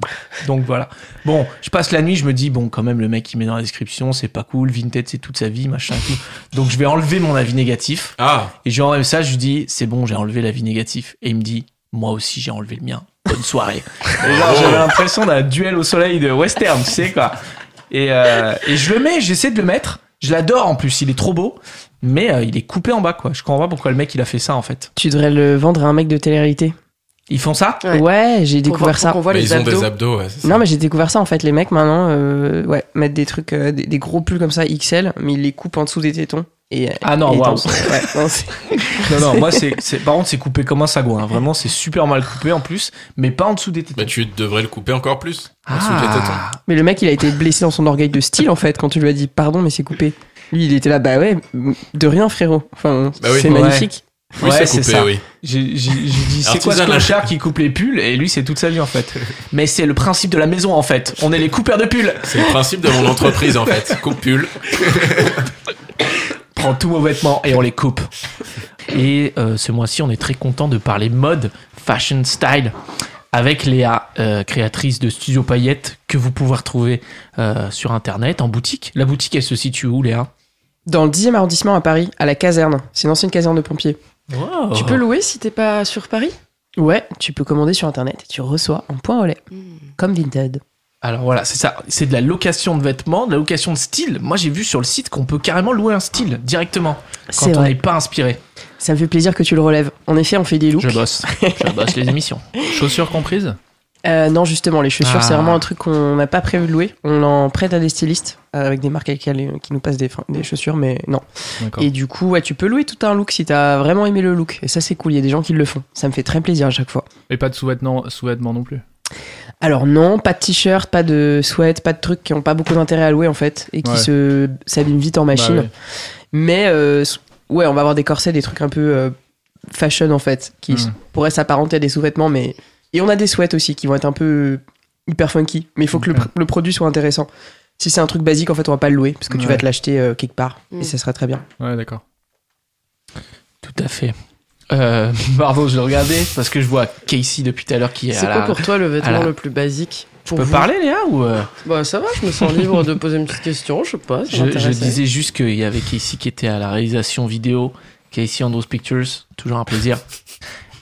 A: donc voilà bon je passe la nuit je me dis bon quand même le mec il met dans la description c'est pas cool Vinted c'est toute sa vie machin et tout donc je vais enlever mon avis négatif
B: Ah,
A: Et j'ai envoyé un message, je lui dis, c'est bon, j'ai enlevé l'avis négatif. Et il me dit, moi aussi j'ai enlevé le mien. Bonne soirée. et là, j'avais l'impression d'un duel au soleil de western, tu sais quoi. Et, euh, et je le mets, j'essaie de le mettre. Je l'adore en plus, il est trop beau. Mais euh, il est coupé en bas, quoi. Je comprends pas pourquoi le mec il a fait ça en fait.
D: Tu devrais le vendre à un mec de télé-réalité.
A: Ils font ça
C: Ouais.
D: Ouais, j'ai
C: Pour voir-
D: découvert
C: pour
D: ça.
C: qu'on voit
B: mais
C: les
B: ils ont
C: abdos.
B: des abdos, ouais, c'est ça.
D: Non, mais j'ai découvert ça en fait. Les mecs maintenant, euh, ouais, mettent des trucs, euh, des, des gros pulls comme ça XL, mais ils les coupent en dessous des tétons. Et,
A: Ah
B: Oh,
A: non,
D: et
A: waouh.
D: t'en- ouais, non, c'est-
A: Non, non, moi c'est. c'est- Par contre, c'est coupé comme un sagouin. hein. Vraiment, c'est super mal coupé en plus, mais pas en dessous des tétons.
B: Bah, tu devrais le couper encore plus. En dessous des tétons.
A: Ah.
D: Mais le mec, il a été blessé dans son orgueil de style en fait quand tu lui as dit pardon, mais c'est coupé. Lui, il était là, bah ouais, de rien, frérot. Enfin,
B: Bah oui.
D: c'est
A: Ouais.
D: magnifique.
B: Oui,
A: Ouais,
B: c'est coupé,
A: c'est ça.
B: oui.
A: J'ai j'ai- j'ai dit, c'est quoi ce
B: Artisanal.
A: clochard qui coupe les pulls Et lui, c'est toute sa vie en fait. Mais c'est le principe de la maison en fait. On est les coupeurs de pulls.
B: C'est le principe de mon entreprise, en fait. Coupe pull.
A: Prends tous vos vêtements et on les coupe. Et euh, ce mois-ci, on est très content de parler mode, fashion style, avec Léa, euh, créatrice de Studio Paillette, que vous pouvez retrouver euh, sur internet, en boutique. La boutique, elle se situe où, Léa
D: Dans le 10e arrondissement à Paris, à la caserne. C'est une ancienne caserne de pompiers.
C: Tu
A: Oh.
C: peux louer si t'es pas sur Paris
D: Ouais, tu peux commander sur internet et tu reçois en point relais,
C: Hmm.
D: comme Vinted.
A: Alors voilà, c'est ça. C'est de la location de vêtements, de la location de style. Moi, j'ai vu sur le site qu'on peut carrément louer un style directement quand
D: C'est
A: on
D: vrai.
A: n'est pas inspiré.
D: Ça me fait plaisir que tu le relèves. En effet, on fait des looks.
A: Je bosse. Je bosse les émissions.
E: Chaussures comprises
D: Euh, non, justement, les chaussures,
A: Ah.
D: c'est vraiment un truc qu'on n'a pas prévu de louer. On en prête à des stylistes euh, avec des marques avec lesquelles- qui nous passent des, enfin, des chaussures, mais non.
E: D'accord.
D: Et du coup, ouais, tu peux louer tout un look si t'as vraiment aimé le look. Et ça, c'est cool. Il y a des gens qui le font. Ça me fait très plaisir à chaque fois.
E: Et pas de sous-vêtements sous non plus.
D: Alors non, pas de t-shirt, pas de sweat, pas de trucs qui n'ont pas beaucoup d'intérêt à louer en fait et qui
E: Ouais.
D: se s'abîment vite en machine.
E: Bah ouais.
D: Mais euh, s- ouais, on va avoir des corsets, des trucs un peu euh, fashion en fait, qui s-
E: Mm.
D: pourraient s'apparenter à des sous-vêtements, mais et on a des sweats aussi qui vont être un peu hyper funky. Mais il faut que le,
E: Ok.
D: pr- le produit soit intéressant. Si c'est un truc basique, en fait, on va pas le louer parce que tu
E: Ouais.
D: vas te l'acheter euh, quelque part
C: Mm.
D: et ça sera très bien.
E: Ouais, d'accord.
A: Tout à fait. Euh, pardon, je le regardais parce que je vois Casey depuis tout à l'heure qui est,
C: C'est
A: à
C: quoi
A: la-
C: pour toi le vêtement
A: la-
C: le plus basique
A: Je
C: pour
A: peux
C: vous
A: parler, Léa ou euh,
C: Bah ça va, je me sens libre de poser une petite question, je sais pas. ça
A: je, je
C: m'intéressait.
A: disais juste qu'il y avait Casey qui était à la réalisation vidéo qui est ici Andros Pictures. Toujours un plaisir.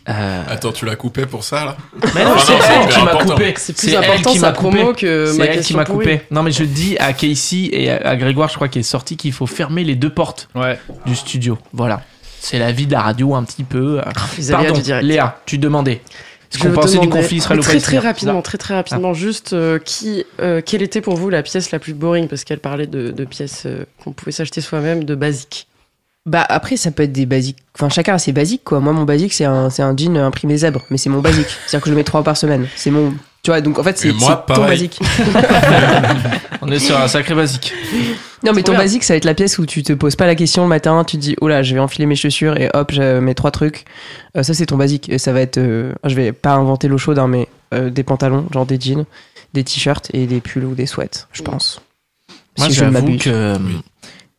A: Euh,
B: Attends, tu l'as coupé pour ça là
A: mais non,
B: Ah
A: c'est
B: non, c'est
A: elle qui
B: hyper
A: m'a
B: important.
A: coupé.
C: C'est plus
A: elle
C: important
A: qui
C: sa
A: m'a coupé.
C: promo que
A: C'est
C: ma
A: elle qui
C: question
A: m'a
C: pourrie.
A: coupé. Non, mais je dis à Casey et à à Grégoire, je crois qu'il est sorti, qu'il faut fermer les deux portes
E: Ouais.
A: du studio. Voilà. C'est la vie de la radio un petit peu. euh.
C: Les aléas
A: Pardon,
C: du direct.
A: Léa, tu demandais. Ce
C: Je
A: qu'on
C: me
A: pensait du conflit
C: demandais- Mais Très
A: israélo-palestinien. Ah.
C: très rapidement, très très rapidement, juste euh, qui, euh, quelle était pour vous la pièce la plus boring parce qu'elle parlait de, de pièces euh, qu'on pouvait s'acheter soi-même, de basiques.
D: Bah après ça peut être des basiques. Enfin chacun a ses basiques quoi. Moi mon basique c'est un c'est un jean imprimé zèbre, mais c'est mon basique. C'est-à-dire que je le mets trois par semaine. C'est mon tu vois donc en fait
B: Et
D: c'est
B: moi,
D: c'est ton
B: pareil.
D: basique.
A: On est sur un sacré basique.
D: Non mais
C: Trop
D: ton
C: bien.
D: basique ça va être la pièce où tu te poses pas la question le matin, tu te dis oh là je vais enfiler mes chaussures et hop je mets trois trucs. Euh, ça c'est ton basique et ça va être euh, je vais pas inventer l'eau chaude hein, mais euh, des pantalons genre des jeans, des t-shirts et des pulls ou des sweats je pense.
A: Moi,
D: Si je ne
A: j'avoue
D: m'abuse.
A: que euh,
B: Oui.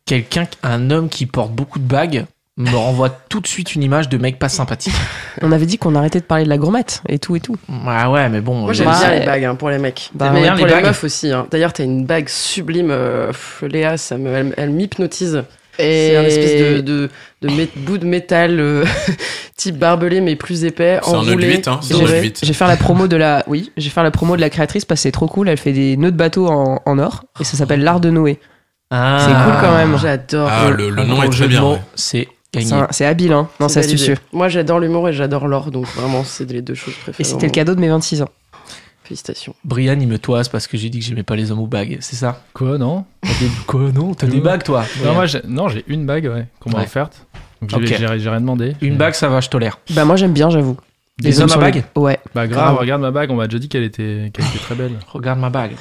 A: quelqu'un, un homme qui porte beaucoup de bagues, me renvoie tout de suite une image de mec pas sympathique.
D: On avait dit qu'on arrêtait de parler de la gourmette et tout et tout.
A: Ah ouais, mais bon.
C: Moi
A: euh,
C: j'aime
D: Bah,
C: bien les
D: euh,
C: bagues hein, pour les mecs,
D: bah,
C: mais
A: ouais,
C: pour
A: les
C: les,
A: bagues.
C: meufs aussi. hein. D'ailleurs t'as une bague sublime, euh, pff, Léa, ça me, elle, elle m'hypnotise. C'est un espèce de, de, de mé- bout de métal euh, type barbelé mais plus épais,
B: C'est un nœud de
C: enroulé.
B: huit, hein, c'est un
D: J'ai
B: nœud de
C: doré.
B: huit.
D: Je vais faire la promo de la, oui, je vais faire la promo de la créatrice parce que c'est trop cool. Elle fait des nœuds de bateau en, en or et ça s'appelle l'art de Noé.
A: ah,
D: C'est cool quand même.
C: J'adore.
B: Ah, le, le
A: Un
B: nom
A: gros jeu
B: est très
A: de
B: bien.
A: mots,
B: ouais.
A: C'est
D: C'est
A: gagné.
D: un- C'est habile, hein Non, c'est
C: validé.
D: astucieux.
C: Moi j'adore l'humour et j'adore l'or, donc vraiment c'est les deux choses préférées.
D: Et
C: au
D: c'était le
C: monde.
D: cadeau de mes 26 ans.
C: Félicitations.
A: Brian, il me toise parce que j'ai dit que j'aimais pas les hommes aux bagues, c'est ça
E: Quoi, non
A: Quoi, non T'as des
E: des
A: bagues,
E: bagues,
A: toi
E: Non, moi, j'ai- non, j'ai une bague ouais, qu'on m'a
A: Ouais.
E: offerte. Donc,
A: Ok.
E: j'ai- j'ai j'ai rien demandé.
A: Une bague, ça va, je tolère.
D: Bah, moi j'aime bien, j'avoue.
A: Des hommes à
D: sur les-
A: bague
D: Ouais.
E: Bah, grave,
D: Grave.
E: regarde ma bague, on m'a déjà dit qu'elle était, qu'elle était très belle.
A: Regarde ma bague.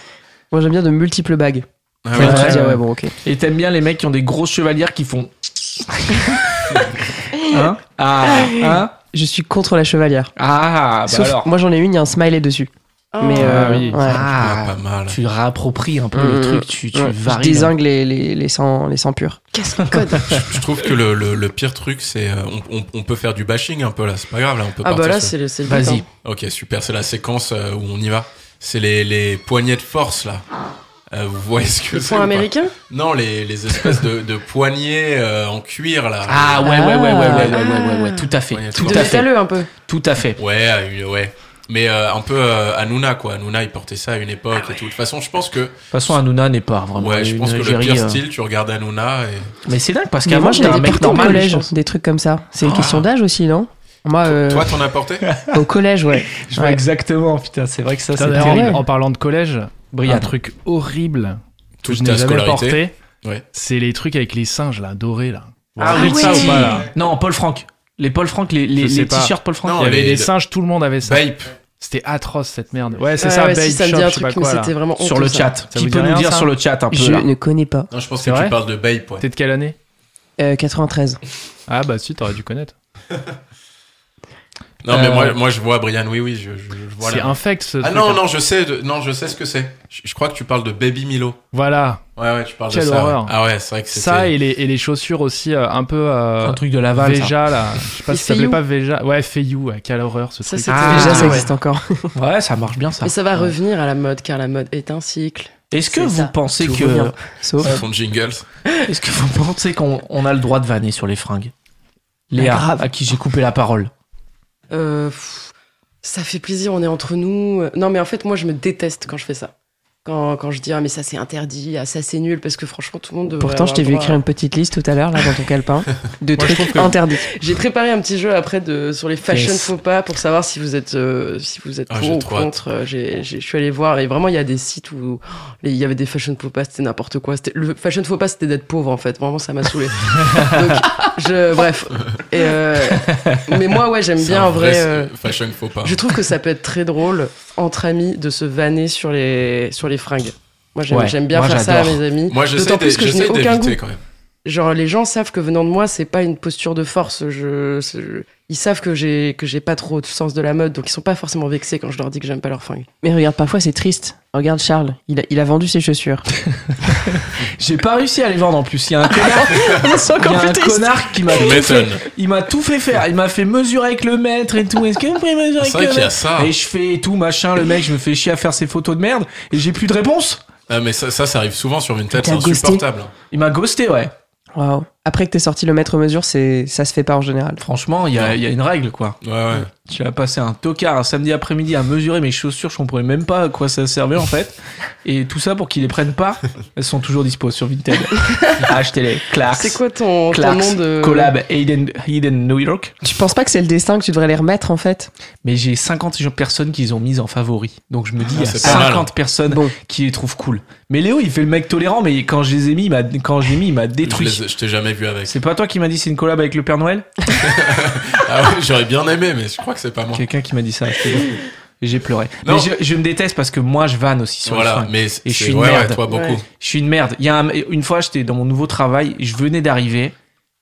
D: Moi j'aime bien de multiples bagues.
B: Ah
D: Et
B: oui.
D: là, tu te dis,
A: ouais.
D: ah ouais, bon, ok.
A: Et t'aimes bien les mecs qui ont des grosses chevalières qui font. hein Ah, hein
D: Je suis contre la chevalière.
A: Ah, bah
D: Sauf,
A: alors.
D: moi j'en ai une, il y a un smiley dessus.
C: Oh.
D: Mais
E: Ah
D: euh,
E: oui.
D: ouais.
B: Ah,
A: Ah,
B: pas mal.
A: tu réappropries un peu le
D: Mmh,
A: truc, tu, tu
D: Ouais, je
A: varies. hein.
D: désingue les, les, les, sangs, les sangs purs.
B: Je trouve que le, le- le pire truc, c'est. euh, On, on- on peut faire du bashing un peu là, c'est pas grave là, on peut
C: Ah
B: partir
C: bah là
B: sur-
C: c'est le c'est le
A: Vas-y.
C: but, hein.
B: Ok, super, c'est la séquence euh, où on y va. C'est les, les poignées de force là. Euh, vous voyez ce que
C: Le
B: c'est
C: point
B: ou pas
C: américain
B: Non, les, les espèces de, de poignées euh, en cuir là.
A: Ah ouais, ouais, ouais, ouais, ouais, ouais, ouais, ouais, ouais, ouais,
C: Ah.
A: tout à
B: Ouais,
A: fait, tout
B: tu
C: De
A: à fait,
C: métalleux un peu.
A: tout à fait.
B: Ouais, à une- ouais. Mais euh, un peu euh, Hanouna quoi. Hanouna, il portait ça à une époque
A: Ah
B: et tout. De toute façon, je pense que.
A: De toute façon, Hanouna n'est pas vraiment
B: ouais, je
A: une
B: pense que le
A: égérie,
B: pire
A: euh,
B: style, tu regardes Hanouna et.
A: Mais c'est dingue parce
D: Mais
A: qu'avant,
D: moi j'en
A: j'étais un
D: avais
A: mec
D: porté au
A: normal.
D: collège,
A: je pense. Oh.
D: des trucs comme ça. C'est une
B: Ah.
D: question d'âge aussi, non Moi, euh,
B: Toi, t'en as porté
D: au collège, ouais.
A: Je vois
D: Ouais.
A: exactement, putain, c'est vrai que ça,
E: Putain,
A: c'est
E: d'ailleurs,
A: terrible.
E: en, en parlant de collège,
A: Brian.
C: Ah.
E: un truc horrible que
B: Toute
E: je n'ai
B: ta
E: jamais
B: scolarité.
E: porté,
B: Ouais.
E: c'est les trucs avec les singes là, dorés là.
A: Ah
E: Vous avez
A: oui.
E: ça ou pas là
A: Non, Paul Franck. Les Paul Franck, les, les,
E: Je sais
A: les
E: pas.
A: t-shirts Paul Franck.
B: Non,
E: Il y avait
B: Oh, les-
E: des singes, tout le monde avait ça.
B: Vape.
E: C'était atroce cette merde. Ouais, c'est
C: Ouais,
E: ça,
C: Ah ouais,
E: Babe
C: si ça me
E: Shop,
C: dit un
E: je sais pas
C: truc, mais
E: quoi là.
C: c'était vraiment
A: Sur
C: honteux,
A: le
C: ça.
A: chat.
E: Ça
A: Qui peut
E: vous dit
A: nous
E: rien,
A: dire
E: ça
A: sur le chat un peu
D: Je
A: là
D: ne connais pas.
B: Non, je pense
E: C'est
B: que tu
E: vrai
B: parles de Vape, ouais.
E: T'es de quelle année
D: Euh, 93.
E: Ah bah si, t'aurais dû connaître.
B: Non, mais
A: Euh,
B: moi, moi, je vois Brian, oui, oui, je, je, je vois
E: C'est
B: la-
E: infect ce
B: Ah
E: truc. hein.
B: non, non, je sais, de- non, je sais ce que c'est. Je, je crois que tu parles de Baby Milo.
E: Voilà,
B: Ouais, ouais, tu parles
E: Quelle
B: de ça.
E: horreur.
B: ouais. Ah ouais, c'est vrai que c'était.
E: ça et les, et les chaussures aussi euh, un peu euh,
A: Un truc de Laval. ça.
E: Véja là. Je sais pas
C: Et
E: si ça s'appelait
C: Feiyu.
E: pas Véja. Ouais, Feiyu, ouais, quelle horreur ce
C: Ça,
E: truc.
C: c'était
A: Ah,
D: Déjà,
A: ouais.
D: ça existe encore.
A: Ouais, ça marche bien ça.
C: Mais ça va revenir à la mode car la mode est un cycle.
A: Est-ce que
C: C'est
A: vous
C: ça.
A: pensez
D: Tout
A: que
D: revient. Sauf.
B: Son jingle.
A: est-ce que vous pensez qu'on on a le droit de vanner sur les fringues Léa,
D: grave.
A: à qui j'ai coupé la parole.
C: Euh, pff, ça fait plaisir, on est entre nous. Euh, Non mais en fait moi je me déteste quand je fais ça. Quand, quand je dis ah mais ça c'est interdit, ah ça c'est nul parce que franchement tout le monde. devrait
D: Pourtant, je
C: avoir
D: t'ai vu
C: droit à-
D: écrire
A: hein.
D: une petite liste tout à l'heure, là, dans ton calepin, de
E: Moi, je
D: trucs
E: trouve que-
D: interdits.
C: J'ai préparé un petit jeu après de, sur les fashion
A: Yes.
C: faux pas pour savoir si vous êtes, euh, si vous êtes
B: Ah, j'ai
C: pour ou
B: trop hâte.
C: contre. Euh, j'ai- j'ai- Je suis allé voir et vraiment il y a des sites où oh, les- il y avait des fashion faux pas, c'était n'importe quoi. C'était- Le fashion faux pas c'était d'être pauvre en fait. Vraiment ça m'a saoulé. Donc, je, bref. Et, euh, mais moi ouais j'aime
B: C'est
C: bien
B: un
C: en vrai. euh,
B: euh, Fashion faux pas.
C: je trouve que ça peut être très drôle entre amis de se vanner sur les, sur les fringues. Moi j'aime
A: Ouais,
C: j'aime bien
A: moi,
C: faire ça à
A: j'adore.
C: mes amis.
B: Moi, j'essaie
C: D'autant
B: d'é-
C: plus que je
B: j'essaie
C: n'ai aucun goût
B: d'éviter quand même.
C: genre les gens savent que venant de moi c'est pas une posture de force je, je- ils savent que j'ai que j'ai pas trop de sens de la mode donc ils sont pas forcément vexés quand je leur dis que j'aime pas leur fringues
D: Mais regarde, parfois, c'est triste. Regarde Charles, il a, il a vendu ses chaussures.
A: J'ai pas réussi à les vendre en plus. Il y a un connard,
D: c'est
A: il y a un connard qui m'a
C: Bah,
B: Tu
A: tout fait-
B: m'étonnes.
A: il m'a tout fait faire. Il m'a fait mesurer avec le maître et tout. Est-ce que vous pouvez mesurer
B: Ah, C'est
A: avec le
B: vrai qu'il y a
A: maître
B: ça.
A: Et je fais tout machin. Le mec, je me fais chier à faire ses photos de merde et j'ai plus de réponse.
B: Ah, mais ça, ça, ça arrive souvent sur une tête,
D: T'as
B: c'est
D: ghosté.
B: insupportable.
A: Il m'a ghosté, ouais.
D: Waouh. après que t'es sorti le mètre mesure, c'est ça se fait pas en général.
A: Franchement, il y a, il y a une règle, quoi.
B: Ouais, ouais.
A: Tu vas passer un tocard un samedi après-midi à mesurer mes chaussures, je comprenais même pas à quoi ça servait, en fait. Et tout ça pour qu'ils les prennent pas. Elles sont toujours dispo sur Vinted. Ah, Achetez-les. Clarks.
C: C'est quoi ton, euh, ton
A: Clarks,
C: nom de.
A: collab Hayden, Hayden New York.
D: Tu penses pas que c'est le destin que tu devrais les remettre en fait
A: Mais j'ai 50 personnes qu'ils ont mises en favori. Donc je me dis, il y a
B: Ah, c'est pas mal, hein.
A: 50 personnes
D: Bon.
A: qui les trouvent cool. Mais Léo, il fait le mec tolérant, mais quand je les ai mis, il m'a, quand je l'ai mis, il m'a
B: Je,
A: détruit.
B: les- je t'ai jamais vu avec.
A: C'est pas toi qui m'as dit c'est une collab avec le Père Noël
B: Ah ouais, j'aurais bien aimé, mais je crois que c'est pas moi.
A: Quelqu'un qui m'a dit ça. je te jure. Et J'ai pleuré.
B: Non.
A: Mais je, je me déteste parce que moi, je vanne aussi sur les
B: Voilà,
A: fringues.
B: mais c'est-
A: Et je suis une
B: ouais, ouais,
A: merde.
B: toi beaucoup.
C: Ouais.
A: Je suis une merde. Il y a un- une fois, j'étais dans mon nouveau travail, je venais d'arriver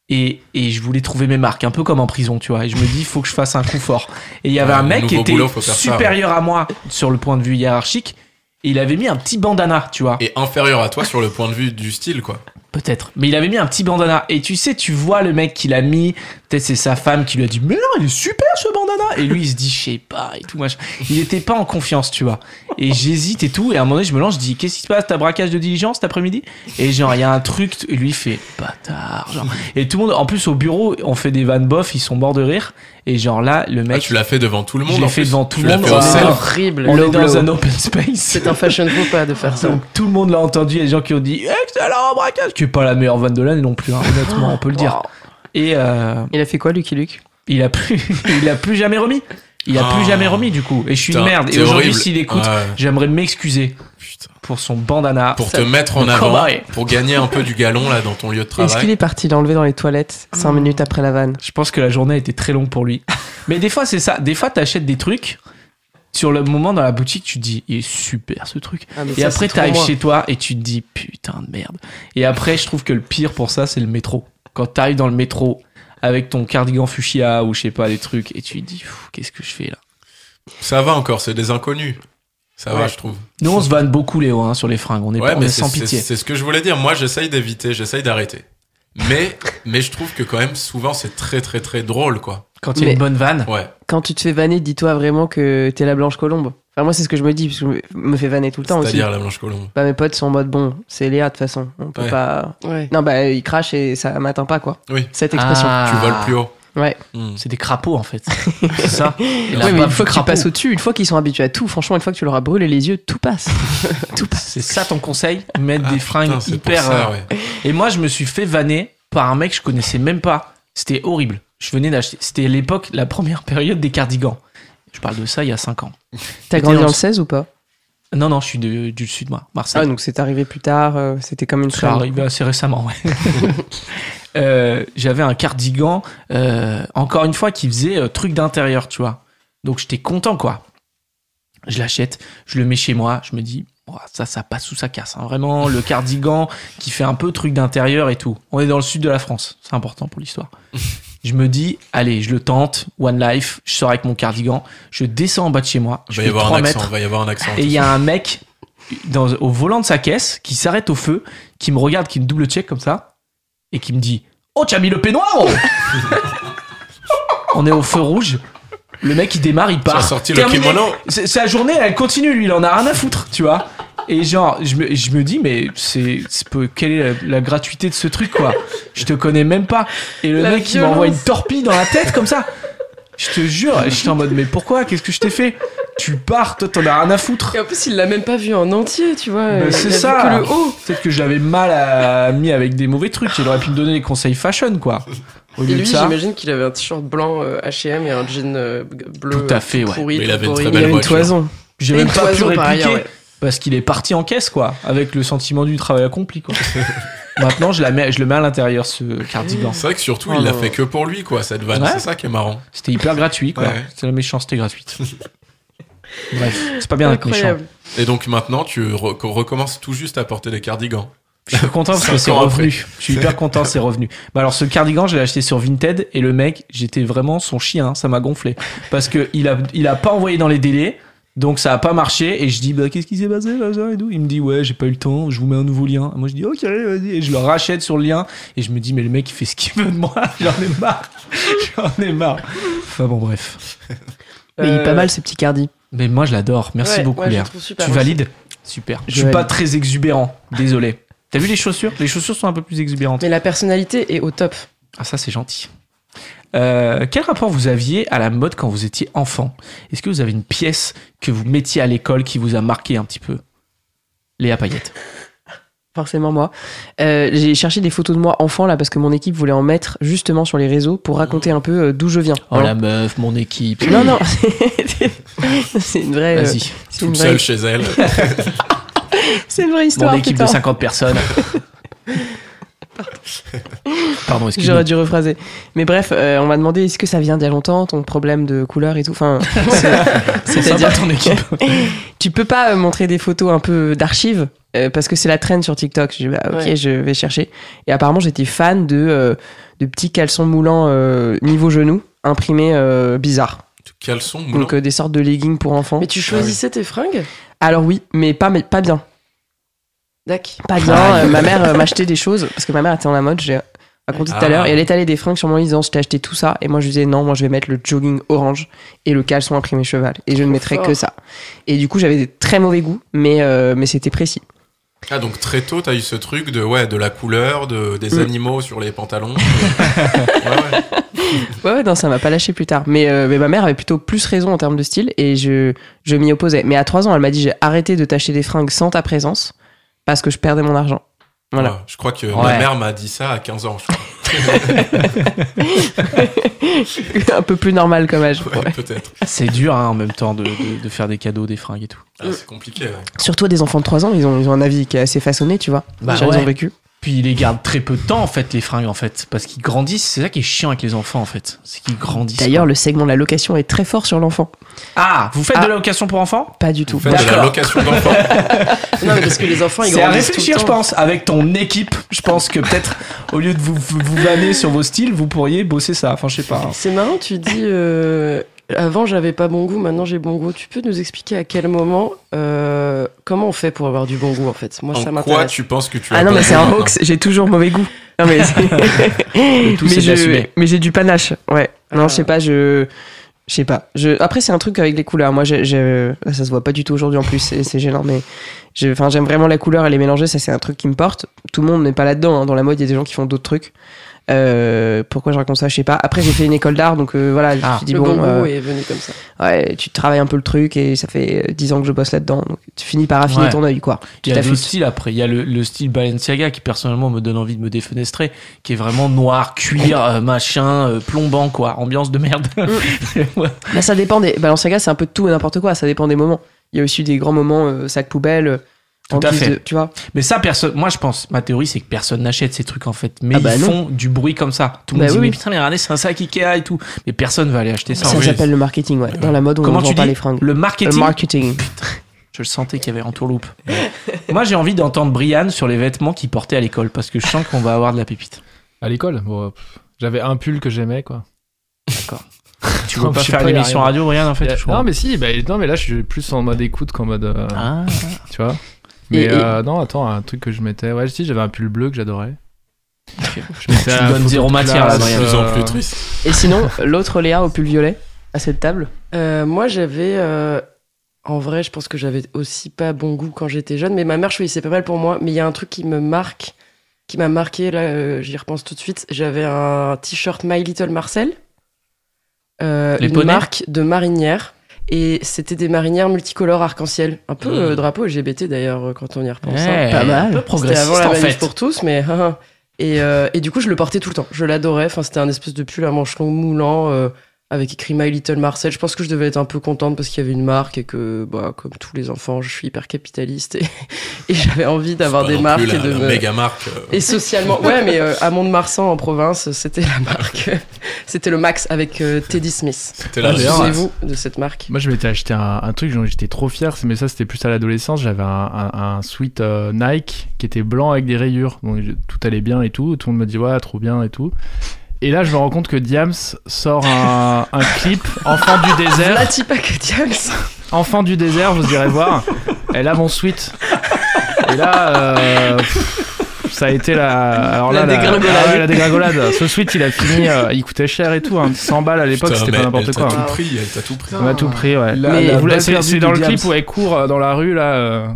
A: et, et je voulais trouver mes marques, un peu comme en prison, tu vois. Et je me dis, il faut que je fasse un coup fort. Et il y avait
B: Ouais,
A: un
B: le
A: mec qui
B: nouveau
A: était
B: boulot, faut faire ça, ouais.
A: supérieur à moi sur le point de vue hiérarchique. Et il avait mis un petit bandana, tu vois.
B: Et inférieur à toi sur le point de vue du style, quoi.
A: Peut-être. Mais il avait mis un petit bandana. Et tu sais, tu vois le mec qui l'a mis. Peut-être c'est sa femme qui lui a dit Mais non, il est super ce bandana. Et lui, il se dit Je sais pas et tout machin. Il était pas en confiance, tu vois. Et j'hésite et tout. Et à un moment donné, je me lance, je dis Qu'est-ce qui se passe T'as braquage de diligence cet après-midi Et genre, il y a un truc. t- Et lui, il fait Bâtard. Genre. Et tout le monde, en plus, au bureau, on fait des vannes bof, ils sont morts de rire. Et genre là, le
B: Ah,
A: mec.
B: tu l'as fait devant tout le monde.
A: Je l'ai
B: en
A: fait
B: plus.
A: devant tout
B: Tu
A: le
B: l'as
A: monde.
B: fait au
A: Ouais.
B: sel.
C: horrible.
A: on est
C: Horrible.
A: dans un open space.
C: C'est un fashion faux pas de faire ça.
A: Donc tout le monde l'a entendu, il y a des gens qui ont dit excellent braquage, qui est pas la meilleure vanne de l'année non plus, hein, honnêtement, on peut le dire.
C: Wow.
A: Et euh,
D: Il a fait quoi, Lucky Luke
A: il a plus, il a plus jamais remis. Il a
B: Ah.
A: plus jamais remis du coup. Et je suis
B: Putain,
A: une merde.
B: t'es
A: Et aujourd'hui,
B: horrible.
A: s'il écoute,
B: Ouais.
A: j'aimerais m'excuser
B: Putain.
A: pour son bandana.
B: Pour
A: Ça-
B: te mettre en
A: le
B: avant,
A: cowboy.
B: pour gagner un peu du galon là dans ton lieu de
D: Est-ce qu'il
B: travail.
D: est parti l'enlever dans les toilettes 5
C: Ah.
D: minutes après la vanne
A: Je pense que la journée a été très longue pour lui. Mais des fois, c'est ça. Des fois, t'achètes des trucs. Sur le moment dans la boutique, tu te dis, il est super ce truc.
C: Ah, mais
A: Et
C: ça,
A: après,
C: c'est trop
A: t'arrives
C: moi.
A: chez toi et tu te dis putain de merde. Et après, je trouve que le pire pour ça, c'est le métro. Quand t'arrives dans le métro avec ton cardigan fuchsia ou je sais pas, des trucs, et tu te dis Pfff, qu'est-ce que je fais là
B: Ça va encore, c'est des inconnus. Ça va,
A: Ouais.
B: je trouve.
A: Nous, on se vanne beaucoup, Léo, hein, sur les fringues. On est,
B: Ouais,
A: on
B: mais
A: est
B: c'est
A: sans
B: c'est-
A: pitié.
B: c'est ce que je voulais dire. Moi, j'essaye d'éviter, j'essaye d'arrêter. Mais, mais je trouve que quand même, souvent, c'est très, très, très drôle, quoi.
A: Quand il y a
D: Mais-
A: une bonne vanne,
B: Ouais.
D: Quand tu te fais vanner, dis-toi vraiment que t'es la blanche colombe. Enfin, moi, c'est ce que je me dis, parce que je me- me fais vanner tout le temps aussi.
B: C'est-à-dire la Blanche Colombe.
D: Bah, mes potes sont en mode bon, c'est Léa de toute façon. On peut
B: Ouais.
D: pas.
C: Ouais.
D: Non, bah, il crache et ça m'atteint pas, quoi.
B: Oui.
D: Cette expression.
A: Ah.
B: Tu voles plus haut.
D: Ouais.
B: Hmm.
A: c'est des crapauds en fait. c'est ça. Il a
D: Oui, mais
A: pas
D: une fois
A: vu
D: que tu
A: crapaud.
D: passes au-dessus, une fois qu'ils sont habitués à tout, franchement, une fois que tu leur as brûlé les yeux, tout passe. tout passe.
A: C'est ça ton conseil Mettre
B: Ah,
A: des fringues
B: putain, c'est pour
A: hyper.
B: ça,
A: euh,
B: ouais.
A: Et moi, je me suis fait vanner par un mec que je connaissais même pas. C'était horrible. Je venais d'acheter. C'était l'époque, la première période des cardigans. Je parle de ça il y a 5 ans.
D: T'as
A: T'étais
D: grandi
A: dans
D: dans
A: le-
D: le 16 ou pas
A: Non, non, je suis de- du sud, moi, Marseille.
D: Ah, donc c'est arrivé plus tard, euh, c'était comme une
A: C'est
D: trend.
A: arrivé assez récemment, ouais. Euh, J'avais un cardigan, euh, encore une fois, qui faisait euh, truc d'intérieur, tu vois. Donc j'étais content, quoi. Je l'achète, je le mets chez moi, je me dis, Ouah, ça, ça passe ou ça casse. hein. Vraiment, le cardigan qui fait un peu truc d'intérieur et tout. On est dans le sud de la France, c'est important pour l'histoire. Je me dis, allez, je le tente, One Life, je sors avec mon cardigan, je descends en bas de chez moi,
B: Il
A: je
B: va
A: fais
B: y avoir un
A: 3
B: accent,
A: mètres,
B: il va y avoir un accent.
A: et il y a un mec dans, au volant de sa caisse qui s'arrête au feu, qui me regarde, qui me double check comme ça, et qui me dit Oh, tu as mis le peignoir oh On est au feu rouge. Le mec il démarre, il part.
B: Tu as sorti le
A: Terminé.
B: kimono.
A: C'est- Sa journée elle continue, lui il en a rien à foutre, tu vois. Et genre, je me, je me dis, mais c'est, c'est peu- quelle est la, la gratuité de ce truc quoi Je te connais même pas. Et le
C: La
A: mec il
C: violence.
A: m'envoie une torpille dans la tête comme ça. Je te jure, j'étais en mode, mais pourquoi Qu'est-ce que je t'ai fait Tu pars, toi t'en as rien à foutre.
C: Et en plus, il l'a même pas vu en entier, tu vois.
A: Bah,
C: Euh, Il
A: c'est
C: a vu
A: ça.
C: que le haut.
A: Peut-être que je l'avais mal à- mis avec des mauvais trucs. Il aurait pu me donner des conseils fashion, quoi. Au
C: Et
A: lieu de
C: lui,
A: ça.
C: j'imagine qu'il avait un t-shirt blanc euh, H&M et un jean euh, bleu.
A: Tout à fait, ouais.
C: pourri,
B: Mais il avait une
C: pourri.
B: très
D: Il y
B: belle
D: a une
B: voiture.
D: toison.
A: J'ai
C: Et
A: même
C: une
A: pas pu
C: toison, par
A: répliquer
C: ailleurs, ouais.
A: parce qu'il est parti en caisse, quoi, avec le sentiment du travail accompli, quoi. Maintenant, je, la mets, je le mets à l'intérieur, ce cardigan.
B: C'est vrai que surtout,
A: Oh
B: il l'a
A: non.
B: fait que pour lui, quoi, cette vanne.
A: Ouais.
B: C'est ça qui est marrant.
A: C'était hyper gratuit, quoi.
B: Ouais, ouais.
A: C'est la méchanceté gratuite. Bref, c'est pas bien d'être méchant.
C: Incroyable.
B: Et donc maintenant, tu re- recommences tout juste à porter des cardigans.
A: Je suis content parce
B: Cinq
A: que c'est
B: ans après.
A: revenu. Je suis hyper content, c'est revenu. Bah alors ce cardigan, je l'ai acheté sur Vinted et le mec, j'étais vraiment son chien, hein, ça m'a gonflé parce que il a il a pas envoyé dans les délais. Donc ça a pas marché et je dis bah qu'est-ce qui s'est passé là, ça et tout. Il me dit ouais j'ai pas eu le temps, je vous mets un nouveau lien. Moi je dis ok allez, vas-y et je le rachète sur le lien et je me dis mais le mec il fait ce qu'il veut de moi, j'en ai marre, j'en ai marre. Enfin bon bref.
D: Mais il est
C: Euh,
D: pas mal ce petit cardi.
A: Mais moi je l'adore, merci
C: Ouais,
A: beaucoup
C: ouais, je
A: Léa.
C: le trouve super
A: Tu
C: aussi.
A: valides Super. Je,
D: Je
A: suis pas
D: valide.
A: très exubérant, désolé. T'as vu les chaussures Les chaussures sont un peu plus exubérantes.
C: Mais la personnalité est au top.
A: Ah, ça, c'est gentil. Euh, quel rapport vous aviez à la mode quand vous étiez enfant Est-ce que vous avez une pièce que vous mettiez à l'école qui vous a marqué un petit peu Léa Payette.
D: Forcément moi. Euh, j'ai cherché des photos de moi enfant là parce que mon équipe voulait en mettre justement sur les réseaux pour raconter un peu euh, d'où je viens.
A: Oh la meuf, mon équipe.
D: Non non, c'est une vraie. euh,
A: Vas-y,
D: c'est une
B: Toute
D: vraie-
B: seule chez elle.
D: c'est une vraie
A: mon
D: histoire.
A: équipe de
D: putain.
A: 50 personnes. Pardon, excuse-moi.
D: J'aurais dû rephraser. Mais bref, euh, on m'a demandé est-ce que ça vient d'il y a longtemps, ton problème de couleur et tout. Enfin, c'est- c'est-à-dire
A: Sympa, ton équipe.
D: tu peux pas euh, montrer des photos un peu d'archives euh, parce que c'est la traîne sur TikTok. J'ai dit, bah, ok,
C: Ouais.
D: je vais chercher. Et apparemment, j'étais fan de, euh, de petits caleçons moulants euh, niveau genou imprimés euh, bizarres.
B: Caleçon moulant.
D: Donc euh, des sortes de leggings pour enfants.
C: euh,
A: Ah
C: Mais tu choisissais tes fringues
D: Alors oui, mais pas, mais pas bien.
C: Dac.
D: Pas bien. Euh, ma mère euh, m'achetait des choses parce que ma mère était en la mode. J'ai raconté tout
B: Ah.
D: à l'heure. Et elle étalait des fringues sur moi en disant je t'ai acheté tout ça. Et moi je lui disais non, moi je vais mettre le jogging orange et le caleçon imprimé cheval. Et je ne mettrai
C: fort.
D: que ça. Et du coup j'avais des très mauvais goûts, mais, euh, mais c'était précis.
B: Ah, donc très tôt, t'as eu ce truc de, ouais, de la couleur, de, des
D: Mm.
B: animaux sur les pantalons. ouais, ouais.
D: Ouais, ouais, non, ça m'a pas lâché plus tard. Mais, euh, mais ma mère avait plutôt plus raison en termes de style et je, je m'y opposais. Mais à 3 ans, elle m'a dit j'ai arrêté de t'acheter des fringues sans ta présence parce que je perdais mon argent. Voilà.
B: Ouais, je crois que
A: Ouais.
B: ma mère m'a dit ça à 15 ans, je crois.
D: un peu plus normal comme âge.
B: Ouais,
D: ouais.
B: Peut-être.
A: C'est dur hein, en même temps de, de- de faire des cadeaux, des fringues et tout.
B: Ah, c'est compliqué. ouais.
D: Surtout à des enfants de 3 ans, ils ont, ils ont un avis qui est assez façonné, tu vois.
A: Bah
D: Déjà,
A: ouais.
D: ils ont vécu.
A: Puis ils les gardent très peu de temps en fait, les fringues en fait, parce qu'ils grandissent. C'est ça qui est chiant avec les enfants en fait, c'est qu'ils grandissent.
D: D'ailleurs, le segment de la location est très fort sur l'enfant.
A: ah, vous faites
D: Ah.
A: de la location pour enfants
D: Pas du tout.
B: Vous faites de la
A: D'accord.
B: location d'enfants.
C: Non, mais parce que les enfants, ils
A: C'est à
C: grandissent tout
A: réfléchir,
C: le
A: je
C: temps.
A: pense, avec ton équipe. Je pense que peut-être, au lieu de vous, vous, vous vanner sur vos styles, vous pourriez bosser ça. Enfin, je sais pas.
C: C'est marrant, tu dis euh, avant j'avais pas bon goût, maintenant j'ai bon goût. Tu peux nous expliquer à quel moment, euh, comment on fait pour avoir du bon goût en fait Moi ça
B: en quoi
C: m'intéresse.
B: tu penses que tu as
D: Ah non,
B: pas
D: mais c'est un
B: maintenant
D: hoax, j'ai toujours mauvais goût. Non, mais c'est-
A: tout, c'est
D: mais, je-
A: d'assumer.
D: mais j'ai du panache, ouais. Non,
C: Ah.
D: je sais pas, je. Je sais pas. Je... Après, c'est un truc avec les couleurs. Moi, j'ai- j'ai- là, ça se voit pas du tout aujourd'hui en plus, c'est c'est gênant, mais je- enfin, j'aime vraiment la couleur et les mélanger, ça c'est un truc qui me porte. Tout le monde n'est pas là-dedans. hein. Dans la mode, il y a des gens qui font d'autres trucs. Euh, pourquoi je raconte ça, je sais pas. Après, j'ai fait une école d'art, donc euh, voilà,
A: Ah.
D: je me suis dit,
C: Le
D: bon,
C: bon
D: euh,
C: goût est venu comme ça.
D: ouais, tu travailles un peu le truc et ça fait euh, 10 ans que je bosse là-dedans, donc tu finis par affiner
A: Ouais.
D: ton œil, quoi.
A: Il y a
D: t'affûtes.
A: deux styles après. Il y a le, le style Balenciaga qui personnellement me donne envie de me défenestrer, qui est vraiment noir, cuir, euh, machin, euh, plombant quoi, ambiance de merde. Ouais.
D: Bah, ça dépend des. Balenciaga, c'est un peu de tout et n'importe quoi. Ça dépend des moments. Il y a aussi des grands moments euh, sac poubelle. euh,
A: Tout
D: en
A: à
D: guise
A: fait.
D: de- tu vois.
A: Mais ça, personne. Moi, je pense. Ma théorie, c'est que personne n'achète ces trucs en fait. Mais
D: Ah bah
A: ils
D: non.
A: font du bruit comme ça. Tout le
D: Bah
A: monde dit
D: oui,
A: mais
D: oui.
A: putain, les regardez, c'est un sac Ikea et tout. Mais personne va aller acheter ça.
D: ça
A: en fait.
D: s'appelle le marketing, ouais. Dans la mode, on
A: Ah Comment
D: ne vend
A: tu
D: pas
A: dis
D: les fringues.
A: Le
D: Le
A: marketing.
D: marketing.
A: je le sentais qu'il y avait en tourloupe. Moi, j'ai envie d'entendre Brian sur les vêtements qu'il portait à l'école parce que je sens qu'on va avoir de la pépite.
E: À l'école, bon, euh, pff, j'avais un pull que j'aimais, quoi.
A: Tu veux
E: Non,
A: pas
E: je sais
A: faire
E: pas,
A: une
E: y a
A: émission
E: rien.
A: radio, Brian, en fait
E: Y a-
A: je crois.
E: non, mais si, bah, non, mais là, je suis plus en mode écoute qu'en mode. euh,
A: Ah.
E: Tu vois Mais
D: Et- et-
E: euh, non, attends, un truc que je mettais. Ouais, si, j'avais un pull bleu que j'adorais. Je
A: Tu
E: mettais
A: me
E: à la
A: donnes
E: photo
A: zéro
E: de
A: matière, là,
E: classe,
B: C'est de
A: Brian.
B: plus en
E: euh,
B: plus triste.
D: Et sinon, l'autre Léa au pull violet à cette table.
C: Euh, moi j'avais, euh, en vrai je pense que j'avais aussi pas bon goût quand j'étais jeune, mais ma mère choisissait pas mal pour moi. Mais il y a un truc qui me marque, qui m'a marqué là, euh, j'y repense tout de suite. J'avais un t-shirt My Little Marcel, euh,
A: Les
C: une
A: poneys
C: marque de marinières. Et c'était des marinières multicolores arc-en-ciel, un peu
B: Mm.
C: euh, drapeau LGBT d'ailleurs euh, quand on y repense. hein.
A: Mmh. Ouais,
D: Pas mal.
A: Un peu
C: C'était
A: progressiste
C: avant la
A: en
C: manif
A: fait.
C: pour tous, mais hein, hein. et, euh, et du coup je le portais tout le temps. Je l'adorais. Enfin c'était un espèce de pull à manches longues moulant euh, avec écrit My Little Marcel. Je pense que je devais être un peu contente parce qu'il y avait une marque et que bah comme tous les enfants je suis hyper capitaliste et, et j'avais envie d'avoir
B: C'est pas
C: des
B: non
C: marques
B: plus la,
C: et de
B: la
C: me-
B: méga marque. euh,
C: et socialement ouais mais euh, à Mont-de-Marsan en province c'était la marque c'était le Max avec euh, Teddy Smith.
B: C'était la
E: Ah, d'ailleurs,
B: raison.
C: Souvenez-vous de cette marque.
E: Moi, je m'étais acheté un, un truc dont j'étais trop fier, mais ça, c'était plus à l'adolescence. J'avais un, un, un sweat euh, Nike qui était blanc avec des rayures. Donc, je- tout allait bien et tout. Tout le monde me dit, ouais, trop bien et tout. Et là, je me rends compte que Diams sort un, un clip Enfant du
C: La
E: désert.
C: Tipak Diams.
E: Enfant du désert, vous irez voir. Elle a mon sweat. Et là, euh, pff, ça a été la. Alors
G: La
E: là,
G: dégringolade.
E: ah ouais, la dégringolade. Ce sweat, il a fini. euh, il coûtait cher et tout. hein. 100 balles à l'époque,
B: Putain,
E: c'était
B: mais
E: pas n'importe
B: elle
E: quoi.
B: t'a
E: hein.
B: tout pris, elle t'a tout pris.
E: On a tout pris, ouais.
D: Mais
E: Vous
D: balle
E: l'avez- c'est
D: perdue
E: c'est
D: du
E: dans le
D: Diams.
E: clip où elle court euh, dans la rue, là, euh,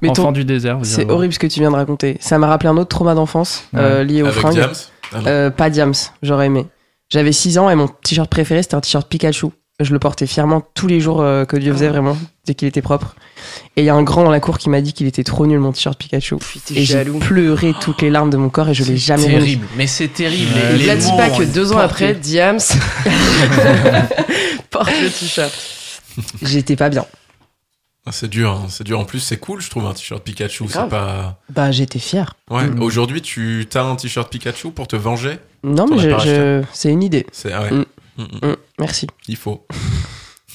D: Mais
E: enfant
D: ton-
E: du désert. vous
D: C'est
E: direz.
D: horrible ce que tu viens de raconter. Ça m'a rappelé un autre trauma d'enfance euh, lié aux
B: Avec
D: fringues.
B: Diams Ah non.
D: Euh, pas Diams, j'aurais aimé. J'avais 6 ans et mon t-shirt préféré, c'était un t-shirt Pikachu. Je le portais fièrement tous les jours euh, que Dieu
A: Ah.
D: faisait vraiment, dès qu'il était propre. Et il y a un grand dans la cour qui m'a dit qu'il était trop nul mon t-shirt Pikachu.
C: Oh,
D: Et j'ai pleuré toutes les larmes de mon corps et je l'ai jamais
A: C'est
D: remis.
A: terrible, mais c'est terrible.
E: Ouais.
A: Et
C: Ne
A: les
C: la dis
A: mots
C: pas
A: ont
C: que
B: hein.
A: une
C: deux ans
A: portée.
C: après, Diams porte le t-shirt.
D: J'étais pas bien.
B: Ah, C'est dur, hein, c'est dur. En plus, c'est cool, je trouve, un t-shirt Pikachu.
C: C'est
B: C'est
C: grave.
B: pas.
D: Bah j'étais fière.
B: Ouais.
D: Mm.
B: Aujourd'hui, tu t'as un t-shirt Pikachu pour te venger.
D: Non
B: T'en
D: mais
B: as
D: je-
B: pas racheté.
D: je- c'est une idée.
B: C'est ah ouais.
D: Mm.
B: Mm, mm.
D: Mm, merci.
B: Il faut.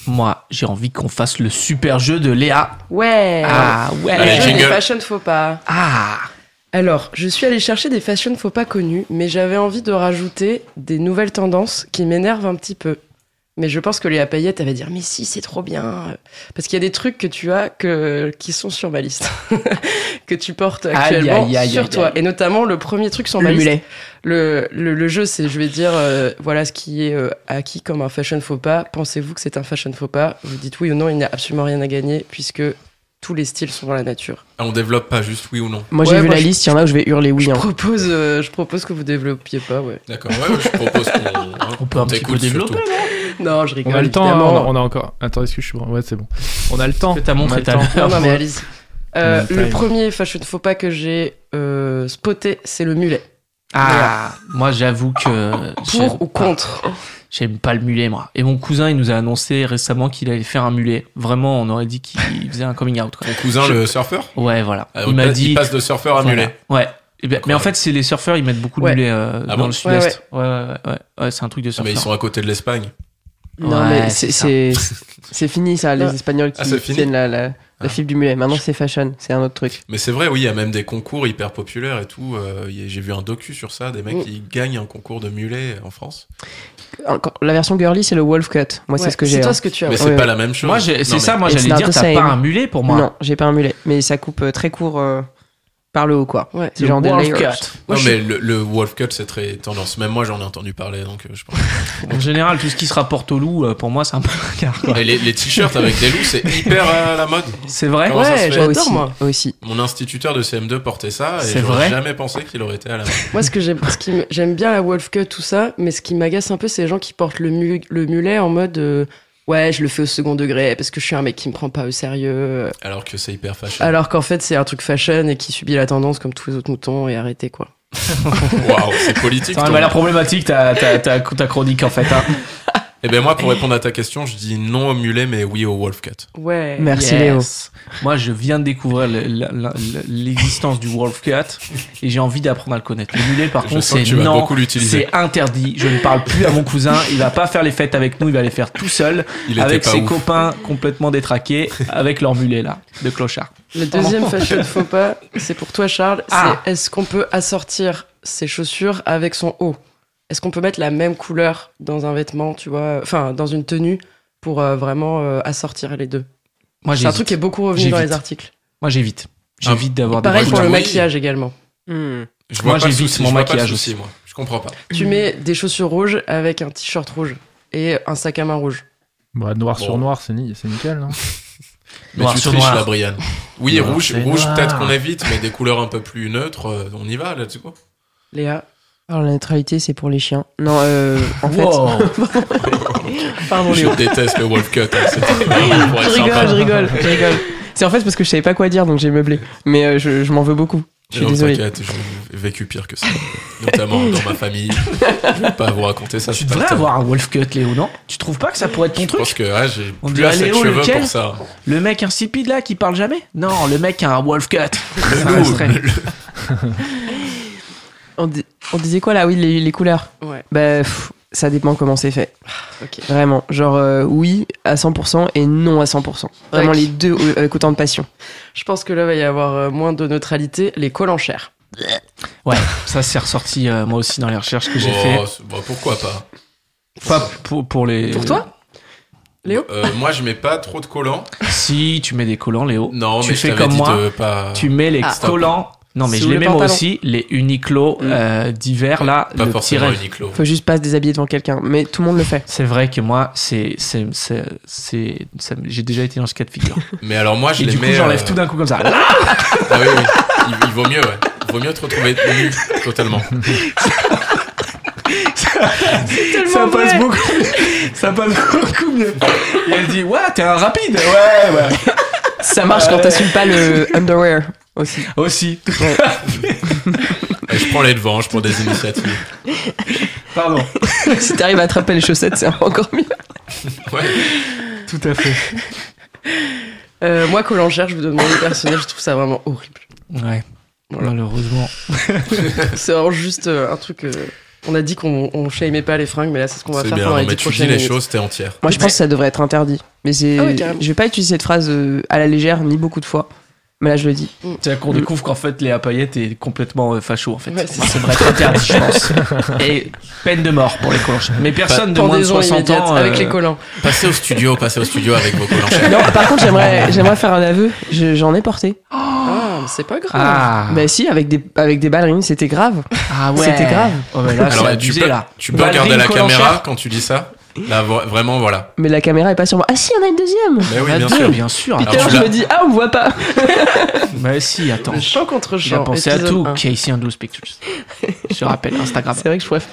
A: Moi, j'ai envie qu'on fasse le super jeu de Léa.
C: Ouais.
E: Eh
A: Ah ouais.
B: Allez,
C: Faire des
B: jingle.
C: fashion faux pas.
A: Ah
C: Alors, je suis allée chercher des fashion faux pas connus, mais j'avais envie de rajouter des nouvelles tendances qui m'énervent un petit peu. Mais je pense que Léa Payette, elle va dire, mais si, c'est trop bien. Parce qu'il y a des trucs que tu as que, qui sont sur ma liste, que tu portes actuellement
A: aïe, aïe,
C: sur
A: aïe,
C: toi.
A: aïe.
C: Et notamment, le premier truc sur ma
D: Le
C: liste,
D: mulet.
C: le, le, le jeu, c'est, je vais dire, euh, voilà ce qui est euh, acquis comme un fashion faux pas. Pensez-vous que c'est un fashion faux pas Vous dites oui ou non, il n'y a absolument rien à gagner, puisque tous les styles sont dans la nature.
B: Ah, on développe pas juste oui ou non.
D: Moi
C: Ouais,
D: j'ai vu
C: moi,
D: la
C: je-
D: liste, il y en a où je vais hurler oui.
C: Je
D: hein.
C: propose, euh, je propose que vous développiez pas, ouais.
B: D'accord. Ouais, ouais, je propose qu'on. hein,
A: On peut un petit peu
B: t'écoute
A: développer,
B: surtout.
C: Non, je
E: On
C: rigole.
E: a le temps, hein,
C: évidemment.
E: on, a, on a encore. Attends, est-ce que je suis bon Ouais, c'est bon. On a le temps.
A: Que t'as
E: On a
A: montré
E: le
A: tout à
E: temps.
A: l'heure.
C: Non, non, mais Alice. euh,
E: On a le
C: le
E: time.
C: premier fashion faux pas que j'ai euh, spoté, c'est le mulet.
A: Ah, moi j'avoue que
E: Ah,
A: j'aime
C: Pour ou
A: pas-
C: contre
A: J'aime pas le mulet moi. Et mon cousin il nous a annoncé récemment qu'il allait faire un mulet. Vraiment, on aurait dit qu'il faisait un coming out. quoi.
B: Mon cousin, le surfeur.
A: Ouais, voilà.
B: Ah,
A: il m'a
B: passe-
A: dit.
B: passe de surfeur à
A: Voilà.
B: mulet.
A: Ouais. Eh ben, mais en fait, c'est les surfeurs, ils mettent beaucoup de
C: Ouais.
A: mulets euh,
B: Ah
A: dans
B: bon
A: le sud-est. Ouais, ouais, ouais. ouais. Ouais, c'est un truc de
B: Ah, mais
A: surfeur.
B: ils sont à côté de l'Espagne.
D: Non
A: Ouais,
D: mais c'est- c'est c'est fini ça, les
C: Ah.
D: Espagnols qui
B: Ah, c'est fini
D: tiennent la, la, la
B: Ah.
D: fibre du mulet. Maintenant c'est fashion, c'est un autre truc.
B: Mais c'est vrai, oui, il y a même des concours hyper populaires et tout. euh, y a- J'ai vu un docu sur ça, des mecs
C: Mm.
B: qui gagnent un concours de mulet en France.
D: Encore- la version girly, c'est le wolf cut. Moi, c'est
C: Ouais,
D: ce que j'ai.
C: toi
D: hein.
C: ce que tu as.
B: Mais
C: ouais.
B: c'est
D: ouais.
B: pas la même chose.
A: Moi, j'ai- c'est
B: Non,
A: ça,
B: mais-
A: moi
D: It's
A: j'allais
D: not
A: dire,
D: the
A: t'as
D: same.
A: pas un mulet pour moi.
D: Non, j'ai pas un mulet, mais ça coupe euh, très court euh, par le haut, quoi.
C: Ouais.
D: C'est genre des
A: Wolf
D: layers.
A: cut.
B: Non,
A: Moi, je
B: mais le, le Wolf Cut, c'est très tendance. Même moi, j'en ai entendu parler, donc euh, je pense.
A: suis- En général, tout ce qui se rapporte au loup, euh, pour moi, c'est un peu un regard. quoi.
B: Et les, les t-shirts avec des loups, c'est hyper à la mode.
A: C'est vrai
B: Comment ça se
C: Ouais,
B: fait
C: j'adore
D: aussi,
C: moi.
D: aussi.
B: Mon instituteur de CM2 portait ça et
A: C'est
B: j'aurais
A: vrai
B: jamais pensé qu'il aurait été à la mode.
C: Moi, ce que j'aime, ce qui me- j'aime bien la wolf cut, tout ça, mais ce qui m'agace un peu, c'est les gens qui portent le, mu- le mulet en mode. euh, Ouais, je le fais au second degré parce que je suis un mec qui me prend pas au sérieux.
B: Alors que c'est hyper
A: Ah,
B: fashion.
C: Alors qu'en fait, c'est un truc fashion et qui subit la tendance comme tous les autres moutons et arrêtez quoi.
B: Waouh, c'est politique.
A: Ça
B: ton-
A: m'a l'air bah, problématique ta, ta, ta, ta chronique en fait. hein.
B: Eh ben moi, pour répondre à ta question, je dis non au mulet, mais oui au Wolf Cut.
C: Ouais.
D: Merci Léo.
A: Yes. Moi, je viens de découvrir le- la- la- l'existence du Wolf Cat et j'ai envie d'apprendre à le connaître. Le mulet, par
B: je
A: contre,
B: sens que
A: c'est
B: tu vas
A: non.
B: beaucoup l'utiliser.
A: C'est interdit. Je ne parle plus à mon cousin. Il va pas faire les fêtes avec nous. Il va les faire tout seul
B: Il était
A: avec
B: pas
A: ses
B: ouf.
A: copains complètement détraqués avec leur mulet là de clochard.
C: Le deuxième fashion faux pas, c'est pour toi Charles,
A: Ah.
C: c'est est-ce qu'on peut assortir ses chaussures avec son haut Est-ce qu'on peut mettre la même couleur dans un vêtement, tu vois, enfin dans une tenue pour euh, vraiment euh, assortir les deux
A: Moi,
C: C'est un
A: j'évite.
C: truc qui est beaucoup revenu dans
A: J'évite.
C: les articles.
A: Moi, j'évite. J'évite
B: Ah.
A: d'avoir des
C: Pareil
B: moi,
C: pour
B: je
C: le
B: trouve-
C: maquillage également.
B: Je vois
A: Moi,
B: pas le
A: j'évite
B: souci,
A: mon
B: je vois pas
A: maquillage
B: le souci,
A: aussi.
B: moi. Je comprends pas.
C: Tu mets des chaussures rouges avec un t-shirt rouge et un sac à main rouge.
E: Bah, noir
B: Bon.
E: sur noir, c'est ni- c'est nickel, hein. non
B: Mais
A: Noir
B: tu
A: sur
B: triches
A: noir.
B: là, Brian. Oui,
E: Noir,
B: rouge,
E: c'est
B: rouge
E: noir.
B: peut-être qu'on évite, mais des couleurs un peu plus neutres, euh, on y va là-dessus quoi.
C: Léa,
D: Alors, la neutralité, c'est pour les chiens. Non, euh, en fait.
A: Wow.
D: Pardon,
B: Je
D: Léo.
B: déteste le Wolf Cut. hein, c'était vraiment pour
D: je
B: être
D: rigole,
B: sympa.
D: je rigole, je rigole. C'est en fait parce que je savais pas quoi dire, donc j'ai meublé. Mais euh, je, je m'en veux beaucoup. Je suis
B: Non,
D: désolé.
B: t'inquiète, J'ai vécu pire que ça. euh, Notamment dans ma famille. Je vais pas vous raconter ça.
A: Tu
B: c'est pas
A: devrais
B: le thème.
A: avoir un Wolf Cut, Léo, non Tu trouves pas que ça pourrait être ton
B: Je pense
A: truc
B: que ah, j'ai
A: On
B: plus
A: dirait
B: assez de
A: Léo,
B: cheveux
A: lequel
B: pour ça.
A: Le mec insipide là qui parle jamais Non, le mec a un Wolf Cut. Ah, Ça
B: loup,
A: resterait.
B: le-
D: On, di- on disait quoi là Oui, les, les couleurs.
C: ouais,
D: Bah, pff, ça dépend comment c'est fait.
C: ok.
D: Vraiment. Genre, euh, oui à 100% et non à 100%. Vraiment
C: Tac.
D: les deux euh, avec autant de passion.
C: Je pense que là va y avoir euh, moins de neutralité, les collants chers.
A: Ouais, ça c'est ressorti euh, moi aussi dans les recherches que j'ai
B: Oh,
A: fait.
B: c'est- bah, pourquoi pas
A: Pas pour, pour les.
C: Pour toi Léo
B: Euh, Moi, je mets pas trop de collants.
A: Si, tu mets des collants, Léo.
B: Non,
A: Tu
B: mais
A: fais
B: je t'avais
A: comme
B: dit
A: moi.
B: de pas.
A: Tu mets les
C: Ah.
A: collants Non, mais
C: Si
A: je
C: vous
A: les
C: voulez
A: mets moi
C: pantalon. Mm.
A: aussi, les Uniqlo euh, d'hiver, là,
B: Pas
A: le petit
B: forcément
A: rêve.
B: Uniqlo.
D: Faut juste pas se déshabiller devant quelqu'un, mais tout le monde le fait.
A: C'est vrai que moi, c'est, c'est, c'est, c'est- ça me- j'ai déjà été dans ce cas de figure.
B: Mais alors moi, je
A: Et
B: les
A: du coup,
B: mets.
A: j'enlève
B: euh,
A: tout d'un coup comme ça. Là,
B: Ah oui, oui. Il, il vaut mieux, ouais. Il vaut mieux te retrouver nu totalement.
A: ça passe beaucoup, ça passe beaucoup mieux. Et elle dit, ouais, t'es un rapide. Ouais, ouais.
D: Ça marche quand t'assumes pas le underwear aussi.
A: Aussi.
B: Et je prends les devants, je prends des initiatives.
A: Pardon.
D: si t'arrives à attraper les chaussettes, c'est encore mieux.
B: Ouais.
A: Tout à fait.
C: Euh, moi, Colangère, je vous donne mon avis personnel, je trouve ça vraiment horrible.
A: Ouais.
C: Voilà.
A: Malheureusement.
C: C'est vraiment juste euh, un truc. euh, on a dit qu'on on shamait pas les fringues, mais là, c'est ce qu'on va
B: C'est
C: faire
B: bien.
C: pendant
B: non,
C: les
B: mais
C: dix
B: tu dis
C: prochaines
B: les
C: minutes.
B: choses, t'es entière.
D: Moi, je pense que ça devrait être interdit. Mais c'est,
C: Ah oui, carrément.
D: je vais pas utiliser cette phrase euh, à la légère ni beaucoup de fois. Mais là, je le dis.
A: C'est-à-dire qu'on découvre qu'en fait, Léa Payette est complètement euh, facho, en fait.
C: Ouais, c'est ça.
A: c'est vrai, interdit, je pense. Et peine de mort pour les collanches. Mais personne de moins de
C: Pendaison
A: 60
C: immédiate
A: ans.
C: avec
A: euh,
C: les collants.
B: Passez au studio, passez au studio avec vos collants.
D: Non, par contre, j'aimerais, j'aimerais faire un aveu. Je- j'en ai porté.
C: Ah, mais c'est pas grave.
A: Ah,
D: Mais si, avec des, avec des ballerines, c'était grave.
A: ah ouais.
D: C'était grave.
A: Oh, mais là,
B: Alors
A: c'est
B: tu
A: abusé,
B: peux,
A: là.
B: tu peux
A: Ballerine
B: regarder la
A: Collanchère.
B: caméra quand tu dis ça. Là, vo- vraiment, voilà.
D: Mais la caméra est pas sur moi. Ah si, il y en a une deuxième.
B: Mais Bah oui,
A: Ah,
B: bien
A: deux,
B: sûr.
A: bien sûr. Ah,
D: Putain,
B: tu
D: je
B: l'as-
D: me dis, ah, on me voit pas.
A: Mais si, attends.
C: Le chant contre
A: J'ai
C: chant.
A: pensé à
C: épisode
A: tout.
C: un.
A: Casey and Loose Pictures. Je rappelle, Instagram.
D: C'est vrai que je préfère.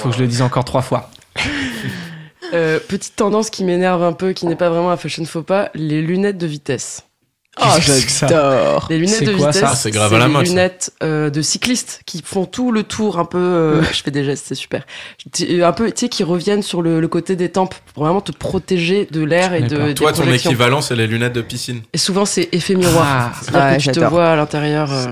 A: Faut que je le dise encore trois fois.
C: Euh, petite tendance qui m'énerve un peu, qui n'est pas vraiment un fashion faux pas, les lunettes de vitesse.
D: Oh,
A: Qu'est-ce que c'est que ça
D: j'adore.
C: Les lunettes
A: C'est
C: de
A: quoi, ça
C: vitesse,
B: C'est grave à la
C: les
B: mode, ça.
C: lunettes euh, de cyclistes qui font tout le tour un peu. euh, je fais des gestes, c'est super. Tu- Un peu, tu sais, qui reviennent sur le, le côté des tempes pour vraiment te protéger de l'air et
A: connais pas.
C: de.
B: Toi,
C: des
B: ton
C: projections.
B: équivalent, c'est les lunettes de piscine.
C: Et souvent, c'est effet
A: Ah,
C: miroir. C'est-à-dire
D: Ouais,
C: que tu te
D: j'adore.
C: vois à l'intérieur. euh,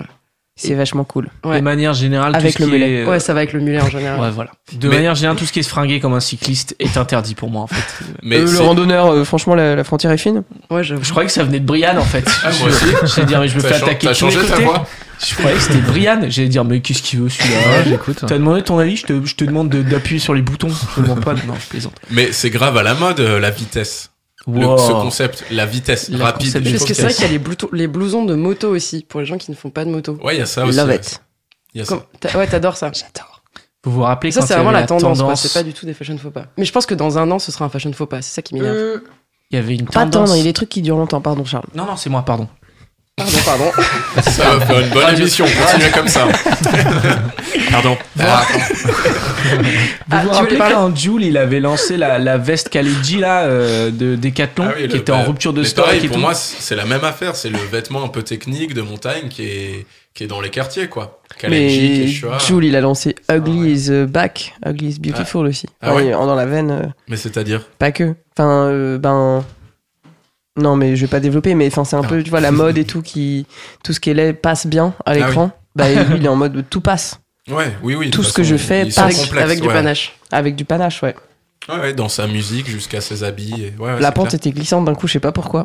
D: C'est vachement cool.
C: Ouais.
A: De manière générale,
D: Avec
A: tout ce
D: le
A: qui
D: mulet.
A: est- euh,
C: Ouais, ça va avec le mulet en général.
A: Ouais, voilà. De
B: Mais-
A: manière générale, tout ce qui est se fringuer comme un cycliste est interdit pour moi, en fait.
B: Mais
D: Euh, le
B: c'est-
D: randonneur, euh, franchement, la, la frontière est fine.
C: Ouais, j'avoue.
A: Je croatais que ça venait de Brian, en fait.
B: Ah, moi aussi.
A: J'allais dire, mais je me
B: T'as
A: fais
B: chan-
A: attaquer
B: t'as
A: de tous les
B: changé ta
A: côtés.
B: voix
A: Je croyais que c'était Brian. J'allais dire, mais qu'est-ce qu'il veut, celui-là
E: Ouais, Ah, j'écoute.
A: T'as demandé ton avis, je te, je te demande de- d'appuyer sur les boutons. Je te demande pas, de- non, je plaisante.
B: Mais c'est grave à la mode, euh, la vitesse. Le-
A: Wow.
B: ce concept, la vitesse
A: Le
B: rapide.
A: concept de
B: je
C: Parce
B: trouve
C: que c'est vrai
B: qu'elle-
C: qu'il y a les, blouto- les blousons de moto aussi, pour les gens qui ne font pas de moto.
B: Ouais, il y a ça aussi.
D: Love
B: ouais.
D: it.
B: Il y a ça.
C: Comme- t'as- Ouais, t'adores ça.
D: J'adore.
A: Vous vous rappelez
C: Ça,
A: quand
C: c'est
A: il y
C: vraiment
A: avait
C: la tendance, quoi. c'est pas du tout des fashion faux pas. Mais je pense que dans un an, ce sera un fashion faux pas, c'est ça qui m'énerve.
A: Il y avait une
D: Pas
A: tendance.
D: tendre, il y a des trucs qui durent longtemps, pardon Charles.
A: Non, non, c'est moi, pardon.
C: Pardon, pardon.
B: Ça va faire une bonne
A: Radio-
B: émission, continuez comme ça. Pardon. Ah,
A: Vous
C: Ah,
A: vous
C: tu voulais
A: rappelez
C: parler-
A: quand Jules il avait lancé la, la veste Kaleji là euh, de Decathlon
B: ah oui,
A: qui
B: le-
A: était en
B: bah,
A: rupture de
B: mais
A: stock
B: pareil,
A: et
B: pour
A: tout.
B: moi, c'est c'est la même affaire. C'est le vêtement un peu technique de montagne qui est, qui est dans les quartiers, quoi. Kalenji,
D: Mais
B: Quechua.
D: Jules, il a lancé Ugly
B: Ah ouais.
D: is euh, back, Ugly is beautiful aussi.
B: Ah
D: Enfin,
B: ouais.
D: il est en- Dans la veine, euh,
B: Mais c'est-à-dire
D: pas que. Enfin, euh, ben. Non, mais je vais pas développer, mais enfin, c'est un
B: Ah.
D: peu, tu vois, la mode et tout qui. Tout ce qui est laid passe bien
B: Ah
D: à l'écran. Bah, et lui, il est en mode tout passe.
B: Ouais, oui, oui. de
D: Tout
B: toute
D: ce que
B: façon,
D: je fais
B: ils sont
D: passe
B: complexes,
C: Avec du
B: ouais.
C: panache.
D: Avec du panache, ouais.
B: Ouais, ouais, dans sa musique jusqu'à ses habits. et- Ouais, ouais,
D: la
B: c'est
D: pente
B: clair.
D: était glissante d'un coup, je sais pas pourquoi.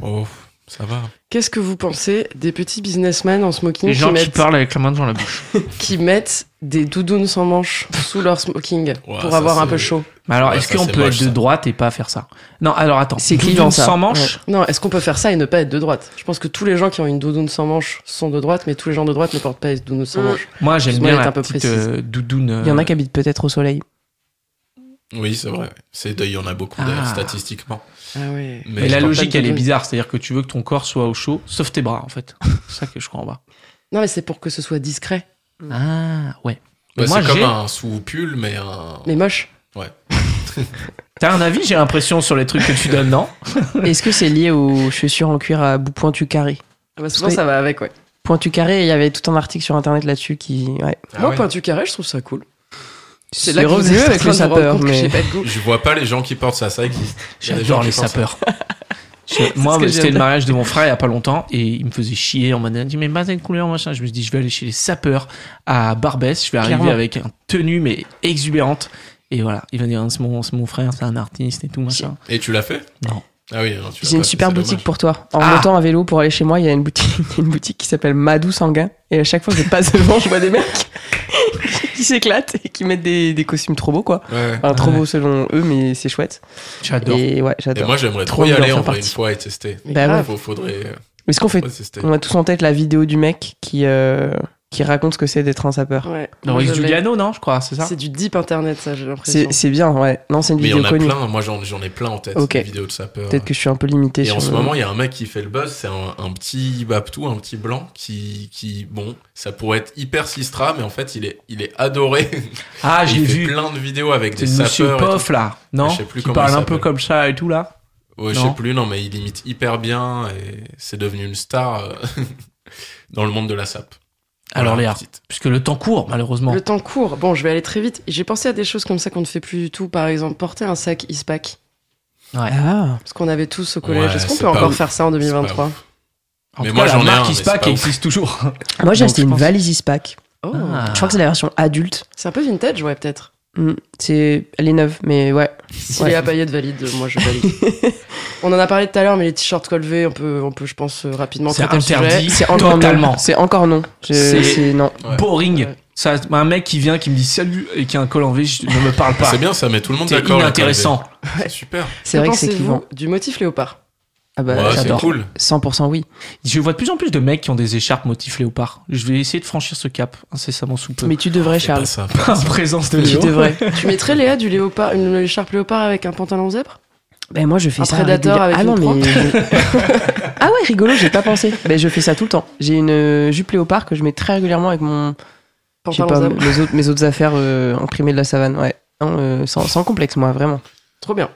B: Oh, ça va.
C: Qu'est-ce que vous pensez des petits businessmen en smoking
A: Les
C: qui
A: gens qui
C: mettent,
A: parlent avec la main devant la bouche.
C: qui mettent des doudounes sans manches sous leur smoking pour
B: ça,
C: avoir un peu
B: c'est-
C: chaud
A: Mais alors,
B: Ouais,
A: est-ce
B: ça,
A: qu'on
B: c'est
A: peut
B: moche,
A: être de
B: ça.
A: droite et pas faire ça Non, alors attends.
D: C'est
A: Doudoune
D: clivant, ça.
A: sans manche.
C: Non, est-ce qu'on peut faire ça et ne pas être de droite Je pense que tous les gens qui ont une doudoune sans manches sont de droite, mais tous les gens de droite ne portent pas une doudoune sans
D: Mm.
C: manches.
A: Moi, j'aime
C: Excuse-moi
A: bien
C: d'être
A: la
C: un peu
A: petite
C: précise.
A: euh, doudoune. euh,
D: Il y en a qui habitent peut-être au soleil.
B: Oui, c'est vrai. C'est il y en a beaucoup d'ailleurs,
A: Ah.
B: statistiquement.
C: Ah ouais.
A: Mais la
C: portent
A: logique,
C: pas
A: elle
C: de
A: est
C: doudoune.
A: bizarre. C'est-à-dire que tu veux que ton corps soit au chaud, sauf tes bras, en fait. C'est ça que je crois en bas.
C: Non, mais c'est pour que ce soit discret,
A: Ah, ouais.
B: Bah,
A: Moi,
B: c'est comme
A: j'ai-
B: un sous-pull, mais un.
C: mais moche.
A: T'as un avis, j'ai l'impression, sur les trucs que tu donnes, non
D: Est-ce que c'est lié aux chaussures en cuir à bout pointu carré
C: Ah bah, souvent,
D: Oui.
C: ça va avec, ouais.
D: Pointu carré, il y avait tout un article sur internet là-dessus qui. Ouais.
B: Ah
C: Moi,
B: ouais.
C: pointu carré, je trouve ça cool.
D: C'est
C: là que vous
D: revenu
C: êtes en
D: avec
C: train
D: le
C: de vous rendre
D: sapeur,
C: compte que
D: mais.
C: j'ai pas de goût.
B: Je vois pas les gens qui portent ça, ça existe. Il y a des gens
A: J'adore
B: qui
A: les
B: font ça.
A: sapeurs. Je- moi,
D: ce que
A: c'était
D: j'aime.
A: le mariage de mon frère il y a pas longtemps et il me faisait chier. On m'a dit, mais pas une couleur, machin. Je me suis dit, je vais aller chez les sapeurs à Barbès. Je vais arriver
D: Clairement.
A: avec un tenue, mais exubérante. Et voilà, il va dire, c'est mon, c'est mon frère, c'est un artiste et tout, machin.
B: Et tu l'as fait
A: Non.
B: Ah oui, non, tu l'as
D: J'ai une
B: pas fait,
D: super
B: c'est
D: boutique
B: dommage.
D: pour toi. En
A: Ah.
D: montant à vélo pour aller chez moi, il y a une boutique, il y a une boutique qui s'appelle Madou Sanguin. Et à chaque fois que je passe devant, je vois des mecs qui s'éclatent et qui mettent des, des costumes trop beaux, quoi.
B: Ouais, ouais.
D: Enfin, trop
A: Ouais.
D: beaux selon eux, mais c'est chouette.
A: J'adore.
D: Et ouais,
B: Et
D: j'adore.
B: moi, j'aimerais
D: Trop
B: trop y
D: envie d'en
B: aller en
D: faire
B: vrai une
D: partie.
B: fois et tester.
C: Mais
D: Bah
C: grave.
B: Faut- faudrait. euh,
D: Mais ce qu'on fait,
B: Ouais, c'est stylé.
D: on a tous en tête la vidéo du mec qui, euh, qui raconte ce que c'est d'être un sapeur.
C: Ouais. Moi,
A: Loris
C: je l'ai.
A: Giuliano, non, je crois, c'est ça
C: C'est du deep internet, ça, j'ai l'impression.
D: C'est c'est bien, ouais. Non, c'est une
B: Mais il y
D: vidéo
B: en a
D: connue.
B: plein. Moi, j'en j'en ai plein en tête.
D: Ok.
B: Des vidéos de sapeurs.
D: Peut-être que je suis un peu limité
B: Et
D: sur
B: en ce
D: le-
B: moment, il y a un mec qui fait le buzz, c'est un, un petit Babtou, un petit blanc, qui, qui, bon, ça pourrait être hyper Sistra, mais en fait, il est, il est adoré.
A: Ah,
B: Et
A: j'ai
B: il fait
A: vu.
B: plein de vidéos avec
A: C'est
B: des
A: le monsieur
B: sapeurs. et
A: Poff, là, non
B: Je sais plus
A: Qui
B: comment
A: parle
B: il
A: un peu
B: s'appelle.
A: comme ça et tout, là.
B: tout. Ouais, je
A: Non.
B: sais plus, non, mais il imite hyper bien et c'est devenu une star euh, dans le monde de la sap.
A: Alors,
B: Voilà,
A: Léa,
B: petite.
A: puisque le temps court, malheureusement.
C: Le temps court. Bon, je vais aller très vite. J'ai pensé à des choses comme ça qu'on ne fait plus du tout. Par exemple, porter un sac ISPAC.
D: Ah,
C: Parce qu'on avait tous au collège.
B: Ouais,
C: Est-ce qu'on
B: c'est
C: peut
B: pas
C: encore
B: ouf.
C: faire ça en
B: C'est pas
C: 2023
B: ouf.
A: En
B: Mais
A: tout
B: moi,
A: cas, la
B: j'en ai
A: marque
B: un, mais
A: Ispac
B: c'est pas ouf.
A: existe toujours.
D: moi j'ai
A: Donc,
D: acheté
A: je
D: une
A: pense-
D: valise Ispac.
C: Oh.
A: Ah.
D: Je crois que c'est la version adulte.
C: C'est un peu vintage, ouais, peut-être.
D: Hmm, C'est, elle est neuve, mais ouais.
C: Si
D: Ouais.
C: les paillettes valident, moi je valide. on en a parlé tout à l'heure, mais les t-shirts colvés, on peut, on peut, je pense, euh, rapidement
A: C'est
C: traiter le sujet.
A: interdit.
D: C'est encore
A: Totalement.
D: non. C'est encore non. Je-
A: C'est-
D: C'est non.
B: Ouais.
A: Boring.
C: Ouais.
A: Ça, un mec qui vient, qui me dit salut et qui a un col en V, je- ne me parle pas.
B: Ah, C'est bien, ça met tout le monde
A: C'est
B: d'accord. là, quand
A: inintéressant.
B: il est- C'est super.
D: C'est vrai que c'est
C: pensez-vous
D: clivant.
C: Du motif léopard.
D: Ah bah
B: Ouais, c'est
D: j'adore.
B: cool.
D: 100% oui.
A: Je vois de plus en plus de mecs qui ont des écharpes motifs léopard. Je vais essayer de franchir ce cap incessamment sous peu.
D: Mais tu devrais,
B: C'est pas bah,
D: Charles.
B: ça.
A: en présence de
D: Tu
A: Léo.
D: devrais.
C: tu mettrais Léa du léopard, une écharpe léopard avec un pantalon zèbre
D: Ben moi je fais
C: Un
D: ça.
C: prédateur
D: régulier-
C: avec
D: ah
C: une
D: non mais. ah ouais rigolo, j'ai pas pensé. Ben je fais ça tout le temps. J'ai une euh, jupe léopard que je mets très régulièrement avec mon. Je sais
C: Pantalon
D: pas
C: zèbre.
D: mes autres mes autres affaires euh, imprimées de la savane. Ouais. Non, euh, sans, sans complexe moi vraiment.
C: Trop bien.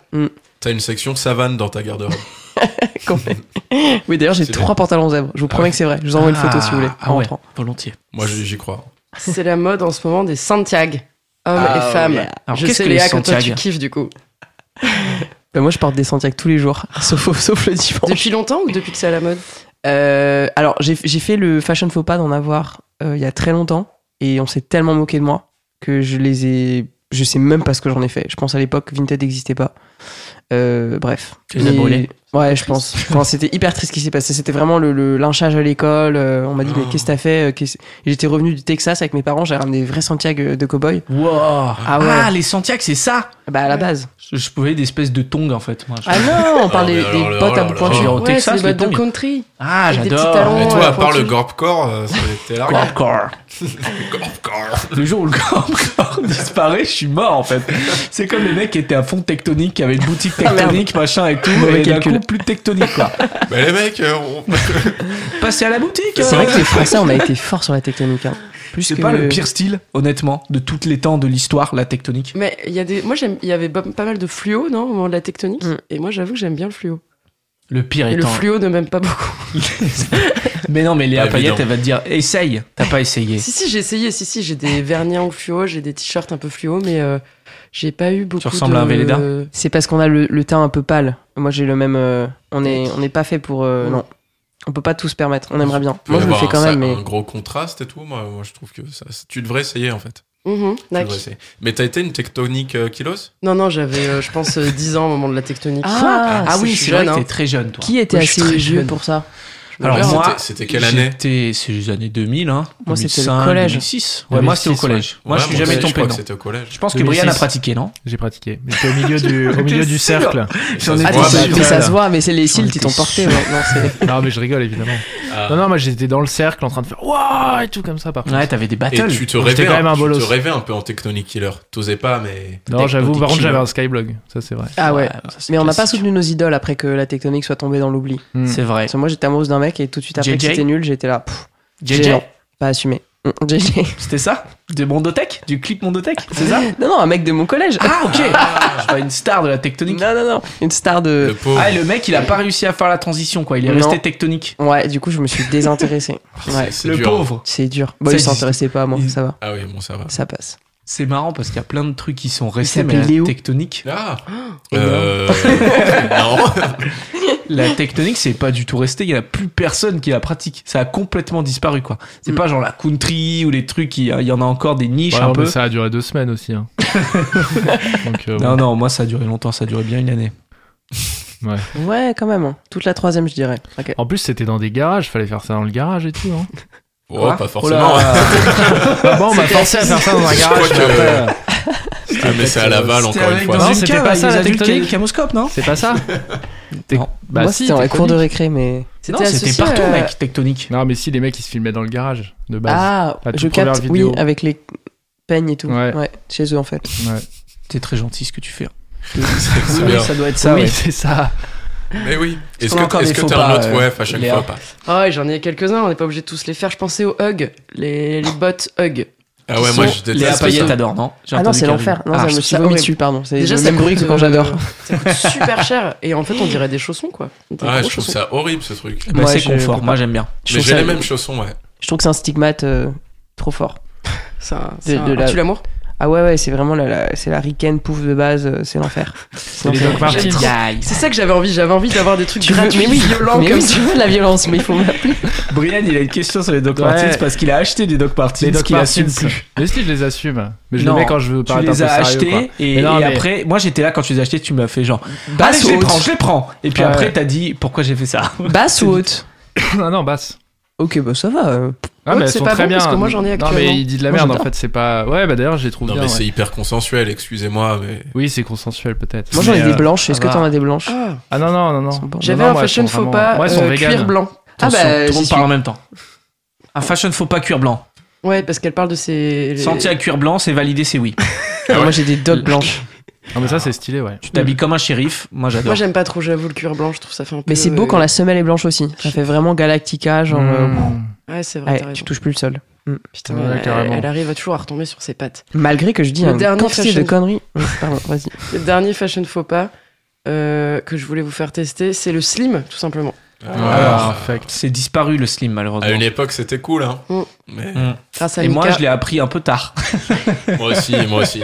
B: T'as une section savane dans ta garde-robe.
D: Oui d'ailleurs j'ai
B: C'est
D: trois pantalons zèbres. Je vous promets
B: ouais.
D: que c'est vrai. Je vous envoie une photo si vous voulez.
A: Ah
D: en
A: ouais,
D: rentrant.
A: volontiers.
B: Moi, j'y j'y crois.
C: C'est la mode en ce moment des Santiago, hommes
D: Ah,
C: et femmes.
D: yeah.
A: Alors,
C: je
A: qu'est-ce
C: sais
A: que les
C: Léa que toi tu
A: Santiago
C: kiffes du coup.
D: Ben, moi je porte des Santiago tous les jours, sauf sauf le dimanche.
C: Depuis longtemps ou depuis que c'est à la mode
D: Euh, alors, j'ai j'ai fait le fashion faux pas d'en avoir euh, il y a très longtemps et on s'est tellement moqué de moi que je les ai. Je sais même pas ce que j'en ai fait. Je pense à l'époque, Vinted n'existait pas. Euh, bref.
A: Tu les as
D: Mais-
A: brûlés
D: Ouais, je pense. Enfin, c'était hyper triste ce qui s'est passé. C'était vraiment le, le lynchage à l'école. Euh, on m'a dit, mais
B: Oh.
D: qu'est-ce que t'as fait Qu'est-ce- J'étais revenu du Texas avec mes parents. J'ai ramené des vrais Santiago de cow-boy.
A: Wow. Ah,
D: ouais.
A: les Santiago, c'est ça
D: Bah, à la base.
A: je, je pouvais des espèces de tongs en fait. Moi, je-
D: Ah non, on parle
B: mais
D: des,
B: alors,
D: des
B: là,
D: bottes à
B: oh
D: bout
B: là
D: pointu.
B: là.
A: Genre au
C: Ouais,
A: Texas,
C: c'est des
A: les
C: bottes
A: tongs.
C: de country.
A: Ah,
C: Avec des
A: j'adore.
C: petits
D: Oh,
C: talons.
B: Mais
C: Ouais,
B: toi, à part
C: pointu.
B: le gorpcore, euh, ça- t'es largué.
A: Gorpcore.
B: Gorpcore.
A: Le jour où le corps disparaît, je suis mort en fait. C'est comme les mecs qui étaient à fond tectonique, qui avaient une boutique tectonique, machin et tout,
D: Ah, Mauvais
A: et d'un
D: calcul.
A: coup plus de tectonique quoi.
B: Bah les mecs, euh, on-
A: Passer à la boutique.
D: C'est
A: euh.
D: vrai que les Français, on a été fort sur la tectonique. hein. Plus
A: C'est
D: que-
A: pas le pire style, honnêtement, de toutes les temps de l'histoire, la tectonique.
C: Mais il y a des, moi j'aime, il y avait bo- pas mal de fluo, non, au moment de la tectonique.
D: Mm.
C: Et moi j'avoue que j'aime bien le fluo.
A: Le pire
C: Et le
A: étant.
C: fluo ne m'aime pas beaucoup.
A: mais non, mais Léa
B: Pas
A: Payette,
B: évident.
A: elle va te dire essaye. T'as pas essayé.
C: si si, j'ai essayé. Si si, j'ai des vernis en fluo, j'ai des t-shirts un peu fluo, mais euh, j'ai pas eu beaucoup.
A: ressembles
C: de...
A: à un Velleda
D: C'est parce qu'on a le, le teint un peu pâle. Moi, j'ai le même. euh, on est, on n'est pas fait pour. euh,
C: Ouais.
D: Non, on peut pas tout se permettre. On aimerait bien.
B: peut
D: Moi,
B: y
D: je le
B: avoir
D: fais quand
B: un,
D: même, mais
B: un gros contraste et tout. Moi, moi, je trouve que ça, tu devrais essayer en fait.
C: Mhm,
B: Tu
C: nac.
B: devrais essayer. Mais t'as été une tectonique euh, kilos
C: Non non, j'avais, euh, je pense, euh, 10 ans au moment de la tectonique.
D: Ah,
A: Ah,
C: c'est-
A: oui,
C: je suis
A: c'est vrai
C: jeune,
A: que
C: hein.
A: t'es très jeune, toi.
D: qui était
A: Moi, je suis
D: assez
A: très
D: vieux
A: jeune.
D: pour ça
C: Je me
A: Alors
B: Ouais,
C: perds.
A: moi,
B: c'était- c'était quelle année
A: C'était c'est les années 2000, hein.
D: Moi, c'était le
A: 2005,
D: collège.
A: 2006. Ouais, moi, c'était au
F: 2006,
A: collège. Moi,
B: Ouais,
A: je suis
B: moi
A: jamais
B: aussi,
A: tombé
B: crois que
A: dedans.
B: C'était au collège.
A: Je pense que Brian a
E: 2006.
A: pratiqué, non
E: J'ai pratiqué. J'étais au milieu du, au milieu
A: T'es
E: du
A: sûr
E: cercle.
A: J'en étais
B: Ça se
D: Ah,
A: Ouais,
B: voit,
D: ça,
A: bah,
D: ça
A: voilà.
D: se voit, mais c'est les cils
A: J'en
D: qui t'ont
A: étais
D: porté.
A: sûr.
D: ouais. Non, c'est-
E: Non, mais je rigole évidemment.
B: Ah.
E: Non, non, moi j'étais dans le cercle en train de faire waouh et tout comme ça par contre.
A: Ouais, t'avais des
B: Et
A: battles.
B: tu te
E: Donc,
B: rêvais,
E: j'étais quand même un
B: tu
E: bolos.
B: te rêvais un peu en tectonique killer. T'osais pas, mais
E: Non, j'avoue, par contre
A: Killer.
E: j'avais un skyblog, ça c'est vrai.
D: Ah ouais.
A: ça, c'est
D: Mais on n'a pas
A: classique.
D: soutenu nos idoles après que la tectonique soit tombée dans l'oubli.
E: Hmm.
A: C'est vrai.
D: Parce que moi, j'étais amoureuse d'un mec et tout de suite après
A: JJ?
D: que c'était nul, j'étais là. pff,
A: JJ,
D: gênant. Pas assumé. Mm, JJ.
A: c'était ça Du Mondotech Du clip Mondotech C'est ça
D: Non, non, un mec de mon collège. Ah,
A: Ah, ok Je vois une star de la tectonique.
D: Non, non, non. Une star
B: le
D: de.
B: pauvre.
A: Ah, et le mec, il a pas réussi à faire la transition, quoi. Il est
D: Non.
A: resté tectonique.
D: Ouais, du coup, je me suis désintéressée. Ouais,
B: C'est
A: Le
B: dur.
A: pauvre.
D: c'est dur. Bon,
A: Ça
D: il
A: existe.
D: s'intéressait pas à moi,
A: Il-
D: ça va.
B: Ah oui, bon, ça va.
D: Ça passe.
A: C'est marrant parce qu'il y a plein de trucs qui sont restés, mais la
D: s'appelle Léo.
A: tectonique,
B: Ah euh... Non
A: la tectonique, c'est pas du tout resté. Il y a plus personne qui la pratique. Ça a complètement disparu, quoi. C'est
D: Mm.
A: pas genre la country ou les trucs. Il y a- il y en a encore des niches
E: Ouais,
A: un
E: non,
A: peu.
E: mais ça a duré deux semaines aussi. hein. Donc, euh,
A: Non, non, moi ça a duré longtemps, ça a duré bien une année.
D: Ouais, quand même. hein. Toute la troisième, je dirais. Ok.
E: En plus, c'était dans des garages, fallait faire ça dans le garage et tout. Hein.
B: Oh,
A: Quoi
B: pas
A: Oh là
B: forcément.
A: là.
E: Ah bon, on m'a forcé à faire ça dans un
B: Je
E: garage.
B: crois que-
E: mais après, euh,
B: Ah, mais c'est à Laval,
A: C'était
B: encore une
A: avec
B: fois.
A: dans
E: Non,
A: une
E: c'était
A: cave
E: pas
A: avec
E: ça,
A: des
E: la
A: adultes qui avaient
E: tectonique.
A: le camoscope, non
E: C'est pas ça
A: Non.
E: Bah
D: moi,
E: si,
D: c'était en
E: t'es
D: cours de
E: connu.
D: récré, mais
A: Non,
C: associé
A: c'était partout,
C: à-
A: mec, tectonique.
E: Non, mais si, les mecs, ils se filmaient dans le garage, de base.
D: Ah,
E: la toute
D: je capte,
E: première vidéo.
D: oui, avec les peignes et tout.
E: Ouais.
D: ouais, chez eux en fait.
E: Ouais.
A: T'es très gentil ce que tu fais. hein.
B: C'est
A: Oui,
B: bien.
A: ça doit être ça,
E: oui,
A: ouais.
E: c'est ça.
B: Mais oui. Est-ce
A: qu'on a
B: que
A: encore
B: est-ce
A: des
B: que
A: faux
B: t'as
A: pas,
B: un autre
A: euh,
B: ouais à chaque
A: Léa
B: fois ou pas
C: Ah ouais, j'en ai quelques-uns, on n'est pas obligé de tous les faire. Je pensais aux Hug, les, les bots Hug.
B: Ah ouais, moi
A: Sont-
B: je
A: Léa
B: déteste.
A: Payet
B: ça.
A: adore, non J'ai
D: Ah non,
A: entendu
D: c'est
A: qu'elle-
D: l'enfer. Non,
A: Ah,
D: ça
A: je
D: me
A: trouve
D: suis vomi
C: horrible.
D: dessus, pardon. C'est
C: Déjà,
D: le
C: ça
D: même bruit que
C: coûte,
D: quand
C: euh,
D: j'adore.
C: Ça coûte super cher et en fait, on dirait des chaussons quoi. Des
B: Ah,
C: gros
B: je trouve
C: chaussons.
B: ça horrible ce truc.
A: Bah,
D: Ouais,
A: c'est
D: je-
A: confort, moi j'aime bien.
D: Je
B: Mais
D: trouve
B: j'ai
D: ça-
B: les mêmes chaussons, ouais.
D: Je trouve que c'est un stigmate euh, trop fort.
C: C'est un, c'est
D: De-
C: un-
D: de la-
C: tu l'amour
D: Ah ouais, ouais, c'est vraiment la, la- c'est la ricaine pouf de base, euh, c'est l'enfer. C'est
E: les
D: l'enfer.
E: Doc Martens.
D: J'aime trop.
C: C'est ça que j'avais envie, j'avais envie d'avoir des trucs
D: Tu veux-
C: gratuits,
D: mais oui,
C: violents
D: mais
C: comme
D: oui, tu veux de la violence, mais il faut m'appeler.
A: Brian, il a une question sur les Doc
E: Ouais.
A: Martens parce qu'il a acheté des Doc Martens
E: Les Doc
A: qu'il assume
E: Martens.
A: plus.
E: Mais si, je les assume. Mais je
A: Non,
E: les mets quand je veux
A: Tu
E: paraître un
A: les
E: peu
A: as
E: sérieux, quoi.
A: achetés et,
E: Mais non,
A: et
E: mais-
A: après, moi j'étais là quand tu les as achetés, tu m'as fait genre
D: Basse
A: Allez, je
D: ou
A: les
D: haute
A: prends, je les prends. Et puis
E: Ouais.
A: après, t'as dit pourquoi j'ai fait ça.
D: Basse ou haute
E: Ah non, basse.
D: Ok, bah ça va. euh,
E: Ah,
C: Ouais,
E: mais elles
C: c'est
E: sont
C: pas
E: très
C: bon,
E: bien.
C: parce que moi, j'en ai
E: Non,
C: actuellement.
E: mais il dit de la
D: Moi,
E: merde en
D: j'adore.
E: fait, c'est pas. Ouais, bah d'ailleurs, je les trouve
B: Non,
E: bien.
B: mais
E: ouais.
B: c'est hyper consensuel, excusez-moi, mais.
E: Oui, c'est consensuel peut-être.
D: Moi j'en ai
E: Mais,
D: des
E: euh,
D: blanches, est-ce que
A: va.
D: t'en as des blanches
C: Ah,
E: Ah non, non, non, non.
D: sont bons.
E: Non,
C: j'avais
E: non,
C: un
E: moi, elles
C: fashion
E: sont
C: faux
E: vraiment-
C: pas
E: Moi, elles sont
C: euh,
E: véganes.
C: cuir blanc.
D: Ah
A: Attention,
D: bah,
A: tout le
D: j'y
A: monde
D: suis.
A: parle en même temps. Un fashion faux pas cuir blanc.
C: Ouais, parce qu'elle parle de ses.
A: Senti à cuir blanc, c'est validé, c'est oui.
D: Non, Ah, Moi j'ai des docs blanches.
E: Ah, mais ça, c'est stylé, ouais.
A: Tu t'habilles comme un shérif, moi
C: Moi,
A: j'adore.
C: j'aime pas trop, j'avoue, le cuir blanc, je trouve ça fait un peu.
D: Mais c'est beau
C: euh,
D: quand la semelle est blanche aussi. Ça fait vraiment Galactica, genre. euh,
E: Mmh.
C: Ouais, c'est vrai, t'as
D: Ouais,
C: raison.
D: tu touches plus le sol.
C: Putain,
E: Ouais,
C: elle- elle,
E: carrément.
C: arrive à toujours à retomber sur ses pattes.
D: Malgré que je dis
C: Le
D: un
C: dernier
D: quantité de
C: fashion-
D: conneries. Ouais, Pardon, vas-y.
C: Le dernier fashion faux pas euh, que je voulais vous faire tester, c'est le slim, tout simplement.
E: Ah,
B: Ah,
E: fuck.
A: C'est disparu le slim,
B: À
A: malheureusement.
B: une époque, c'était cool, hein.
C: Mm.
B: Mais
C: Grâce à
A: Et moi,
C: Mika.
A: je l'ai appris un peu tard.
B: moi aussi, moi aussi.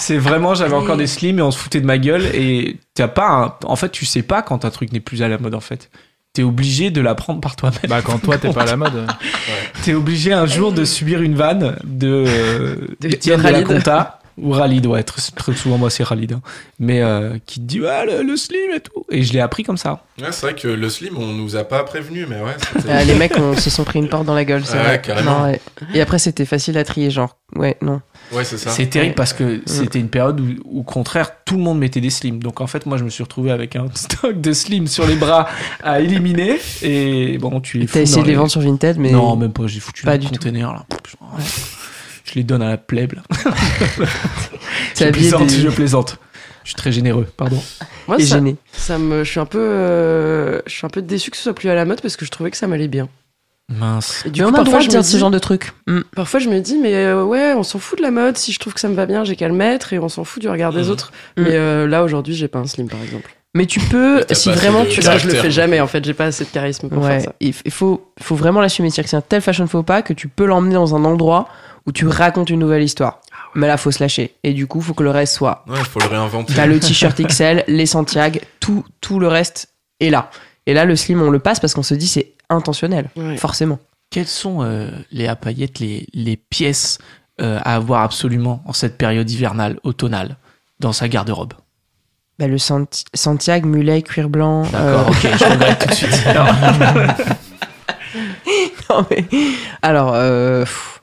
A: C'est vraiment, j'avais encore des slims et on se foutait de ma gueule. Et t'as pas un- En fait, tu sais pas quand un truc n'est plus à la mode, en fait. T'es obligé de l'apprendre par toi-même.
E: Bah, quand toi, t'es pas à la mode.
A: T'es obligé un jour de subir une vanne de euh,
C: De-
A: Étienne
C: de
A: de la
C: Ralid.
A: Conta ou Ralid, ouais, très, très souvent moi c'est Ralid, hein. mais euh, qui te dit ah le, le slim et tout, et je l'ai appris comme ça.
B: Ouais, c'est vrai que le slim, on nous a pas prévenu, mais ouais. c'était-
D: Ah, les mecs on, se sont pris une porte dans la gueule, c'est
B: Ouais,
D: vrai.
B: carrément.
D: Non, ouais. Et après c'était facile à trier, genre. Ouais, non.
B: Ouais, c'est ça.
A: C'est terrible parce que c'était une période où, où, au contraire, tout le monde mettait des slims. Donc en fait, moi, je me suis retrouvé avec un stock de slims sur les bras à éliminer. Et bon, tu les fous
D: T'as essayé
A: dans
D: de les vendre sur Vinted, mais.
A: Non, même pas, j'ai foutu
D: Pas
A: le
D: du tout.
A: container là. Je les donne à la plèbe là.
D: t'es
A: Je
D: habillé
A: plaisante,
D: des-
A: je plaisante. Je suis très généreux, pardon.
C: Moi,
D: et
C: ça,
D: gêné.
C: ça me, je suis un peu, euh, je suis un peu déçu que ce soit plus à la mode parce que je trouvais que ça m'allait bien.
A: Mince.
C: Et du
D: Mais
C: coup,
D: on a le
C: parfois,
D: droit
C: je
D: de
C: me
D: dire ce
C: dis-
D: genre de truc. Mm.
C: Parfois, je me dis, mais euh, ouais, on s'en fout de la mode. Si je trouve que ça me va bien, j'ai qu'à le mettre et on s'en fout du regard des
B: Mhm.
C: autres.
D: Mhm.
C: Mais euh, là, aujourd'hui, j'ai pas un slim, par exemple.
D: Mais tu peux,
B: Mais t'as
D: si
B: pas assez
D: vraiment
B: de
D: tu
C: Parce que je le
B: caractère.
C: fais jamais, en fait. J'ai pas assez de charisme pour
D: Ouais,
C: faire ça.
D: il f- il faut, faut vraiment l'assumer. C'est-à-dire que c'est un tel fashion faux pas que tu peux l'emmener dans un endroit où tu racontes une nouvelle histoire.
C: Ah
D: Mais là, faut se lâcher. Et du coup, faut que le reste soit.
B: Ouais, faut le réinventer.
A: Bah,
D: T'as le t-shirt XL, les Santiago, tout, tout le reste est là. Et là, le slim, on le passe parce qu'on se dit c'est intentionnel,
C: Ouais.
D: forcément.
A: Quelles sont, euh, Léa Payette, les, les pièces euh, à avoir absolument en cette période hivernale, automnale, dans sa garde-robe
D: Bah, le Sant- Santiago, mulet, cuir blanc.
A: D'accord, ok, je regrette tout de suite.
D: euh, non, mais- Alors, euh, pff.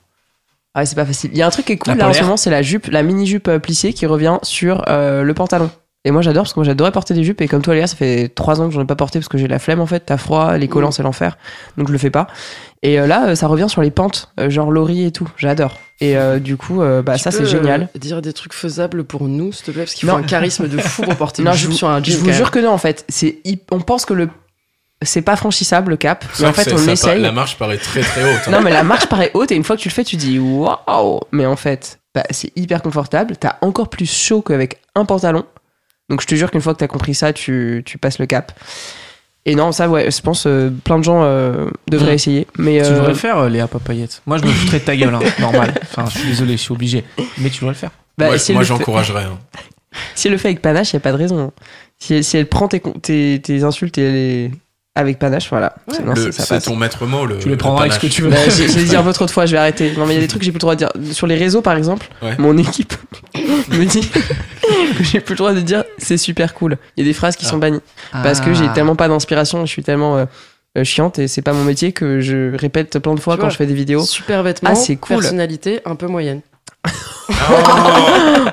D: Ah ouais, c'est pas facile. Il y a un truc qui est cool
A: La
D: là en ce
A: polaire.
D: moment, c'est la jupe, la mini jupe plissée qui revient sur euh, le pantalon. Et moi j'adore parce que moi j'adorais porter des jupes et comme toi Léa ça fait trois ans que j'en ai pas porté parce que j'ai la flemme en fait, t'as froid, les collants
C: Mm.
D: c'est l'enfer, donc je le fais pas. Et euh, là euh, ça revient sur les pentes, euh, genre Laurie et tout, j'adore. Et euh, du coup euh, bah
C: Tu
D: ça
C: peux,
D: c'est
C: euh,
D: génial.
C: dire des trucs faisables pour nous, s'il te plaît, parce qu'il faut
D: Non.
C: un charisme de fou pour porter
D: Non,
C: une
D: je
C: jupe
D: vous-
C: sur un jean.
D: Je vous
C: quand
D: jure que non, en fait. C'est hip- On pense que le. C'est pas franchissable le cap, mais
B: Sauf
D: en fait
B: que
D: on
B: ça par-
D: essaye.
B: La marche paraît très très haute. hein.
D: Non, mais la marche paraît haute et une fois que tu le fais, tu dis waouh! Mais en fait, bah, c'est hyper confortable. T'as encore plus chaud qu'avec un pantalon. Donc je te jure qu'une fois que t'as compris ça, tu, tu passes le cap. Et non, ça, ouais, je pense euh, plein de gens euh, devraient
A: Mmh.
D: essayer. Mais
A: Tu
D: euh,
A: devrais le faire, euh, Léa Papayette. Moi, je me foutrais de ta gueule, hein, normal. Enfin, je suis désolé, je suis obligé. Mais tu devrais le faire.
D: bah,
B: moi,
D: si,
B: je-
D: elle
B: moi
D: le fait,
B: j'encouragerais. hein.
D: si elle le fait avec panache, y a pas de raison. Si, elle- si elle prend tes, con- tes, tes insultes et les... avec panache, voilà. C'est- non,
B: Le-
D: c'est- ça
B: C'est
D: passe.
B: ton maître mot. Le,
A: Tu les prendras avec ce que
B: panache.
A: tu veux.
D: Bah, j'ai- j'allais dire votre autre fois, je vais arrêter. Non, mais il y a des trucs que j'ai plus le droit de dire. Sur les réseaux, par exemple,
B: Ouais.
D: mon équipe me dit que j'ai plus le droit de dire c'est super cool. Il y a des phrases qui
B: Ah.
D: sont bannies parce que
A: Ah.
C: Ah.
D: j'ai tellement pas d'inspiration, je suis tellement euh, euh, chiante et c'est pas mon métier que je répète plein de fois
C: Tu
D: quand
C: vois.
D: je fais des
C: même.
D: vidéos.
C: Super vêtements,
D: Ah, c'est cool.
C: personnalité un peu moyenne.
B: Oh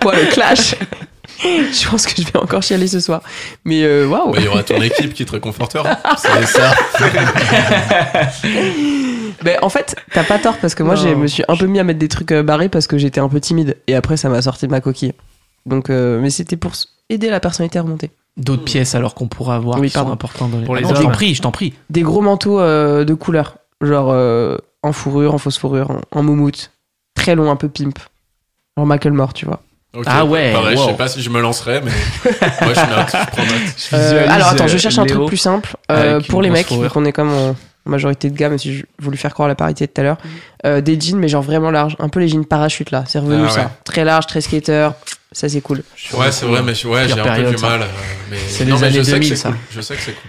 D: Ouais, le clash je pense que je vais encore chialer ce soir. Mais euh, waouh
B: Bah, Il y aura ton équipe qui te réconfortera. C'est ça.
D: Ben, en fait, t'as pas tort parce que moi,
C: Non.
D: je me suis un peu mis à mettre des trucs euh, barrés parce que j'étais un peu timide. Et après, ça m'a sorti de ma coquille. Donc, euh, mais c'était pour s- aider la personnalité à remonter.
A: D'autres pièces alors qu'on pourra voir
D: Oui,
A: qui sont
D: pardon.
A: importantes dans les.
E: Pour les
A: Ah non, je t'en
E: hommes.
A: prie, je t'en prie.
D: Des gros manteaux euh, de couleur, genre euh, en fourrure, en fausse fourrure, en, en moumoute, très long, un peu pimp, en Macklemore, tu vois.
B: Ok.
A: Ah ouais,
B: Pareil,
A: wow.
B: Je sais pas si je me lancerai, mais moi je note, je prends note.
E: Je
D: Euh,
E: visualise,
D: alors attends, je
E: euh,
D: cherche un truc
E: Léo.
D: plus simple euh,
E: avec une
D: pour les
E: grosse
D: mecs,
E: fourrure.
D: donc on est comme en majorité de gars, mais si j'ai voulu faire croire à la parité de tout à l'heure.
E: Mm-hmm.
D: Euh, des jeans, mais genre vraiment larges, un peu les jeans parachute là, c'est revenu
B: Ah ouais.
D: ça. Très large, très skater, ça c'est cool.
B: Ouais, c'est vrai, mais je- ouais,
A: Pire
B: j'ai un peu
A: période,
B: du
A: ça.
B: mal. euh, mais...
A: C'est
B: non,
A: les
B: mais
A: années
B: je sais que
A: 2000,
B: c'est
A: ça.
B: cool. Je sais que c'est cool.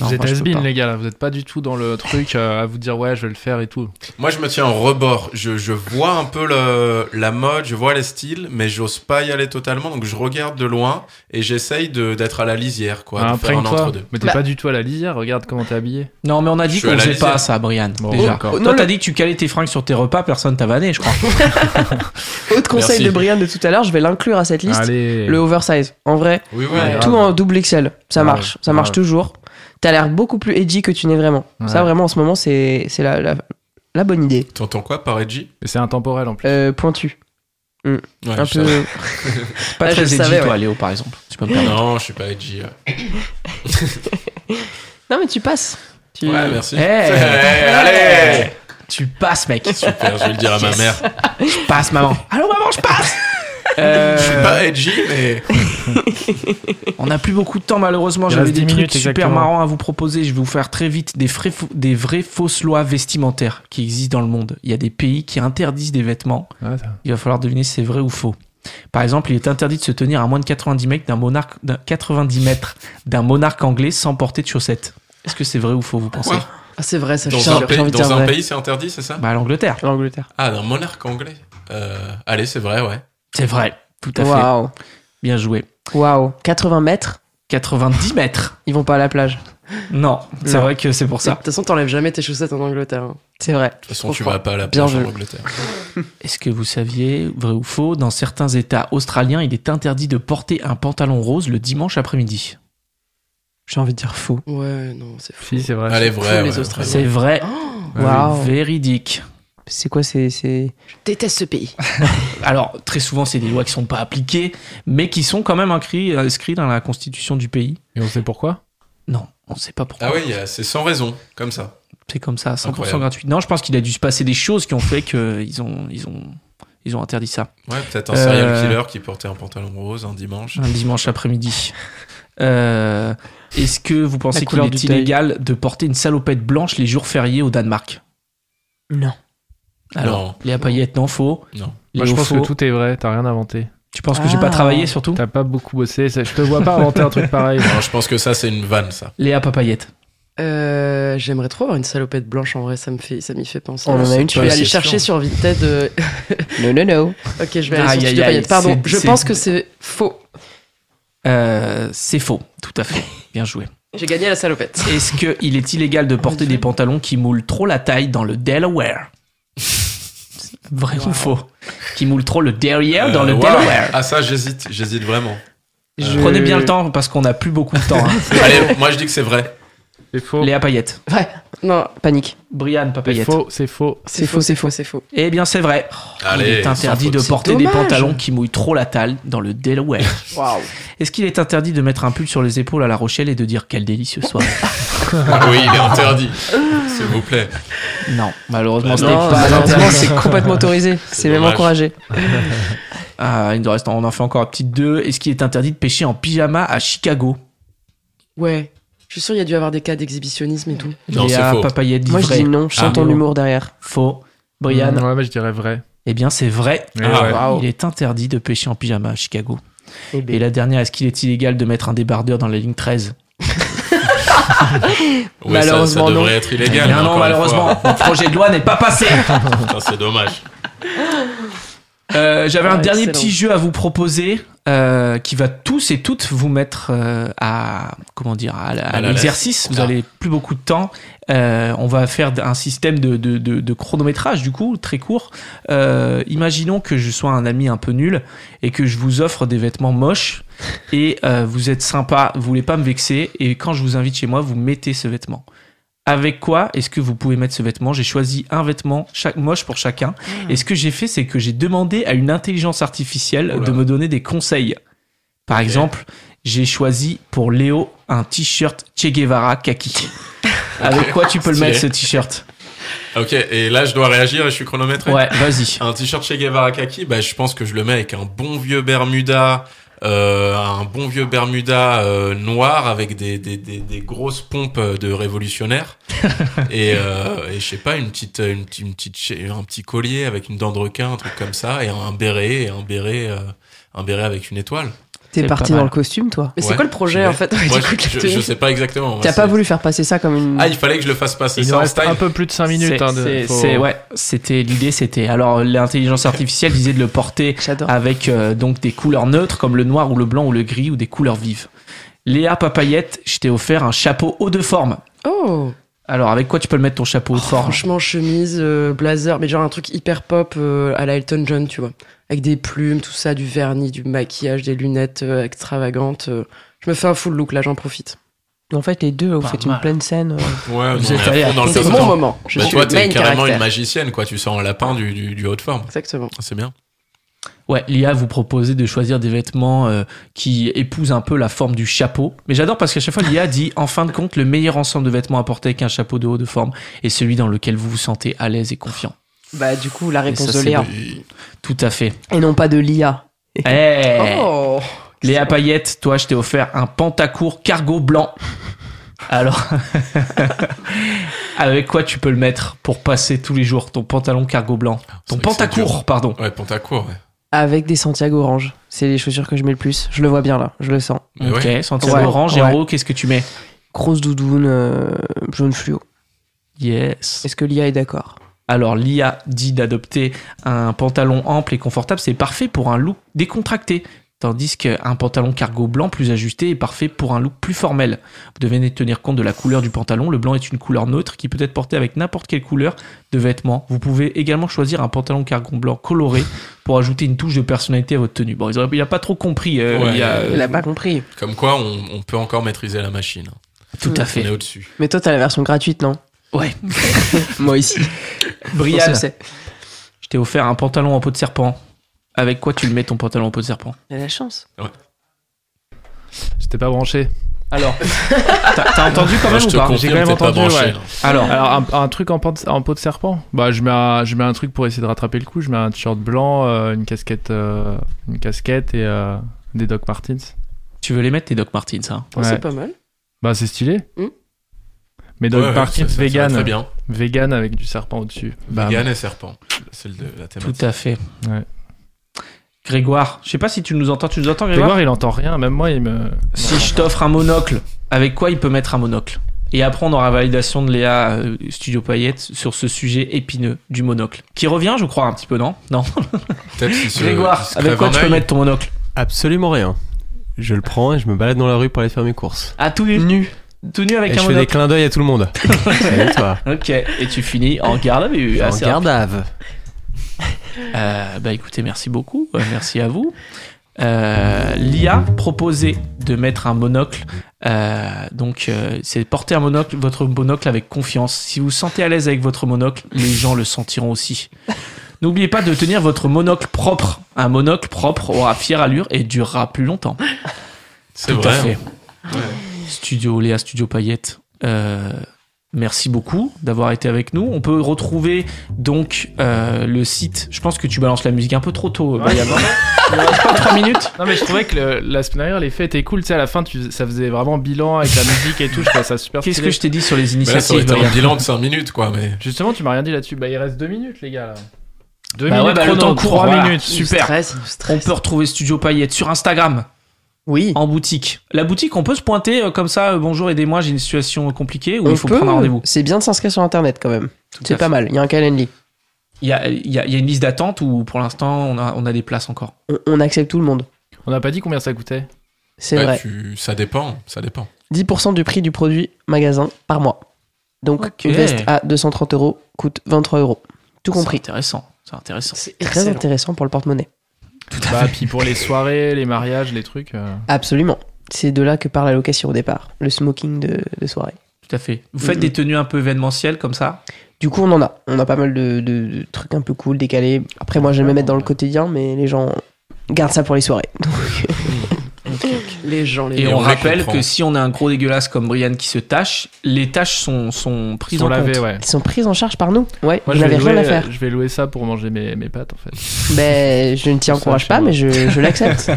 A: Non, moi,
E: Vous êtes
A: je peux
E: has-been,
A: pas.
E: les gars, là. Vous êtes pas du tout dans le truc euh, à vous dire, ouais, je vais le faire et tout.
B: Moi, je me tiens en rebord. Je, je vois un peu le- la mode, je vois les styles, mais j'ose pas y aller totalement. Donc, je regarde de loin et j'essaye de- d'être à la lisière, quoi.
E: Ah,
B: de faire un
E: imprègne-toi.
B: entre-deux.
E: Mais t'es
D: Bah.
E: pas du tout à la lisière, regarde comment t'es habillé.
A: Non, mais on a
B: Je
A: dit
B: suis
A: qu'on
B: à la
A: faisait
B: lisière.
A: pas ça, Brian.
E: Bon,
A: déjà.
E: d'accord.
A: Toi,
D: Non,
A: t'as
D: le-
A: dit que tu calais tes fringues sur tes repas, personne t'a vanné, je crois.
D: Autre conseil
B: Merci.
D: de Brian de tout à l'heure, je vais l'inclure à cette liste.
E: Allez.
D: Le oversize. En vrai,
B: Oui, oui.
E: Ouais.
D: tout
E: grave.
D: en double XL, ça
E: Ouais,
D: marche, ça marche
E: grave.
D: toujours. T'as l'air beaucoup plus edgy que tu n'es vraiment.
E: Ouais.
D: Ça vraiment en ce moment c'est c'est la, la, la bonne idée.
B: T'entends quoi par Edgy
E: Et C'est intemporel en plus.
D: Euh, pointu,
B: Ouais,
D: un
B: je
D: peu.
B: savais.
A: Pas
D: Ah, je
A: très
D: le
A: edgy,
D: savais,
A: toi,
D: ouais.
A: Léo, par exemple. Tu peux me permettre.
B: Non, je suis pas Edgy. euh.
D: Non mais tu passes. Tu...
B: Ouais, merci.
A: Hey.
B: Hey, allez
A: Tu passes, mec.
B: Super, je vais le dire à ma mère.
A: Tu passes, maman. Allô, maman, je passe Euh,
B: Je suis pas Edgy, mais.
A: On n'a plus beaucoup de temps, malheureusement.
E: Il
A: J'avais
E: reste
A: des
E: 10
A: trucs
E: minutes,
A: super
E: exactement.
A: marrants à vous proposer. Je vais vous faire très vite des, frais faux- des vraies fausses lois vestimentaires qui existent dans le monde. Il y a des pays qui interdisent des vêtements.
E: Ouais, ça-
A: Il va falloir deviner si c'est vrai ou faux. Par exemple, il est interdit de se tenir à moins de 90 mètres d'un monarque, d'un 90 mètres d'un monarque anglais sans porter de chaussettes. Est-ce que c'est vrai ou faux, vous pensez
B: Quoi
C: Ah, c'est vrai, ça, je
B: Dans
C: suis
B: un,
C: sûr, j'ai
B: pays,
C: envie de dire
B: dans un
C: vrai.
B: pays, c'est interdit, c'est ça
A: Bah, à l'Angleterre.
D: L'Angleterre.
B: Ah, d'un monarque anglais. Euh, allez, c'est vrai, ouais.
A: C'est vrai. Tout à fait.
D: Waouh.
A: Bien joué.
D: Waouh. 80 mètres,
A: 90 mètres.
D: ils vont pas à la plage.
A: Non, c'est
C: Non.
A: vrai que c'est pour
C: De
A: ça.
C: toute façon, t'enlèves jamais tes chaussettes en Angleterre. hein.
D: C'est vrai.
B: De toute façon, tu
C: comprends.
B: vas pas à la
D: Bien
B: plage en
D: joué.
B: Angleterre.
A: Est-ce que vous saviez, vrai ou faux, dans certains États australiens, il est interdit de porter un pantalon rose le dimanche après-midi
D: J'ai envie de dire faux.
C: Ouais, non, c'est fou.
E: Si, c'est vrai.
B: Allez, vrai.
C: les
B: ouais,
C: Australiens.
B: vrai.
A: C'est vrai,
E: Ah
D: Ah, Waouh.
A: véridique.
D: C'est quoi c'est c'est
C: Je déteste ce pays.
A: Alors, très souvent, c'est des lois qui sont pas appliquées, mais qui sont quand même inscrites inscrits dans la constitution du pays.
E: Et on sait pourquoi
A: Non, on ne sait pas pourquoi.
B: Ah oui, il y a- c'est sans raison, comme ça.
A: C'est comme ça, 100%
B: Incroyable.
A: gratuit. Non, je pense qu'il a dû se passer des choses qui ont fait qu'ils ont, ils ont, ils ont interdit ça.
B: Ouais, peut-être un
A: Euh,
B: serial killer qui portait un pantalon rose un dimanche.
A: un dimanche après-midi. Euh, Est-ce que vous pensez
D: La
A: qu'il
D: couleur
A: est
D: du deuil.
A: illégal de porter une salopette blanche les jours fériés au Danemark
D: Non.
A: Alors,
B: Non.
A: Léa Payette, non, faux.
B: Non.
E: Moi, je
A: Léo,
E: pense
A: faux.
E: que tout est vrai, t'as rien inventé.
A: Tu penses que j'ai pas
D: Ah.
A: travaillé surtout
E: T'as pas beaucoup bossé, ça- je te vois pas inventer un truc pareil.
B: Non, je pense que ça, c'est une vanne, ça.
A: Léa Papayette.
C: Euh, J'aimerais trop avoir une salopette blanche en vrai, ça me fait, ça m'y fait penser.
D: On en a une,
C: je
D: tu
C: vais
B: Ouais,
D: vas
B: c'est
C: aller chercher
B: sûr.
C: sur Vinted. euh,
D: Non non non.
C: Ok, je vais
A: Aïe,
C: aller sur
A: aïe,
C: Vinted.
A: aïe,
C: Pardon,
A: c'est-
C: je
A: c'est-
C: pense que c'est faux.
A: Euh, C'est faux, tout à fait. Bien joué.
C: J'ai gagné la salopette.
A: Est-ce qu'il est illégal de porter des pantalons qui moulent trop la taille dans le Delaware Vrai ou faux Qui moulent trop le derrière dans
B: Euh,
A: le
B: waouh.
A: Delaware
B: Ah, ça, j'hésite. J'hésite vraiment. Je-
A: Prenez bien le temps parce qu'on a plus beaucoup de temps. hein.
B: Allez, moi, je dis que c'est vrai.
E: C'est faux.
A: Léa Payette.
C: Non,
D: Panique.
A: Brian
E: C'est
A: Papayette.
E: faux, c'est faux.
C: c'est faux, c'est faux, c'est faux.
A: Eh bien, c'est vrai.
B: Allez,
A: il est interdit
B: sans
A: de
B: faute.
A: porter des
C: dommage.
A: pantalons qui mouillent trop la taille dans le Delaware.
C: Waouh.
A: Est-ce qu'il est interdit de mettre un pull sur les épaules à La Rochelle et de dire quel délicieux soir
B: Ah oui, il est interdit. S'il vous plaît.
A: Non, malheureusement,
B: Bah
A: ce n'est
D: Non,
A: pas
D: malheureusement,
A: interdit.
D: c'est complètement autorisé. C'est même
B: dommage.
D: encouragé.
A: Ah, il nous reste, on en fait encore un petit deux. Est-ce qu'il est interdit de pêcher en pyjama à Chicago
C: Ouais. Je suis sûr, il y a dû avoir des cas d'exhibitionnisme et tout.
B: Non, c'est
A: Léa
B: faux.
A: Papayette dit
D: Moi je
A: vrai.
D: dis non, je sens
A: Ah,
D: ton
A: non.
D: humour derrière.
A: Faux. Brian,
B: Mm.
E: Ouais, mais je dirais vrai.
A: eh bien, c'est vrai.
E: Mais
B: Ah,
E: ouais.
A: Il est interdit de pêcher en pyjama à Chicago.
D: Eh ben.
A: Et la dernière, est-ce qu'il est illégal de mettre un débardeur dans la ligne 13
B: Ouais, ça-
D: Malheureusement,
B: ça,
D: non.
B: devrait être illégal.
A: Eh bien
B: mais
A: non,
B: encore une
A: malheureusement, le projet de loi n'est pas passé.
B: fois. Putain, c'est dommage.
A: Euh, J'avais un
C: Ah,
A: dernier
C: excellent.
A: petit jeu à vous proposer euh, qui va tous et toutes vous mettre euh, à comment dire à, la- à
B: À la
A: l'exercice.
B: laisse.
A: Vous
B: Ah.
A: avez plus beaucoup de temps. Euh, on va faire un système de, de, de- de chronométrage du coup très court. Euh, imaginons que je sois un ami un peu nul et que je vous offre des vêtements moches et euh, vous êtes sympa, vous voulez pas me vexer et quand je vous invite chez moi, vous mettez ce vêtement. Avec quoi est-ce que vous pouvez mettre ce vêtement J'ai choisi un vêtement chaque moche pour chacun. Et ce que j'ai fait, c'est que j'ai demandé à une intelligence artificielle
B: Oh là
A: de
B: là.
A: me donner des conseils. Par
B: Ok.
A: exemple, j'ai choisi pour Léo un t-shirt Che Guevara kaki. Avec quoi tu peux le
B: Stylé.
A: mettre ce t-shirt
B: Ok, et là, je dois réagir et je suis chronométré.
A: Ouais, vas-y.
B: Un t-shirt chez Guevara Kaki, bah, je pense que je le mets avec un bon vieux Bermuda, euh, un bon vieux Bermuda euh, noir avec des, des, des, des grosses pompes de révolutionnaires. et, euh, et je sais pas, une petite, une, petite- une petite, cha- un petit collier avec une dent de requin, un truc comme ça, et un béret, et un béret, euh, un béret avec une étoile.
A: C'est
D: T'es
A: pas
D: parti
A: mal.
D: dans le costume, toi.
C: Mais c'est
B: Ouais,
C: quoi le projet
B: je
C: en
B: vais.
C: fait
B: Moi,
C: du coup, de la
B: je, je,
C: tenue
B: je sais pas exactement. Moi,
D: T'as
B: c'est-
D: pas voulu faire passer ça comme une.
B: Ah, il fallait que je le fasse passer
E: Il nous
B: ça en
E: reste
B: style.
E: un peu plus de 5 minutes.
A: C'est-
E: hein, de-
A: c'est-
E: faut-
A: c'est- ouais, c'était l'idée, c'était. Alors l'intelligence artificielle disait de le porter
D: J'adore.
A: avec euh, donc des couleurs neutres comme le noir ou le blanc ou le gris ou des couleurs vives. Léa Papayette, je t'ai offert un chapeau haut de forme.
C: Oh,
A: Alors avec quoi tu peux le mettre ton chapeau haut de forme
C: Franchement, chemise, euh, blazer, mais genre un truc hyper pop euh, à la Elton John, tu vois. Avec des plumes, tout ça, du vernis, du maquillage, des lunettes euh, extravagantes. euh. Je me fais un full look là, j'en profite.
D: En fait, les deux, vous
A: Ah,
E: Pas
D: faites
E: mal.
D: une pleine scène. euh.
B: Ouais,
A: Vous
B: non,
A: êtes
B: mais à
A: allé à
B: fond dans le
C: C'est
A: contre-temps.
C: mon
B: temps.
C: moment. Je
B: Bah,
C: suis
B: toi,
C: le main
B: t'es carrément une
C: caractère.
B: magicienne, quoi. Tu sens un lapin du, du, du haut de forme.
C: Exactement.
B: C'est bien.
A: Ouais, l'IA vous proposait de choisir des vêtements euh, qui épousent un peu la forme du chapeau. Mais j'adore parce qu'à chaque fois, l'IA dit, en fin de compte, le meilleur ensemble de vêtements à porter avec un chapeau de haut de forme est celui dans lequel vous vous sentez à l'aise et confiant.
D: Bah, du coup, la réponse
A: ça,
D: de
A: c'est
D: Léa.
A: Tout à fait. Eh,
D: Et non pas de l'IA.
A: Hey
C: Oh
A: Léa Payette, toi, je t'ai offert un pantacourt cargo blanc. Alors, avec quoi tu peux le mettre pour passer tous les jours ton pantalon cargo blanc Ton
B: C'est vrai que c'est
A: pantacourt, pardon.
B: dur. Ouais, pantacourt, ouais.
D: Avec des Santiago orange. C'est les chaussures que je mets le plus. Je le vois bien là, je le sens.
B: Mais
A: ok,
B: ouais.
A: Santiago
D: Ouais,
A: orange et
D: ouais.
A: en haut, qu'est-ce que tu mets
D: Grosse doudoune, euh, jaune fluo.
A: Yes.
D: Est-ce que l'IA est d'accord
A: Alors l'IA dit d'adopter un pantalon ample et confortable, c'est parfait pour un look décontracté. Tandis qu'un pantalon cargo blanc plus ajusté est parfait pour un look plus formel. Vous devez tenir compte de la couleur du pantalon. Le blanc est une couleur neutre qui peut être portée avec n'importe quelle couleur de vêtements. Vous pouvez également choisir un pantalon cargo blanc coloré pour ajouter une touche de personnalité à votre tenue. Bon, ils auraient- il n'a pas trop compris. euh,
B: Ouais.
A: l'IA, euh,
D: Elle a pas compris.
B: Comme quoi, on, on peut encore maîtriser la machine. hein.
A: tout à
B: On est
A: fait.
B: au-dessus.
D: Mais toi, t'as la version gratuite, non
A: Ouais.
D: Moi ici. On
A: Brian,
D: se sait.
A: je t'ai offert un pantalon en peau de serpent. Avec quoi tu le mets ton pantalon en peau de serpent
D: Elle a la chance.
E: J'étais pas branché.
A: Alors, t'as t'as entendu quand
B: Moi,
A: même
B: je
A: ou
B: te
A: pas
E: J'ai quand même
B: confirme, t'es pas
E: entendu, ouais.
B: branché. hein. là.
A: Alors,
E: Alors, un, un truc en, pan- en peau de serpent Bah, je mets, un, je mets un truc pour essayer de rattraper le coup. Je mets un t-shirt blanc, euh, une casquette euh, une casquette et euh, des Doc Martens.
A: tu veux les mettre tes Doc Martens, hein
C: Oh,
E: Ouais.
C: C'est pas mal.
E: Bah, c'est stylé.
C: Hmm.
E: Mais Doc
B: Ouais, ouais, ça-
E: Martens
B: ça- ça va
E: vegan.
B: Très bien.
E: Vegan avec du serpent au-dessus. Bah,
B: Vegan et serpent. C'est le- la
A: Tout
B: thématique.
A: à fait.
E: Ouais.
A: Grégoire, je sais pas si tu nous entends, tu nous entends Grégoire,
E: Grégoire, il entend rien. Même moi, il me.
A: Si je t'offre un monocle, avec quoi il peut mettre un monocle Et après on aura validation de Léa euh, Studio Payette sur ce sujet épineux du monocle. Qui revient je crois un petit peu, non Non.
F: Euh,
B: Peut-être si ce-
A: Grégoire,
B: si ce
A: avec
B: crève
A: quoi
B: un
A: tu peux
B: œil.
A: mettre ton monocle
F: Absolument rien. Je le prends et je me balade dans la rue pour aller faire mes courses.
A: Ah tout nu Tout nu avec
F: et je
A: un
F: fais des
A: monocle
F: clins d'œil à tout le monde. Salut toi.
A: Ok, et tu finis en garde à vue.
F: En
A: assez
F: garde à vue.
A: Euh, bah écoutez, merci beaucoup, Euh, merci à vous. Euh, L'IA proposait de mettre un monocle, Euh, donc euh, c'est porter un monocle, votre monocle avec confiance. Si vous vous sentez à l'aise avec votre monocle, les gens le sentiront aussi. N'oubliez pas de tenir votre monocle propre. Un monocle propre aura fière allure et durera plus longtemps.
B: C'est
A: Tout à fait.
B: vrai.
A: Studio Léa, Studio Payette. euh, merci beaucoup d'avoir été avec nous. On peut retrouver donc euh, le site. Je pense que tu balances la musique un peu trop tôt.
E: Ouais.
A: Brian. Il reste pas 3 minutes.
E: Non mais je trouvais que le- la semaine dernière les fêtes étaient cool, tu sais à la fin tu, ça faisait vraiment bilan avec la musique et tout, je trouvais ça super
A: Qu'est-ce que
E: stylé.
A: je t'ai dit sur les
B: Mais là, ça
A: initiatives
B: aurait été un
A: Brian
B: bilan de 5 minutes, quoi. Mais
E: Justement tu m'as rien dit là-dessus, bah il reste deux minutes les gars là. Deux
A: Bah ouais,
E: minutes,
A: bah, le
E: chrono,
A: temps court,
E: trois
A: voilà.
E: minutes,
C: Il nous
E: super.
C: stresse, il nous
A: On
C: stresse.
A: peut retrouver Studio Payette sur Instagram,
C: Oui.
A: en boutique. La boutique, on peut se pointer euh, comme ça. euh, bonjour, aidez-moi, j'ai une situation compliquée où
D: On
A: il faut
D: peut-
A: prendre un rendez-vous.
D: C'est bien de s'inscrire sur internet quand même.
A: Tout à
D: C'est
A: fait.
D: pas mal. Il y a un calendrier.
A: Il y a, il y a- il y a une liste d'attente où pour l'instant on a, on a des places encore.
D: On, on accepte tout le monde.
E: On n'a pas dit combien ça coûtait
D: C'est
B: Ouais,
D: vrai.
B: tu- Ça dépend, ça dépend.
D: 10% du prix du produit magasin par mois. Donc
A: Ok.
D: une veste à 230 euros coûte 23 euros. Tout compris.
A: C'est intéressant. C'est intéressant.
C: C'est
D: Très
C: excellent.
D: intéressant pour le porte-monnaie.
E: Bah, puis pour les soirées, les mariages, les trucs. euh,
D: Absolument. C'est de là que part la location au départ, le smoking de, de soirée.
A: Tout à fait. Vous faites
D: Mhm.
A: des tenues un peu événementielles comme ça
D: Du coup, on en a. On a pas mal de, de- de trucs un peu cool, décalés. Après, moi, j'aime me mettre dans le quotidien, mais les gens gardent ça pour les soirées.
C: Les gens, les
A: Et,
B: Et
A: on,
B: on les
A: rappelle
B: comprend.
A: que si on a un gros dégueulasse comme Brian qui se tâche, les tâches sont, sont prises
E: sont
A: en
E: lavés,
A: compte.
E: ouais.
D: Ils sont pris en charge par nous. Ouais,
E: Moi,
D: vous
E: je vais,
D: n'avez rien
E: louer,
D: à faire.
E: je vais louer ça pour manger mes, mes pâtes en fait.
D: Ben, je ne t'y
E: Ça,
D: encourage
E: chez
D: pas,
E: moi.
D: mais je, je l'accepte.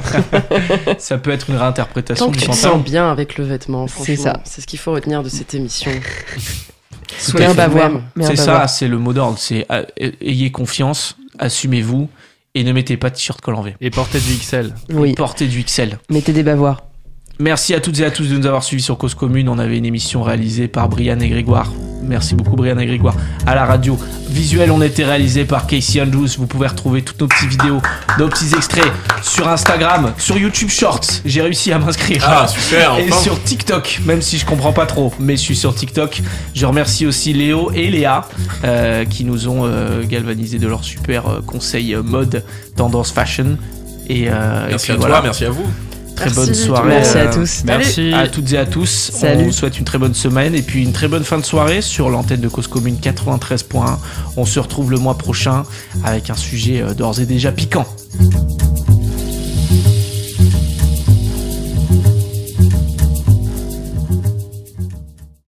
A: Ça peut être une réinterprétation
C: Tant que
A: du
C: tu te
A: pantalon.
C: sens bien avec le vêtement,
D: C'est
C: c'est
D: ça.
C: ça. C'est ce qu'il faut retenir de cette émission.
D: Mais
C: Soyez
D: un bavoir.
C: vous-même.
D: mais un
A: C'est
D: bavoir.
A: ça, c'est le mot d'ordre. C'est euh, ayez confiance, assumez-vous et ne mettez pas de t-shirt col en V.
E: Et porter du XL.
D: Oui,
A: Portez du XL.
D: mettez des bavoirs.
A: Merci à toutes et à tous de nous avoir suivis sur Cause Commune. On avait une émission réalisée par Brian et Grégoire. Merci beaucoup Brian et Grégoire. À la radio visuel, on était réalisé par Casey Andrews. Vous pouvez retrouver toutes nos petites vidéos, nos petits extraits sur Instagram, sur YouTube Shorts. J'ai réussi à m'inscrire.
B: Ah, super,
A: Et
B: enfin.
A: sur TikTok, même si je comprends pas trop, mais je suis sur TikTok. Je remercie aussi Léo et Léa euh, qui nous ont euh, galvanisé de leurs super euh, conseils euh, mode, tendance fashion. Et, euh, et
B: Merci
A: puis
B: à toi,
A: voilà,
B: merci à vous.
A: très
C: Merci,
A: bonne
C: tout le
A: soirée.
C: monde.
D: Merci à
A: euh,
D: tous.
E: Merci.
A: à toutes et à tous.
D: Salut.
A: On vous souhaite une très bonne semaine et puis une très bonne fin de soirée sur l'antenne de Cause Commune 93.1. On se retrouve le mois prochain avec un sujet euh, d'ores et déjà piquant.